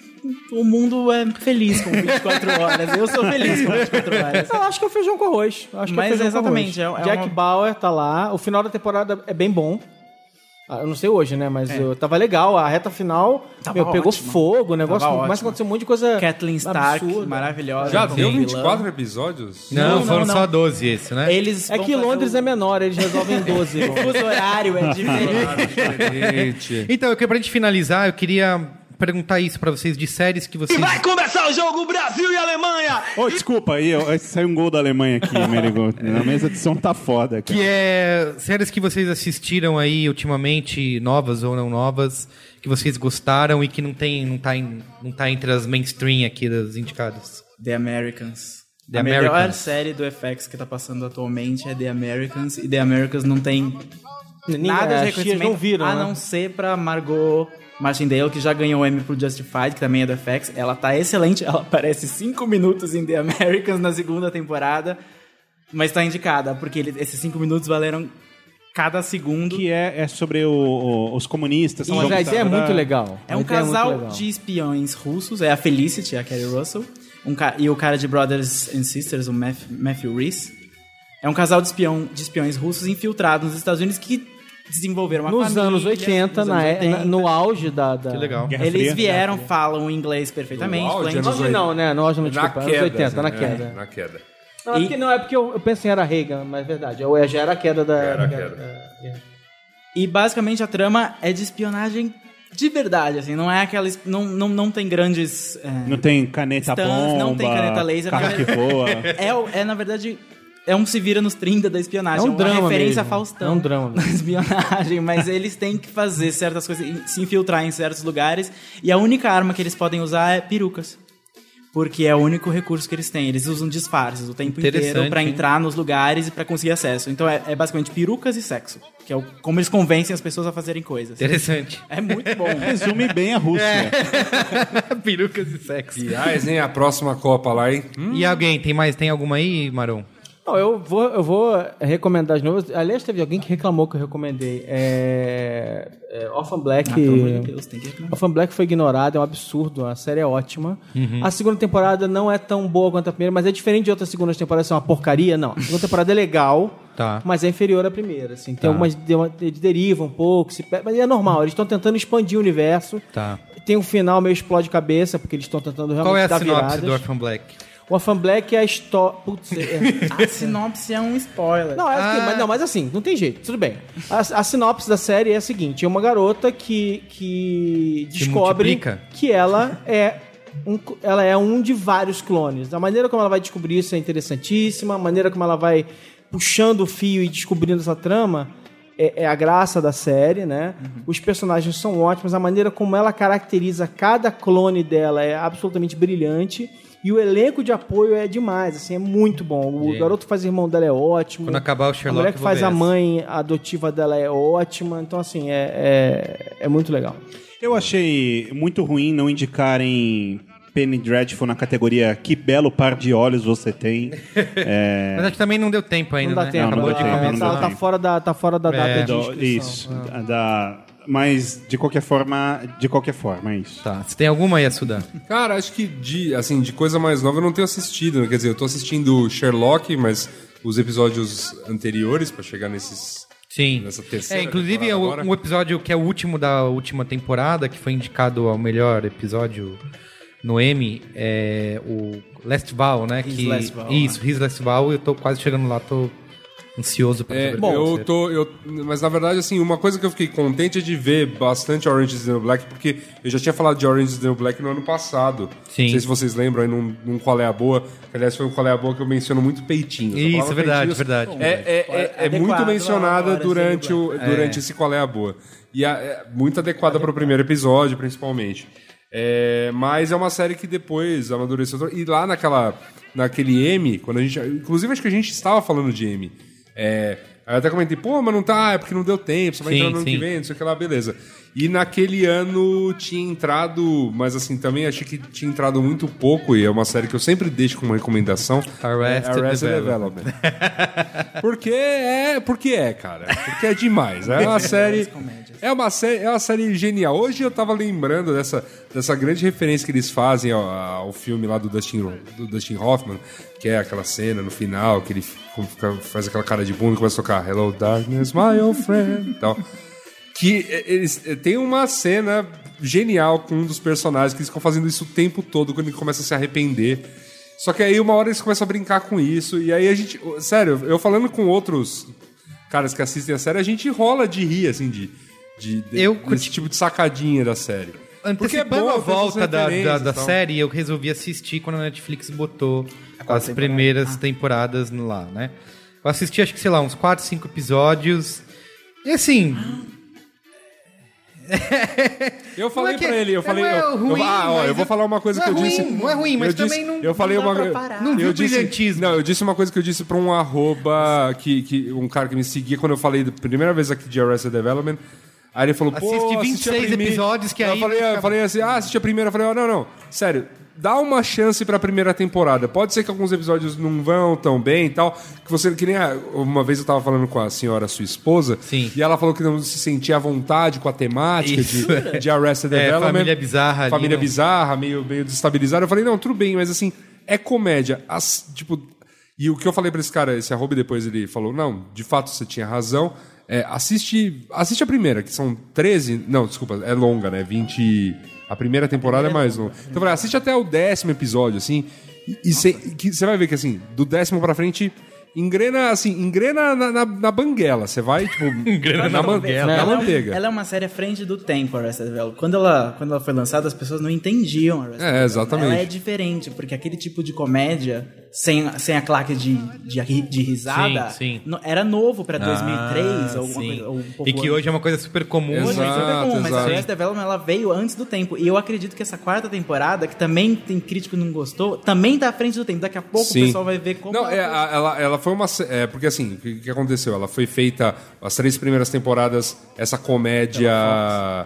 S5: o mundo é feliz com 24 horas. Eu sou feliz com 24 horas.
S4: [laughs] Eu acho que é o feijão com arroz. Eu Acho que
S5: Mas
S4: é o feijão
S5: exatamente,
S4: com arroz.
S5: é- é
S4: Jack
S5: uma-
S4: Bauer tá lá. O final da temporada é bem bom. Ah, eu não sei hoje, né? Mas eu, tava legal. A reta final
S5: É. Tava
S4: meu, pegou
S5: ótima.
S4: fogo. O negócio
S5: Tava
S4: começa a
S5: ótima.
S4: acontecer um monte de coisa.
S5: Kathleen Stark,
S4: absurda.
S5: maravilhosa.
S3: Já
S5: como
S3: deu
S5: vilã.
S3: 24 episódios?
S1: Não,
S5: não,
S1: foram
S5: não.
S1: só 12 esse, né?
S5: Eles
S4: É
S5: vão
S4: que
S5: fazer
S4: Londres
S5: o-
S4: é menor, eles
S5: [laughs]
S4: resolvem 12.
S5: O fuso horário é diferente.
S3: Gente.
S1: Então, eu queria, pra gente finalizar, eu queria perguntar isso pra vocês de séries que vocês.
S2: Ô, desculpa, aí, ó, aí saiu um gol da Alemanha [laughs] aqui, Merigo. Na mesa de som tá foda, cara.
S1: Que é séries que vocês assistiram aí ultimamente, novas ou não novas, que vocês gostaram e que não tem, não tá, em- não tá entre as mainstream aqui das indicadas.
S5: The Americans.
S1: The
S5: a melhor
S1: Americans.
S5: série do FX que tá passando atualmente é The Americans. E The Americans não tem
S4: Nem-
S5: nada
S4: é, as
S5: de
S4: tias
S5: reconhecimento.
S4: não viram,
S5: a
S4: né?
S5: não ser pra Margot Martindale, que já ganhou o Emmy pro Justified, que também é do FX. Ela tá excelente. Ela aparece 5 minutos em The Americans na segunda temporada. Mas tá indicada, porque ele- esses 5 minutos valeram cada segundo.
S2: que é, é sobre o- o- os comunistas. que
S4: Mas
S2: vão
S4: a ideia é
S2: pra-
S4: muito legal.
S5: É
S4: A
S5: um
S4: ideia muito
S5: casal
S4: legal.
S5: de espiões russos, é a Felicity, a Kerry Russell, um ca- e o cara de Brothers and Sisters, o Math- Matthew Reese. É um casal de, espião, de espiões russos infiltrados nos Estados Unidos que desenvolveram uma
S4: Nos
S5: família.
S4: anos 80,
S5: nos
S4: na,
S5: anos
S4: é-
S5: 80.
S4: na- no auge da. da...
S1: Que legal.
S2: Guerra
S5: Eles
S2: Fria.
S5: vieram, falam inglês perfeitamente,
S3: No auge,
S5: fluente.
S3: anos
S4: Auge não, né? No auge não,
S3: Na
S4: desculpa.
S3: queda.
S4: Anos 80, na
S3: né?
S4: queda.
S3: É, na queda.
S4: Não, é porque, não, é porque eu, eu penso em era Reagan, mas é verdade. Eu, já era a queda da.
S3: Era a
S4: da-
S3: queda.
S4: da-
S5: E basicamente a trama é de espionagem de verdade, assim, não é aquela. es- Não, não, não tem grandes. é,
S2: Não tem caneta
S5: Stands,
S2: Tá bomba,
S5: não tem caneta laser,
S4: né?
S2: carro que
S4: [laughs]
S5: mas-
S2: voa.
S5: É, o- é, na verdade, é um se vira nos 30 da espionagem.
S4: É um
S5: uma
S4: drama mesmo.
S5: referência a Faustão.
S4: É
S5: [laughs]
S4: um drama
S5: Da espionagem, mas eles têm que fazer certas coisas, e se infiltrar em certos lugares. E a única arma que eles podem usar é perucas. Porque é o único recurso que eles têm. Eles usam disfarces o tempo inteiro
S1: Interessante,
S5: pra
S1: hein?
S5: entrar nos lugares e pra conseguir acesso. Então é, é basicamente perucas e sexo. Que é o- como eles convencem as pessoas a fazerem coisas.
S1: Interessante.
S5: É muito
S4: [laughs]
S5: bom.
S2: Resume bem a Rússia.
S4: É.
S1: Perucas e sexo.
S3: Aliás, hein, a próxima Copa lá, hein? Hum,
S1: E alguém, tem mais? Tem alguma aí, Maron?
S4: Não, eu vou, eu vou recomendar de novo. Aliás, teve alguém que reclamou que eu recomendei. É. é Orphan Black.
S5: Ah, pelo amor de Deus, tem que reclamar.
S4: Orphan Black foi ignorado, é um absurdo, a série é ótima.
S1: Uhum.
S4: A segunda temporada não é tão boa quanto a primeira, mas é diferente de outras segundas temporadas, são uma porcaria, não. A segunda temporada é legal,
S1: Tá.
S4: mas é inferior à primeira, assim. Tem algumas de- uma- de deriva um pouco, se pe- mas é normal, eles estão tentando expandir o universo.
S1: Tá.
S4: Tem um final meio explode cabeça, porque eles estão tentando realmente
S1: Qual é a
S4: dar
S1: sinopse
S4: viradas.
S1: do Orphan Black?
S4: O Orphan Black é a história... Putz, é...
S1: [laughs]
S5: A sinopse é um spoiler.
S4: Não, é assim,
S1: Ah.
S4: mas, não, mas assim, não tem jeito, tudo bem. A, a sinopse da série é a seguinte: é uma garota que, que descobre
S1: multiplica?
S4: que ela é. Um, cl- ela é um de vários clones. A maneira como ela vai descobrir isso é interessantíssima, a maneira como ela vai puxando o fio e descobrindo essa trama é, é a graça da série, né?
S1: Uhum.
S4: Os personagens são ótimos, a maneira como ela caracteriza cada clone dela é absolutamente brilhante. E o elenco de apoio é demais, assim, é muito bom. O garoto faz irmão dela é ótimo.
S1: Quando acabar o
S4: a
S1: Sherlock.
S4: mulher que
S1: eu vou
S4: faz
S1: ver
S4: a
S1: essa.
S4: mãe adotiva dela é ótima. Então, assim, é, é, é muito legal.
S2: Eu achei muito ruim não indicarem Penny Dreadful na categoria Que Belo Par de Olhos Você [laughs] Tem. É,
S1: Mas acho que também não deu tempo ainda.
S4: não dá
S1: né?
S4: tempo.
S1: Acabou
S4: ela
S2: deu
S1: de
S2: tempo,
S4: tá,
S1: começar.
S2: não dá
S4: tá
S2: tempo.
S4: fora da, tá fora da data de
S2: do-
S4: inscrição.
S2: isso.
S4: É.
S2: Da, mas, de qualquer forma, de qualquer forma, é isso.
S1: Tá. Você tem alguma aí, Sudan?
S3: Cara, acho que de, assim, de coisa mais nova eu não tenho assistido. né? Quer dizer, eu tô assistindo Sherlock, mas os episódios anteriores pra chegar nesses.
S1: Sim.
S3: Nessa terceira
S1: É, inclusive,
S3: temporada
S1: o-
S3: agora.
S1: um episódio que é o último da última temporada, que foi indicado ao melhor episódio no Emmy, é o Last Vow, né?
S5: His
S1: que,
S5: Last Vow, né?
S1: isso, His Last Vow, eu tô quase chegando lá, tô ansioso pra
S3: É,
S1: saber o que vai
S3: eu
S1: ser.
S3: tô. Eu, mas na verdade, assim, uma coisa que eu fiquei contente é de ver bastante Orange is the New Black, porque eu já tinha falado de Orange is the New Black no ano passado.
S1: Sim.
S3: Não sei se vocês lembram aí num, num Qual é a Boa. que, aliás, foi um Qual é a Boa que eu menciono muito peitinho. Eu
S1: Isso,
S3: falava
S1: é verdade,
S3: peitinhos.
S1: verdade,
S3: É, é- é- é
S4: Adequado,
S3: muito
S4: a
S3: mencionada
S4: hora,
S3: durante,
S4: Zé
S3: o, durante esse Qual é a Boa. E a- é muito adequada para o primeiro episódio, principalmente. É, mas é uma série que depois amadureceu. E lá naquela, naquele M, quando a gente. Inclusive, acho que a gente estava falando de M. É, aí eu até comentei, pô, mas não tá, é porque não deu tempo, você vai
S1: Sim,
S3: entrar no ano
S1: sim.
S3: que vem, não sei o que lá, beleza. E naquele ano tinha entrado, mas assim, também achei que tinha entrado muito pouco, e é uma série que eu sempre deixo como recomendação.
S1: Arrested
S3: é Arrested
S1: Development.
S3: Development. [laughs] Porque é, porque é, cara. Porque é demais. É uma série. É uma série, é uma série genial. Hoje eu tava lembrando dessa, dessa grande referência que eles fazem ao, ao filme lá do Dustin, do Dustin Hoffman, que é aquela cena no final, que ele fica- faz aquela cara de bunda e começa a tocar Hello Darkness, my old friend. e tal. Que é, eles é, tem uma cena genial com um dos personagens que eles ficam fazendo isso o tempo todo quando ele começa a se arrepender. Só que aí uma hora eles começam a brincar com isso e aí a gente, sério, eu falando com outros caras que assistem a série, a gente rola de rir assim de, de, de-
S1: Eu
S3: desse
S1: curti-
S3: tipo de sacadinha da série. Porque é
S1: Antecipando
S3: bom,
S1: a
S3: eu vejo as
S1: volta da, da,
S3: referências
S1: da
S3: e tal.
S1: série, eu resolvi assistir quando a Netflix botou as
S5: Ah.
S1: primeiras temporadas no- lá, né? Eu assisti, acho que, sei lá, uns 4, 5 episódios. E assim.
S3: Eu
S1: não
S3: falei
S1: é que-
S3: pra ele, eu
S1: não
S3: falei,
S1: é
S3: eu,
S1: ruim,
S3: eu, ah, ó,
S1: mas
S3: eu vou
S1: eu-
S3: falar uma coisa
S1: não
S3: que
S1: é
S3: eu
S1: ruim,
S3: disse.
S1: não é ruim,
S3: eu
S1: mas
S3: disse-
S1: também não-
S3: eu falei
S1: não dá
S3: uma
S1: pra parar. Não
S3: eu
S1: viu
S3: disse-
S1: brilhantismo.
S3: Não, eu disse uma coisa que eu disse pra um arroba que, que um cara que me seguia quando eu falei da primeira vez aqui de Arrested Development. Aí ele falou, pô,
S1: Assiste
S3: assisti a
S1: 26
S3: primeira-
S1: episódios que
S3: eu
S1: aí
S3: falei,
S1: vai
S3: eu falei assim, ah, assisti a primeira, eu falei, ó, não, não, sério, dá uma chance pra primeira temporada. Pode ser que alguns episódios não vão tão bem e tal, que você que nem a- uma vez eu tava falando com a senhora, sua esposa,
S1: Sim.
S3: e ela falou que não se sentia à vontade com a temática
S1: Isso.
S3: [laughs] de, de Arrested
S1: É,
S3: Development.
S1: família bizarra ali, né?
S3: Família
S1: não-
S3: bizarra, meio, meio desestabilizada. Eu falei, não, tudo bem, mas assim, é comédia. As- tipo, e o que eu falei pra esse cara, esse arroba, e depois ele falou, não, de fato você tinha razão. É, assiste, assiste a primeira, que são 13. Não, desculpa, é longa, né? 20. A primeira temporada é mais longa. Então eu falei, assiste até o décimo episódio, assim. E você vai ver que, assim, do décimo pra frente. Engrena, assim, engrena na, na, na banguela. Você
S1: [laughs]
S3: vai, tipo. engrena na, banguela. Na
S5: Ela é-
S3: manteiga.
S5: Ela é uma série à frente do tempo, Arrested Development. Quando ela, quando ela foi lançada, as pessoas não entendiam Arrested
S3: É, exatamente.
S5: Ela é diferente, porque aquele tipo de comédia, sem, sem a claque de, de, ri- de risada,
S1: Sim, sim.
S5: no- era novo pra 2003,
S1: Ah,
S5: ou alguma
S1: sim.
S5: coisa. Ou um pouco
S1: E que
S5: antes.
S1: hoje é uma coisa super comum.
S5: Hoje
S3: Exato.
S5: é super comum, mas a
S3: exato.
S5: Arrested Development ela veio antes do tempo. E eu acredito que essa quarta temporada, que também tem crítico que não gostou, também tá à frente do tempo. Daqui a pouco
S3: Sim.
S5: o pessoal vai ver como.
S3: Não,
S5: ela
S3: é,
S5: foi-
S3: a- ela, ela foi uma. se- É, porque assim, o que, que aconteceu? Ela foi feita as três primeiras temporadas, essa comédia ah,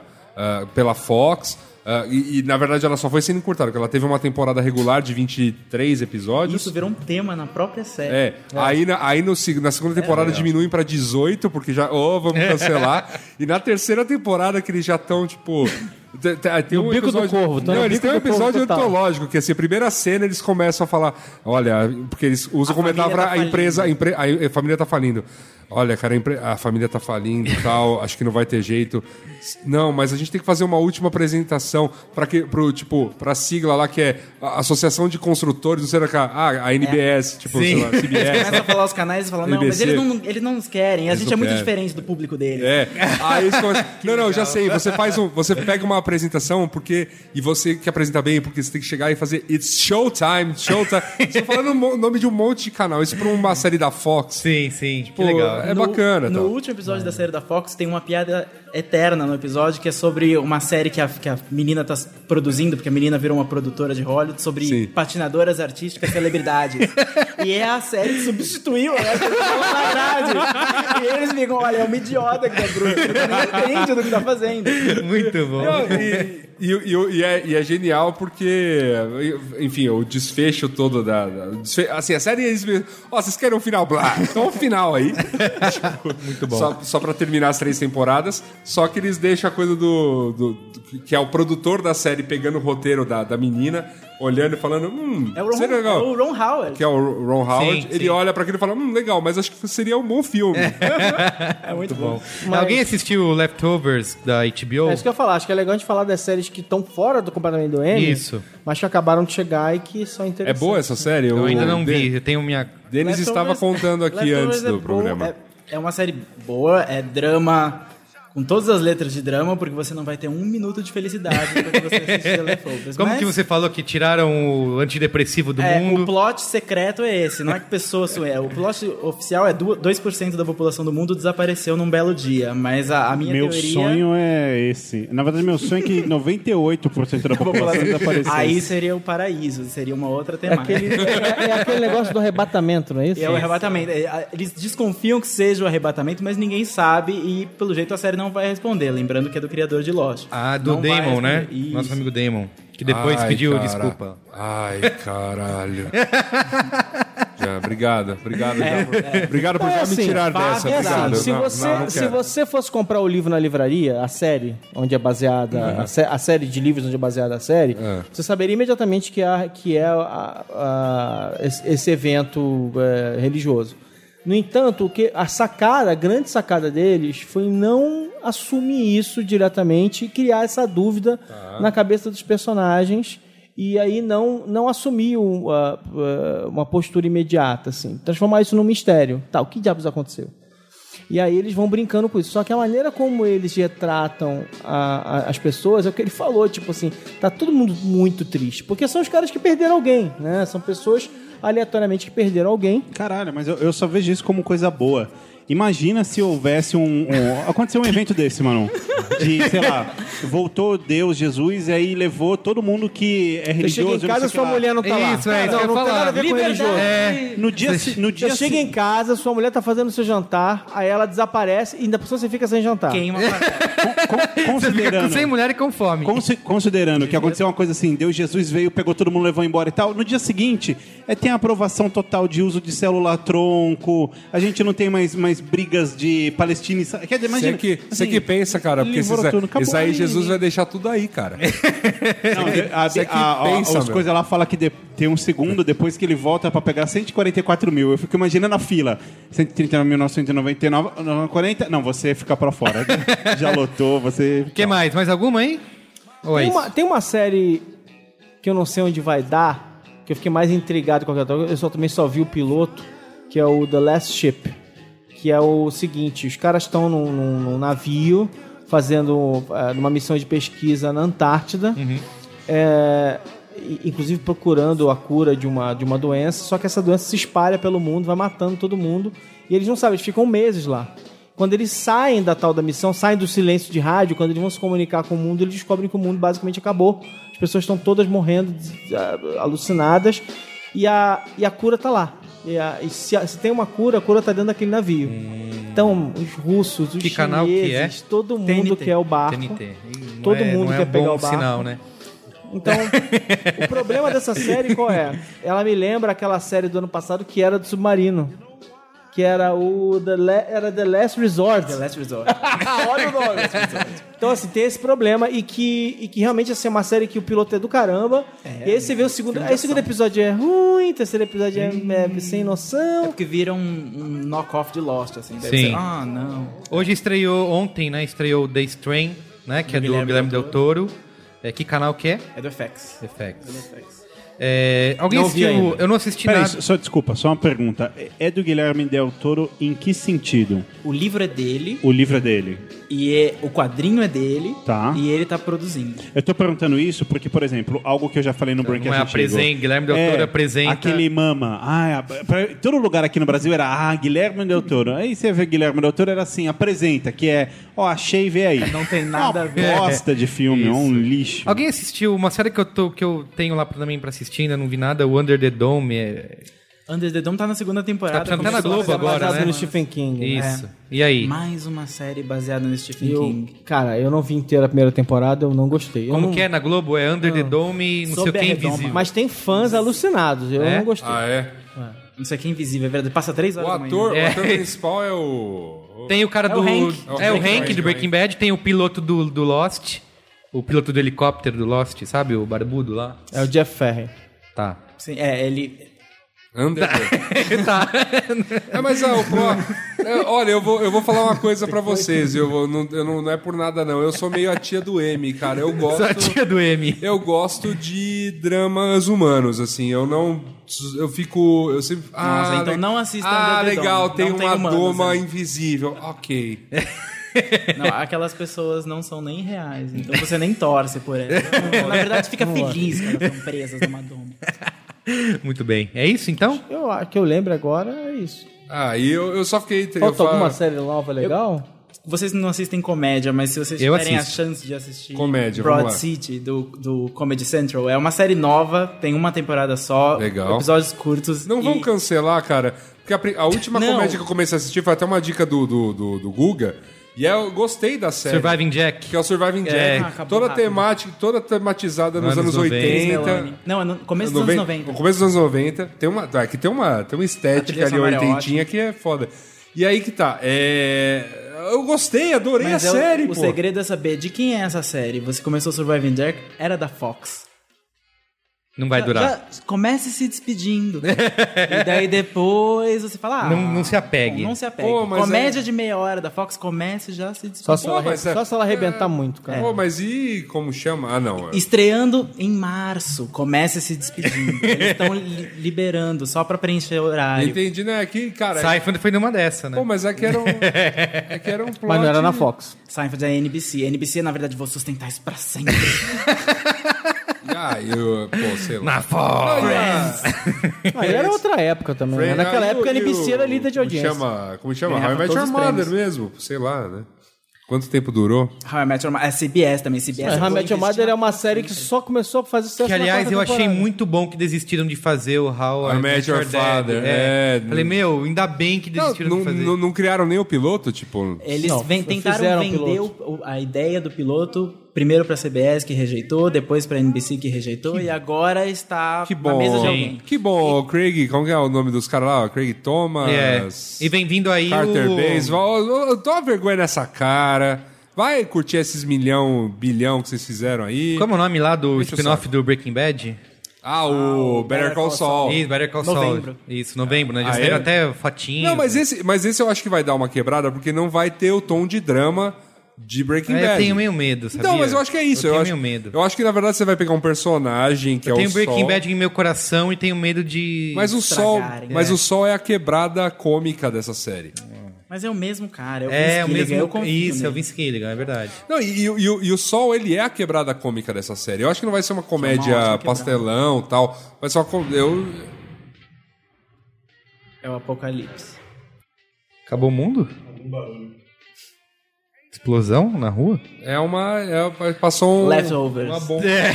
S3: pela Fox. ah, e, e, na verdade ela só foi sendo encurtada, porque ela teve uma temporada regular de 23 episódios.
S5: Isso virou um tema na própria série.
S3: É, aí, na, aí no seg- na
S4: É
S3: segunda temporada diminuem pra 18, porque já, ô, vamos cancelar. e na terceira temporada que eles já estão, tipo. te- te- Tem
S4: No
S3: um
S4: bico do
S3: episódio,
S4: corvo, tá?
S3: Não,
S4: No
S3: eles
S4: bico
S3: têm um
S4: do corvo
S3: episódio
S4: total.
S3: antológico, que assim, a primeira cena eles começam a falar, olha, porque eles usam
S5: A
S3: como
S5: família
S3: metáfora
S5: tá
S3: a empresa, a, empre- a- a família tá falindo. Olha, cara, a, empre- a família tá
S5: [laughs]
S3: falindo e tal, acho que não vai ter jeito. Não, mas a gente tem que fazer uma última apresentação para que pro tipo, pra sigla lá que é a Associação de Construtores, não sei lá, que a- ah, a
S5: É.
S3: NBS, tipo, sei lá, CBS.
S5: começa a falar os canais e fala, não, mas
S3: NBC.
S5: eles não, eles não nos querem, a
S3: Eles
S5: gente
S3: não
S5: é muito
S3: querem.
S5: diferente do público deles.
S3: É. Aí eles começam, não, não, já sei. Você faz um, você pega uma apresentação porque e você que apresenta bem porque você tem que chegar e fazer it's showtime, showtime. Você tá falando o mo- nome de um monte de canal. Isso pra uma série da Fox.
S1: Sim, sim.
S3: Pô,
S1: que legal. [laughs]
S3: é bacana.
S5: No
S3: tal.
S5: último episódio da série da Fox tem uma piada eterna no episódio que é sobre uma série que a, que a menina tá produzindo, porque a menina virou uma produtora de Hollywood, sobre
S3: Sim.
S5: patinadoras artísticas celebridades. e é a série que substituiu a verdade. E eles ficam, olha, é um idiota que tá bruto, porque não entende do que tá fazendo.
S1: Muito bom.
S3: Não, e, e- e- e é, e é genial porque, enfim, o desfecho todo da. da- o desfe- assim, a série. eles mesmo, Ó, vocês querem um final? Blá, então um final aí. Muito bom. Só, só pra terminar as três temporadas. Só que eles deixam a coisa do. do- do- que é o produtor da série pegando o roteiro da, da menina. olhando e falando, hum,
S5: É o Ron,
S3: seria legal.
S5: o Ron Howard.
S3: Que é o Ron Howard,
S1: Sim,
S3: ele
S1: sim.
S3: olha pra aquilo e fala, hum, legal, mas acho que seria um bom filme.
S5: É muito bom.
S4: Mas-
S1: Alguém assistiu Leftovers da HBO?
S4: É isso que eu ia falar. Acho que é legal a gente falar das séries que estão fora do completamente do M.
S1: Isso.
S4: Mas que acabaram de chegar e que são
S3: É
S4: interessantes.
S3: boa essa série?
S1: Eu
S3: O
S1: ainda não
S3: De-
S1: vi, eu tenho minha.
S3: Denis estava contando aqui antes
S5: Leftovers é
S3: do
S5: bom,
S3: programa.
S5: É, é uma série boa, é drama, com todas as letras de drama, porque você não vai ter um minuto de felicidade porque você assistir Leftovers.
S1: Como
S5: Mas,
S1: que você falou que tiraram o antidepressivo do
S5: é,
S1: mundo?
S5: O plot secreto é esse, não é que pessoas... É, o plot oficial é du- 2% da população do mundo desapareceu num belo dia, mas a, a minha
S2: Meu
S5: teoria...
S2: sonho é esse. Na verdade, meu sonho é
S4: [laughs]
S2: que 98% da população desaparecesse.
S5: é Aí seria o paraíso, seria uma
S4: É
S5: outra temática.
S4: aquele, é- é aquele negócio do arrebatamento, não é isso?
S5: E é o arrebatamento. É, a- Eles desconfiam que seja o arrebatamento, mas ninguém sabe e, pelo jeito, a série não vai responder. Lembrando que é do criador de Lost.
S1: Ah, do
S5: Não vai
S1: Damon, né?
S5: responder. Isso.
S1: Nosso amigo Damon. Que depois
S3: Ai,
S1: pediu
S3: cara.
S1: desculpa.
S3: Ai,
S1: [laughs]
S3: caralho. já, obrigado, obrigado. já por- Obrigado por
S4: Então,
S3: já
S4: é
S3: me
S4: assim,
S3: tirar dessa.
S4: É
S3: Obrigado.
S4: assim, se,
S3: Não,
S4: você,
S3: não, não
S4: se
S3: quero.
S4: você fosse comprar o livro na livraria, a série, onde é baseada,
S3: Uhum.
S4: a, sé- a série de livros onde é baseada a série, você saberia imediatamente que, há- que é a- a- esse, esse evento é, religioso. No entanto, o que a sacada, a grande sacada deles foi não assumir isso diretamente e criar essa dúvida
S3: Tá.
S4: na cabeça dos personagens e aí não não assumir um, ah, ah, uma postura imediata, assim, transformar isso num mistério. Tá, o que diabos aconteceu? E aí eles vão brincando com isso. Só que a maneira como eles retratam a- a- as pessoas é o que ele falou, tipo assim, tá todo mundo muito triste, porque são os caras que perderam alguém, né? São pessoas aleatoriamente que perderam alguém.
S2: Caralho, mas eu, eu só vejo isso como coisa boa. Imagina se houvesse um. um- aconteceu um evento desse, mano. De, sei lá, voltou Deus, Jesus, e aí levou todo mundo que é
S4: Eu
S2: religioso.
S4: cheguei em
S2: não sei
S4: casa,
S2: o que
S4: sua
S2: lá.
S4: mulher não tá lá.
S1: isso, é, isso
S4: não,
S1: que eu
S4: não
S1: ia
S4: tem nada a
S1: falar.
S4: ver com religioso.
S1: É,
S2: No dia, se- no dia
S4: Eu chego em casa, sua mulher tá fazendo seu jantar, aí ela desaparece e ainda por cima você fica sem jantar.
S5: Queima a parada.
S2: se-
S4: [laughs]
S2: con-
S1: você fica com
S2: considerando.
S1: sem mulher e com fome.
S2: Consi- considerando que aconteceu uma coisa assim, Deus Jesus veio, pegou todo mundo, levou embora e tal. No dia seguinte, é, tem a aprovação total de uso de célula tronco, a gente não tem mais, mais brigas de Palestina e. Isra- Quer dizer,
S3: Você
S2: imagina.
S3: que, você
S2: assim,
S3: que pensa, cara, porque
S2: livrou
S3: esses-
S2: tudo, acabou
S3: isso aí
S2: aí.
S3: Jesus vai deixar tudo aí, cara.
S2: Não,
S3: [laughs]
S2: a,
S3: Você que
S2: a, a,
S3: pensa,
S2: as
S3: meu.
S2: coisas lá fala que de- tem um segundo depois que ele volta pra pegar 144 mil. Eu fico imaginando a fila. 139.999, 40. Não, você fica pra fora. [laughs] Já lotou, você.
S1: que mais? Mais alguma aí? Ou é
S4: Tem
S1: isso?
S4: uma, tem uma série que eu não sei onde vai dar, que eu fiquei mais intrigado com aquela droga, eu só também só vi o piloto, que é o The Last Ship. Que é o seguinte, os caras estão num, num- num navio fazendo eh, uma missão de pesquisa na Antártida. É, i- inclusive procurando a cura de uma, de uma doença, só que essa doença se espalha pelo mundo, vai matando todo mundo, e eles não sabem, eles ficam meses lá. Quando eles saem da tal da missão, saem do silêncio de rádio, quando eles vão se comunicar com o mundo, eles descobrem que o mundo basicamente acabou. As pessoas estão todas morrendo, des- ah, alucinadas, e a, e a cura tá lá. E, a- e se, a- se tem uma cura, a cura tá dentro daquele navio. Então, os russos, os
S1: Hum. Que
S4: chineses,
S1: canal que é?
S4: todo mundo
S5: TNT.
S4: quer o barco.
S1: TNT. Não
S4: Todo
S1: é-
S4: mundo
S1: não é
S4: quer
S1: bom
S4: pegar o barco.
S1: sinal, né?
S4: Então, o problema dessa série qual é? Ela me lembra aquela série do ano passado que era do submarino. Que era o The, La- era The Last Resort.
S5: The Last
S4: [laughs]
S5: Resort. [laughs]
S4: Olha o nome. então, assim, tem esse problema e que, e que realmente assim, é uma série que o piloto é do caramba. e aí você vê o segundo. Aí o segundo episódio é ruim, o terceiro episódio é, é sem
S5: É
S4: noção.
S5: porque vira um, um knock-off de Lost, assim. Deve
S1: Sim.
S5: ser, ah, não.
S1: Hoje estreou ontem, né? Estreou o Days Train, né? Que é do
S5: Guilherme
S1: Guilherme
S5: Del
S1: Del Toro. É, que canal que é?
S5: É do FX.
S1: FX. É, alguém
S4: Não vi
S1: assistiu?
S4: ainda.
S1: Eu não assisti
S2: Peraí,
S1: nada.
S2: só desculpa, só uma pergunta. É do Guilherme Del Toro em que sentido?
S5: O livro é dele,
S2: O livro é dele.
S5: e é- o quadrinho é dele,
S2: Tá.
S5: e ele tá produzindo.
S2: Eu tô perguntando isso porque, por exemplo, algo que eu já falei no Braincast
S1: não é
S2: antigo.
S1: apresen- Guilherme Del Toro apresenta-
S2: Aquele mama. Ah, é- pra- todo lugar aqui no Brasil era ah, Guilherme Del Toro. Aí você vê Guilherme Del Toro era assim, apresenta, que é, ó, achei, vê aí. É
S5: Não tem nada a ver.
S2: Uma bosta de filme, é um lixo.
S1: Alguém assistiu uma série que eu, tô, que eu tenho lá pra- também pra assistir, ainda não vi nada, o Under the Dome. é-
S5: Under the Dome tá na segunda temporada.
S1: Tá- tá na
S5: começou
S1: Globo
S5: semana
S1: agora,
S5: passada
S1: né?
S4: no
S5: no Stephen-
S4: Stephen King.
S1: Isso. E aí?
S5: Mais uma série baseada no Stephen
S4: Eu,
S5: King.
S4: cara, eu não vi inteira a primeira temporada, eu não gostei. Eu
S1: Como
S4: não-
S1: que é na Globo? É Under the Dome, não sei
S5: Sob
S1: o que, é
S5: a redoma.
S1: invisível.
S4: Mas tem fãs alucinados, eu
S1: É?
S4: não gostei.
S3: Ah, é?
S5: Não sei quem é invisível, é verdade. Passa três
S3: O
S5: horas da manhã.
S3: ator,
S1: É.
S3: o ator principal é o...
S1: Tem o cara
S5: É
S1: do.
S5: o Hank.
S1: É o
S3: É o
S1: Hank
S3: Hank,
S1: do
S3: o
S1: Breaking
S3: Hank.
S1: Bad, tem o piloto do, do Lost. O piloto do helicóptero do Lost, sabe? O barbudo lá.
S4: É o Jeff Ferry.
S1: Tá.
S5: Sim, é, ele.
S3: Underwood.
S1: tá. [laughs]
S3: É, mas ah, o pro- é, olha, eu vou, eu vou falar uma coisa pra vocês. Eu, vou- não, eu não, não é por nada, não. Eu sou meio a tia do M, cara. Eu
S1: Só a
S3: gosto.
S1: tia do M.
S3: Eu gosto de dramas humanos, assim. Eu não. Eu fico. Eu sempre.
S5: Nossa,
S3: ah,
S5: então
S3: le-
S5: não assistam
S3: Ah,
S5: The Dome.
S3: legal,
S5: Não
S3: tem
S5: tem
S3: uma
S5: humanos,
S3: doma
S5: né?
S3: invisível. Ok.
S5: Não, aquelas pessoas não são nem reais, então você nem torce
S4: [laughs]
S5: por elas. Não, Na verdade, fica feliz quando elas são presas numa doma.
S1: Muito bem. É isso então?
S4: Eu acho que eu lembro agora, é isso.
S3: Ah, e eu, eu só fiquei. eu
S4: Falta
S3: falo-
S4: alguma série nova legal?
S5: Vocês não assistem comédia, mas se vocês
S1: Eu
S5: tiverem
S1: assisto.
S5: a chance de assistir
S3: Comédia,
S5: Broad
S3: vamos lá.
S5: City do, do Comedy Central, é uma série nova, tem uma temporada só,
S3: Legal.
S5: episódios curtos.
S3: Não
S5: e-
S3: vão cancelar, cara. Porque a, pri- a última
S5: Não.
S3: comédia que eu comecei a assistir foi até uma dica do, do, do, do Guga. E é, eu gostei da série.
S1: Surviving Jack.
S3: Que é o Surviving Jack.
S1: É.
S5: Ah, acabou
S3: toda,
S5: rápido.
S3: temática, toda tematizada nos
S1: Anos
S3: anos
S1: 90.
S3: 80.
S5: Não, é no começo dos anos
S3: Noven-
S5: 90.
S3: No começo dos anos 90. Tem uma, tá, que tem uma, tem uma
S5: A
S3: estética
S5: trilha
S3: ali,
S5: sonora é
S3: oitentinha, que é foda. E aí que tá. é, Eu gostei, adorei
S5: Mas
S3: a
S5: é o-
S3: série,
S5: o,
S3: pô.
S5: segredo é saber de quem é essa série. Você começou Surviving Jack, era da Fox.
S1: Não vai durar.
S5: Já comece se despedindo. e daí depois você fala. Ah,
S1: Não- não se apegue.
S5: Não se apegue.
S3: Pô, mas
S5: Comédia
S3: é-
S5: de meia hora da Fox, comece já se despedindo.
S4: Só se,
S3: Pô,
S4: ela,
S3: mas é-
S4: só se ela arrebentar muito, cara.
S3: Pô, mas e como chama? Ah, não. é-
S5: Estreando em março, comece se despedindo.
S1: [laughs]
S5: Eles estão li- liberando só pra preencher horário.
S3: Entendi, né? Que, cara. é-
S1: Seinfeld foi numa dessa, né?
S3: Pô, mas é que era um. É que era um plot.
S4: Mas não era na
S3: [laughs]
S4: Fox.
S5: Seinfeld é NBC. NBC, na verdade, vou sustentar isso pra sempre.
S3: Ah, eu. Pô, sei lá.
S1: Na Fox.
S4: Ah, era outra época também. né? Naquela
S3: Aí,
S4: época a
S3: e o-
S4: NBC era líder de
S3: como
S4: audiência.
S3: Chama, como chama?
S5: Ganhava
S3: How I Met Your
S5: todos os
S3: Mother
S5: prêmios.
S3: mesmo, sei lá, né? Quanto tempo durou?
S5: How I Met Your Mother. É CBS também. CBS.
S4: How I
S5: vou
S4: Met Your Mother
S5: investir
S4: é uma série que só começou a fazer sucesso
S1: Que,
S4: na
S1: aliás,
S4: quarta
S1: eu achei
S4: temporada.
S1: muito bom que desistiram de fazer o How
S3: I Met Your
S1: Dad.
S3: Father,
S1: É.
S3: é.
S1: Falei, meu, ainda bem que
S3: Não,
S1: desistiram
S3: não,
S1: de fazer.
S3: não- não criaram nem o piloto, tipo.
S5: Eles
S4: Não,
S5: ven- tentaram
S4: fizeram o
S5: vender o- o- a ideia do piloto primeiro pra CBS que rejeitou, depois pra NBC que rejeitou e agora está
S3: Que
S5: na
S3: bom.
S5: mesa de alguém.
S3: Que bom, o Craig. Como que é o nome dos caras lá? O Craig Thomas.
S1: É. E vem vindo aí
S3: Carter
S1: o...
S3: Baseball. Ô, ô, Toma vergonha nessa cara. Vai curtir esses milhão, bilhão que vocês fizeram aí.
S1: Como é o nome lá do
S3: Deixa eu
S1: spin-off do Breaking Bad?
S3: Ah, o Better Call Saul.
S1: Isso, Better Call Saul.
S5: Novembro.
S1: Isso, novembro, né? Já
S3: Ah,
S1: saíram
S3: é?
S1: até fotinho.
S3: Não, mas esse, mas esse eu acho que vai dar uma quebrada, porque não vai ter o tom de drama de Breaking
S1: É,
S3: Bad.
S1: eu tenho meio medo, sabia?
S3: Não, mas eu acho que é isso.
S1: Eu,
S3: Eu,
S1: tenho
S3: acho,
S1: meio medo.
S3: eu acho que, na verdade, você vai pegar um personagem que
S1: Eu
S3: é
S1: tenho
S3: o
S1: Breaking
S3: Sol.
S1: Bad em meu coração e tenho medo de.
S3: Mas o Sol,
S5: Estragarem,
S3: mas
S5: é.
S3: o Sol é a quebrada cômica dessa série.
S5: Mas é o mesmo cara, é o
S1: É,
S5: Vince
S1: o
S5: Gilligan,
S1: mesmo.
S5: eu confio
S1: Isso, é o
S5: nele.
S1: Vince Gilligan, é verdade.
S3: Não, e, e o- e o- e o Sol, ele é a quebrada cômica dessa série. Eu acho que não vai ser uma comédia
S5: ótima quebrada.
S3: pastelão e tal. Vai ser uma. co- Eu...
S5: É o Apocalipse.
S1: Acabou o mundo? Explosão na rua?
S3: É uma. é- passou um.
S5: Leftovers.
S3: Uma bomba.
S4: É.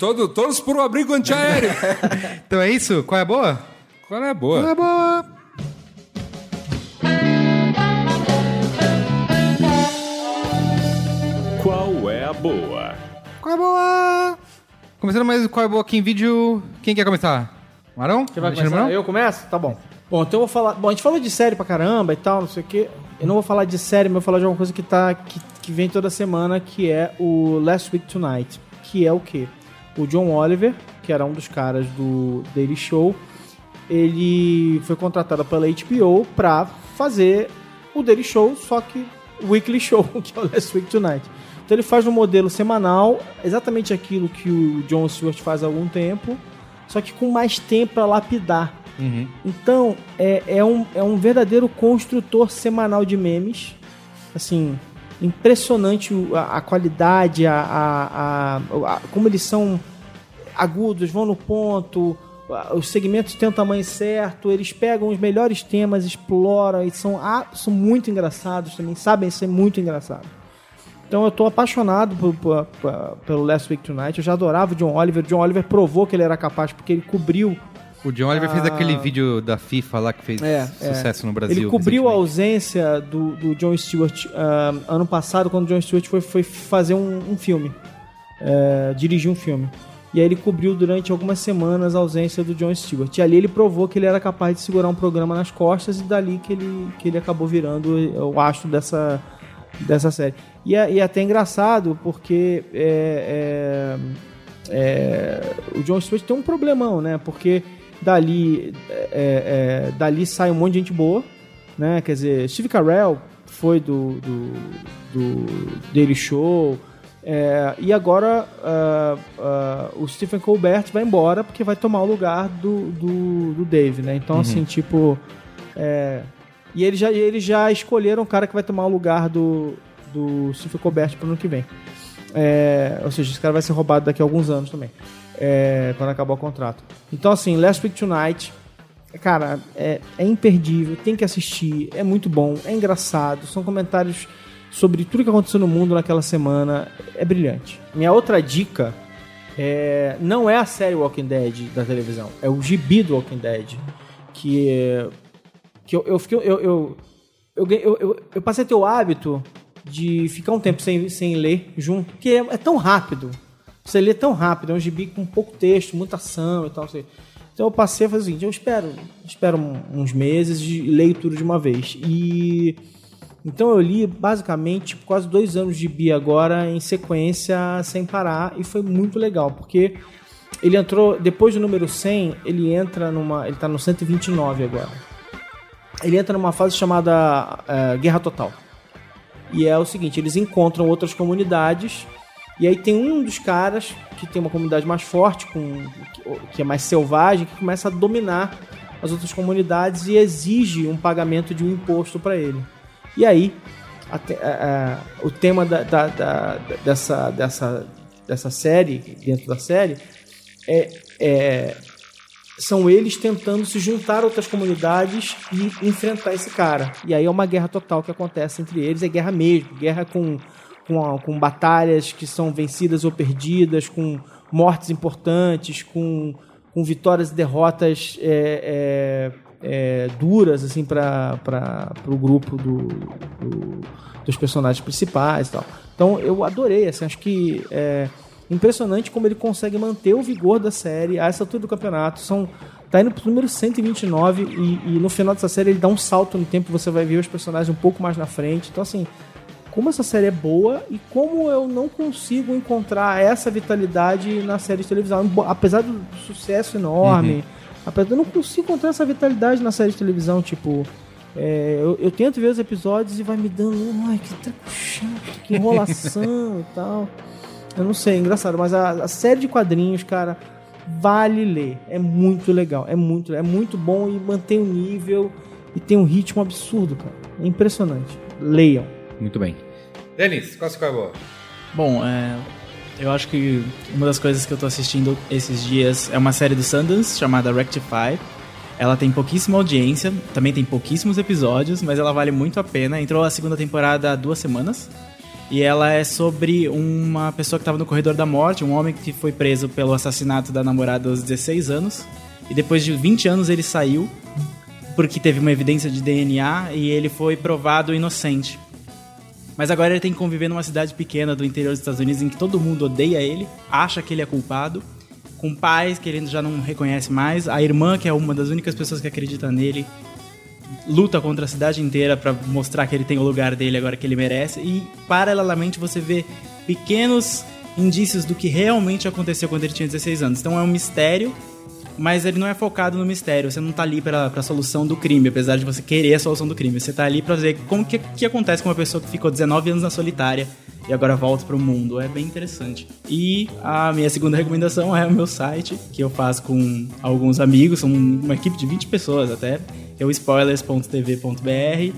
S3: Todo, todos por um abrigo antiaéreo.
S1: [laughs] Então é isso? Qual é a boa?
S3: Qual é a boa?
S1: boa!
S7: Qual é a boa?
S1: Qual é a boa? Começando mais o Qual é a boa aqui em vídeo. Quem quer começar? Marão?
S4: Você vai começar? Eu começo? Tá bom. Bom, então eu vou falar. Bom, a gente falou de série pra caramba e tal, não sei o quê. Eu não vou falar de série, mas eu vou falar de alguma coisa que, tá, que, que vem toda semana, que é o Last Week Tonight. Que é o quê? O John Oliver, que era um dos caras do Daily Show, ele foi contratado pela HBO pra fazer o Daily Show, só que o Weekly Show, [laughs] que é o Last Week Tonight. Então ele faz um modelo semanal, exatamente aquilo que o Jon Stewart faz há algum tempo, só que com mais tempo pra lapidar. Então, é, é, um, é um verdadeiro construtor semanal de memes. Assim, impressionante o- a, a qualidade, a, a- a- a- como eles são agudos, vão no ponto, a- os segmentos têm o tamanho certo, eles pegam os melhores temas, exploram e são, a- são muito engraçados também, sabem ser muito engraçados. Então eu tô apaixonado por- por- por- pelo Last Week Tonight, eu já adorava o John Oliver, o John Oliver provou que ele era capaz porque ele cobriu
S1: O John Oliver fez aquele vídeo da FIFA lá que fez
S4: Ah. É, é.
S1: sucesso no Brasil.
S4: Ele cobriu a
S1: recentemente.
S4: ausência do, do John Stewart ah, ano passado, quando o John Stewart foi, foi fazer um, um filme, eh, dirigir um filme. E aí ele cobriu durante algumas semanas a ausência do John Stewart. E ali ele provou que ele era capaz de segurar um programa nas costas e dali que ele, que ele acabou virando o astro é, dessa, dessa série. E é, e é até engraçado, porque é, é, é, o John Stewart tem um problemão, né? Porque dali, é, é, dali sai um monte de gente boa, né? Quer dizer, Steve Carell foi do, do, do Daily Show, é, e agora ah, ah, o Stephen Colbert vai embora porque vai tomar o lugar do, do, do Dave, né? Então, assim, tipo... é, e eles já, e eles já escolheram o cara que vai tomar o lugar do, do Stephen Colbert pro ano que vem. É, ou seja, esse cara vai ser roubado daqui a alguns anos também. é, quando acabar o contrato. Então, assim, Last Week Tonight, cara, é, é imperdível, tem que assistir, é muito bom, é engraçado, são comentários sobre tudo que aconteceu no mundo naquela semana, é brilhante. Minha outra dica é, não é a série Walking Dead da televisão, é o gibi do Walking Dead, que é, que eu, eu fiquei. Eu, eu, eu, ganhei- eu- eu- eu passei a ter o hábito de ficar um tempo sem, sem ler junto, porque é, é tão rápido. Você lê tão rápido, é um gibi com pouco texto, muita ação e tal. não sei. Então eu passei a fazer o seguinte: eu espero, espero um- uns meses e leio tudo de uma vez. E. Então eu li basicamente tipo, quase dois anos de Bi agora em sequência, sem parar, e foi muito legal, porque ele entrou, depois do número 100, ele entra numa. Ele tá no 129 agora ele entra numa fase chamada eh, Guerra Total. E é o seguinte, eles encontram outras comunidades, e aí tem um dos caras que tem uma comunidade mais forte, com, que é mais selvagem, que começa a dominar as outras comunidades e exige um pagamento de um imposto para ele. E aí, a te- a- a- o tema da- da- da- dessa, dessa, dessa série, dentro da série, é- é são eles tentando se juntar a outras comunidades e enfrentar esse cara. E aí é uma guerra total que acontece entre eles, é guerra mesmo, guerra com, com, a- com batalhas que são vencidas ou perdidas, com mortes importantes, com, com vitórias e derrotas é, é, é, duras assim para o grupo do, do- dos personagens principais e tal. Então eu adorei, assim, acho que é, Impressionante como ele consegue manter o vigor da série a essa altura do campeonato. São, tá indo pro número 129 e, e no final dessa série ele dá um salto no tempo, você vai ver os personagens um pouco mais na frente. Então, assim, como essa série é boa e como eu não consigo encontrar essa vitalidade na série de televisão, embo- apesar do sucesso enorme, apesar, eu não consigo encontrar essa vitalidade na série de televisão, tipo. é, eu, eu tento ver os episódios e vai me dando, ai, que treco chato, que enrolação [laughs] e tal. Eu não sei, é engraçado, mas a, a série de quadrinhos, cara, vale ler. É muito legal, é muito, é muito bom e mantém o nível e tem um ritmo absurdo, cara. É impressionante. Leiam.
S1: Muito bem. Denis, qual ficou a boa?
S5: Bom, é, eu acho que uma das coisas que eu tô assistindo esses dias é uma série do Sundance chamada Rectify. Ela tem pouquíssima audiência, também tem pouquíssimos episódios, mas ela vale muito a pena. Entrou a segunda temporada há duas semanas. E ela é sobre uma pessoa que estava no corredor da morte, um homem que foi preso pelo assassinato da namorada aos 16 anos. E depois de 20 anos ele saiu, porque teve uma evidência de DNA e ele foi provado inocente. Mas agora ele tem que conviver numa cidade pequena do interior dos Estados Unidos em que todo mundo odeia ele, acha que ele é culpado, com pais que ele já não reconhece mais, a irmã, que é uma das únicas pessoas que acredita nele, luta contra a cidade inteira pra mostrar que ele tem o lugar dele agora que ele merece, e paralelamente você vê pequenos indícios do que realmente aconteceu quando ele tinha 16 anos. Então é um mistério. Mas ele não é focado no mistério, você não tá ali pra, pra solução do crime, apesar de você querer a solução do crime. Você tá ali pra ver como que, que acontece com uma pessoa que ficou 19 anos na solitária e agora volta pro mundo. É bem interessante. E a minha segunda recomendação é o meu site, que eu faço com alguns amigos, são uma equipe de 20 pessoas até. É o spoilers.tv.br.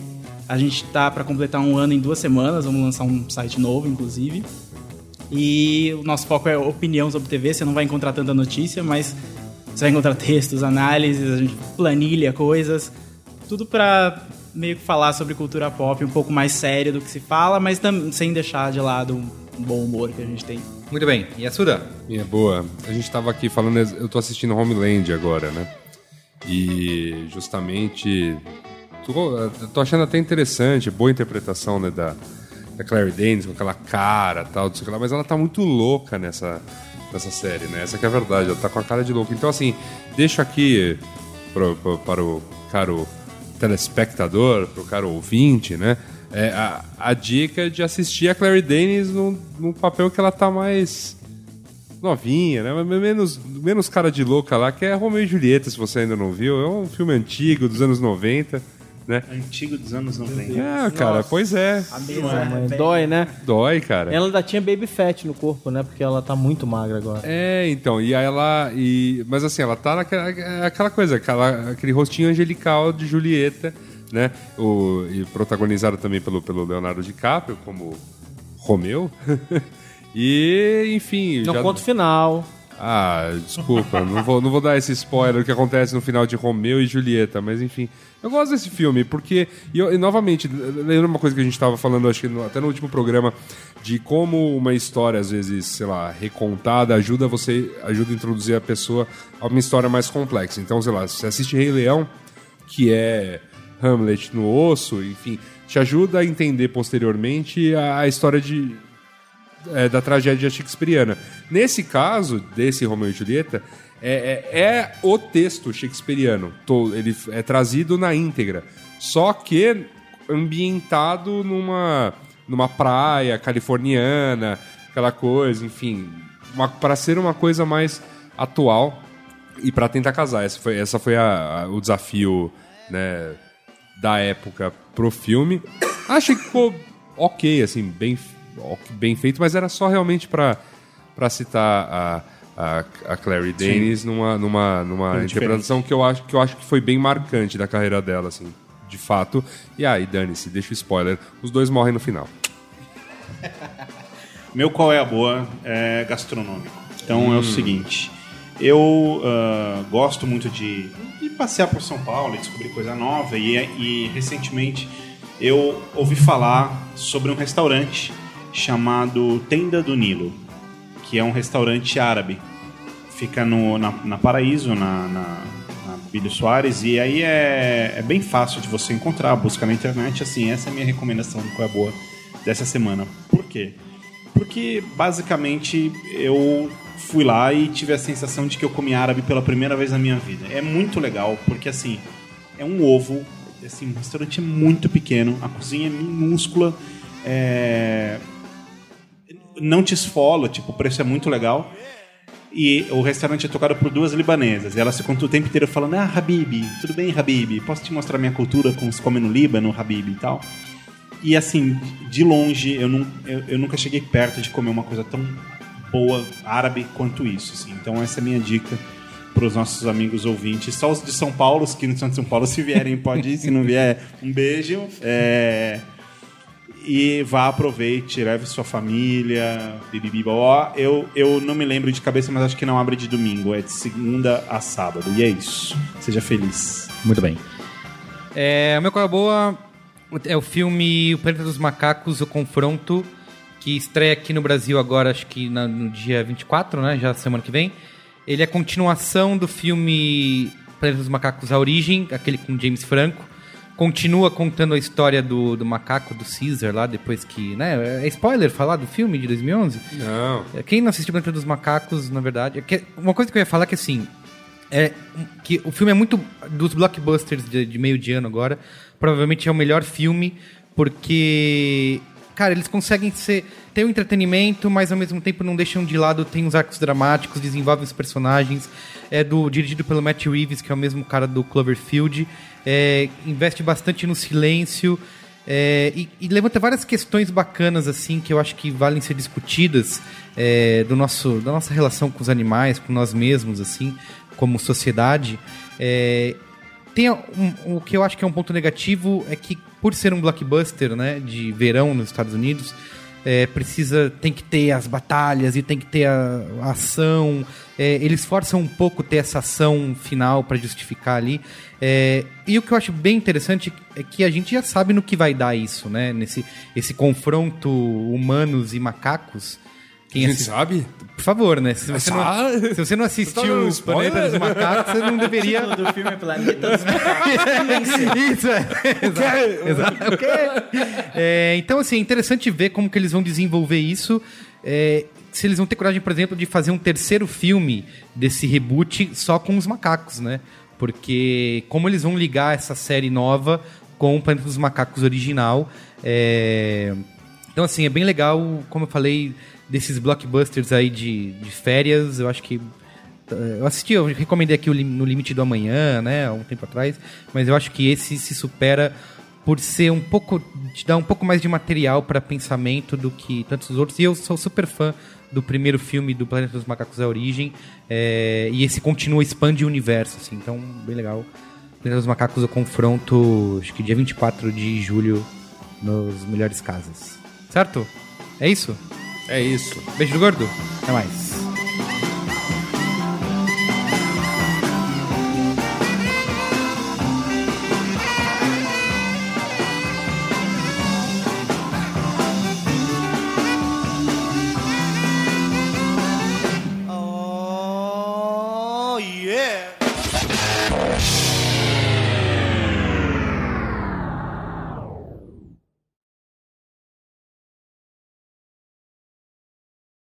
S5: A gente tá pra completar um ano em duas semanas, vamos lançar um site novo, inclusive. E o nosso foco é opinião sobre TV, você não vai encontrar tanta notícia, mas você vai encontrar textos, análises, a gente planilha coisas, tudo pra meio que falar sobre cultura pop um pouco mais séria do que se fala, mas tam- sem deixar de lado um bom humor que a gente tem.
S1: Muito bem. E a Suda?
S3: Minha É, boa. A gente tava aqui falando, eu tô assistindo Homeland agora, né? E justamente. Tô, tô achando até interessante, boa interpretação né, da, da Claire Danes, com aquela cara tal, não sei o que lá, mas ela tá muito louca nessa, nessa série, né? Essa que é a verdade, ela tá com a cara de louca. Então, assim, deixo aqui pro, pro- para o caro telespectador, pro caro ouvinte, né? é, a, a dica é de assistir a Clary Danes num, num papel que ela tá mais novinha, né? Mas Menos, menos cara de louca lá, que é Romeo e Julieta, se você ainda não viu. É um filme antigo, dos anos 90, né?
S2: Antigo dos anos 90.
S3: Ah, cara, pois é.
S4: Mas Dói, né?
S3: Dói, cara.
S4: Ela ainda tinha baby fat no corpo, né? Porque ela tá muito magra agora.
S3: É, então, e aí ela. E, mas assim, ela tá naquela é aquela coisa, aquela- aquele rostinho angelical de Julieta, né? O, e protagonizada também pelo, pelo Leonardo DiCaprio, como Romeu. [laughs] e, enfim.
S4: Não
S3: já-
S4: conta o final.
S3: Ah, desculpa, não vou, não vou dar esse spoiler que acontece no final de Romeu e Julieta, mas enfim. Eu gosto desse filme, porque. E, eu- e, novamente, lembra uma coisa que a gente estava falando, acho que no- até no último programa, de como uma história, às vezes, sei lá, recontada, ajuda você, ajuda a introduzir a pessoa a uma história mais complexa. Então, sei lá, se você assiste Rei Leão, que é Hamlet no osso, enfim, te ajuda a entender posteriormente a- a história de, é, da tragédia shakespeariana. Nesse caso, desse Romeu e Julieta, é, é- é o texto shakespeariano. To- Ele f- é trazido na íntegra. Só que ambientado numa, numa praia californiana, aquela coisa, enfim. Para ser uma coisa mais atual e para tentar casar. Esse foi, essa foi a- a- o desafio né, da época pro filme. Achei que ficou ok, assim, bem, ok- bem feito, mas era só realmente pra, pra citar a, a, a Clary Danes numa, numa, numa interpretação que eu, acho, que eu acho que foi bem marcante da carreira dela, assim, de fato. E aí, dane-se, deixa o spoiler. Os dois morrem no final.
S2: Meu qual é a boa é gastronômico. Então é o seguinte, eu ah, gosto muito de, de passear por São Paulo e descobrir coisa nova e, e recentemente eu ouvi falar sobre um restaurante chamado Tenda do Nilo, que é um restaurante árabe. Fica no, na, na Paraíso, na, na, na Bílio Soares, e aí é, é bem fácil de você encontrar, busca na internet, assim, essa é a minha recomendação do Qual é a Boa dessa semana. Por quê? Porque basicamente eu fui lá e tive a sensação de que eu comi árabe pela primeira vez na minha vida. É muito legal, porque assim, é um ovo, assim, o restaurante é muito pequeno, a cozinha é minúscula, é... não te esfola, tipo, o preço é muito legal. E o restaurante é tocado por duas libanesas. E elas ficam o tempo inteiro falando: Ah, Habib, tudo bem, Habib? Posso te mostrar minha cultura, como se come no Líbano, Habib e tal? E assim, de longe, eu, nun- eu- eu nunca cheguei perto de comer uma coisa tão boa árabe quanto isso. assim. Então essa é a minha dica para os nossos amigos ouvintes. Só os de São Paulo, os que não são de São Paulo, se vierem, pode ir. Se não vier, um beijo. É, E vá, aproveite, leve sua família, bibibi, ó. Eu, eu não me lembro de cabeça, mas acho que não abre de domingo. É de segunda a sábado. E é isso. Seja feliz.
S5: Muito bem.
S1: É, o meu qual é a boa é o filme O Planeta dos Macacos, O Confronto, que estreia aqui no Brasil agora, acho que na- no dia 24, né? Já semana que vem. Ele é a continuação do filme Planeta dos Macacos, A Origem, aquele com James Franco. Continua contando a história do, do macaco, do Caesar lá, depois que... Né, é spoiler falar do filme de 2011?
S3: Não.
S1: É, Quem não assistiu Planeta dos Macacos, na verdade. é que- uma coisa que eu ia falar é que assim. É, um, que o filme é muito. Dos blockbusters de, de meio de ano agora. Provavelmente é o melhor filme, porque. Cara, eles conseguem ser. Tem um entretenimento, mas ao mesmo tempo não deixam de lado. Tem os arcos dramáticos, desenvolvem os personagens. É do dirigido pelo Matt Reeves, que é o mesmo cara do Cloverfield. É, investe bastante no silêncio. É, e, e levanta várias questões bacanas assim que eu acho que valem ser discutidas é, do nosso da nossa relação com os animais, com nós mesmos assim, como sociedade. É, tem um- o que eu acho que é um ponto negativo é que por ser um blockbuster, né, de verão nos Estados Unidos, é, precisa tem que ter as batalhas e tem que ter a, a ação. É, eles forçam um pouco ter essa ação final para justificar ali. É, e o que eu acho bem interessante é que a gente já sabe no que vai dar isso, né? Nesse esse confronto humanos e macacos. Quem
S3: A gente
S1: assis-
S3: sabe?
S1: Por favor, né? Se você, não, [laughs]
S3: Sabe?
S1: se você não assistiu
S3: dando
S1: o Planeta
S3: spoiler?
S1: dos Macacos, você não deveria [laughs]
S3: [laughs]
S5: título do filme é Planeta dos Macacos.
S1: isso, é.
S3: [laughs]
S1: Exato. Exato. O quê? É, então, assim, é interessante ver como que eles vão desenvolver isso. É, se eles vão ter coragem, por exemplo, de fazer um terceiro filme desse reboot só com os macacos, né? Porque como eles vão ligar essa série nova com o Planeta dos Macacos original. É, Então, assim, é bem legal, como eu falei, desses blockbusters aí de, de férias. Eu acho que. eh, Eu assisti, eu recomendei aqui o Lim- No Limite do Amanhã, né, há um tempo atrás, mas eu acho que esse se supera por ser um pouco. te dar um pouco mais de material para pensamento do que tantos outros. E eu sou super fã do primeiro filme do Planeta dos Macacos A Origem, eh, e esse continua, expande o universo, assim, então, bem legal. Planeta dos Macacos, o confronto, acho que dia 24 de julho, nos Melhores Casas. Certo? É isso?
S3: É isso.
S1: Beijo do gordo. Até mais.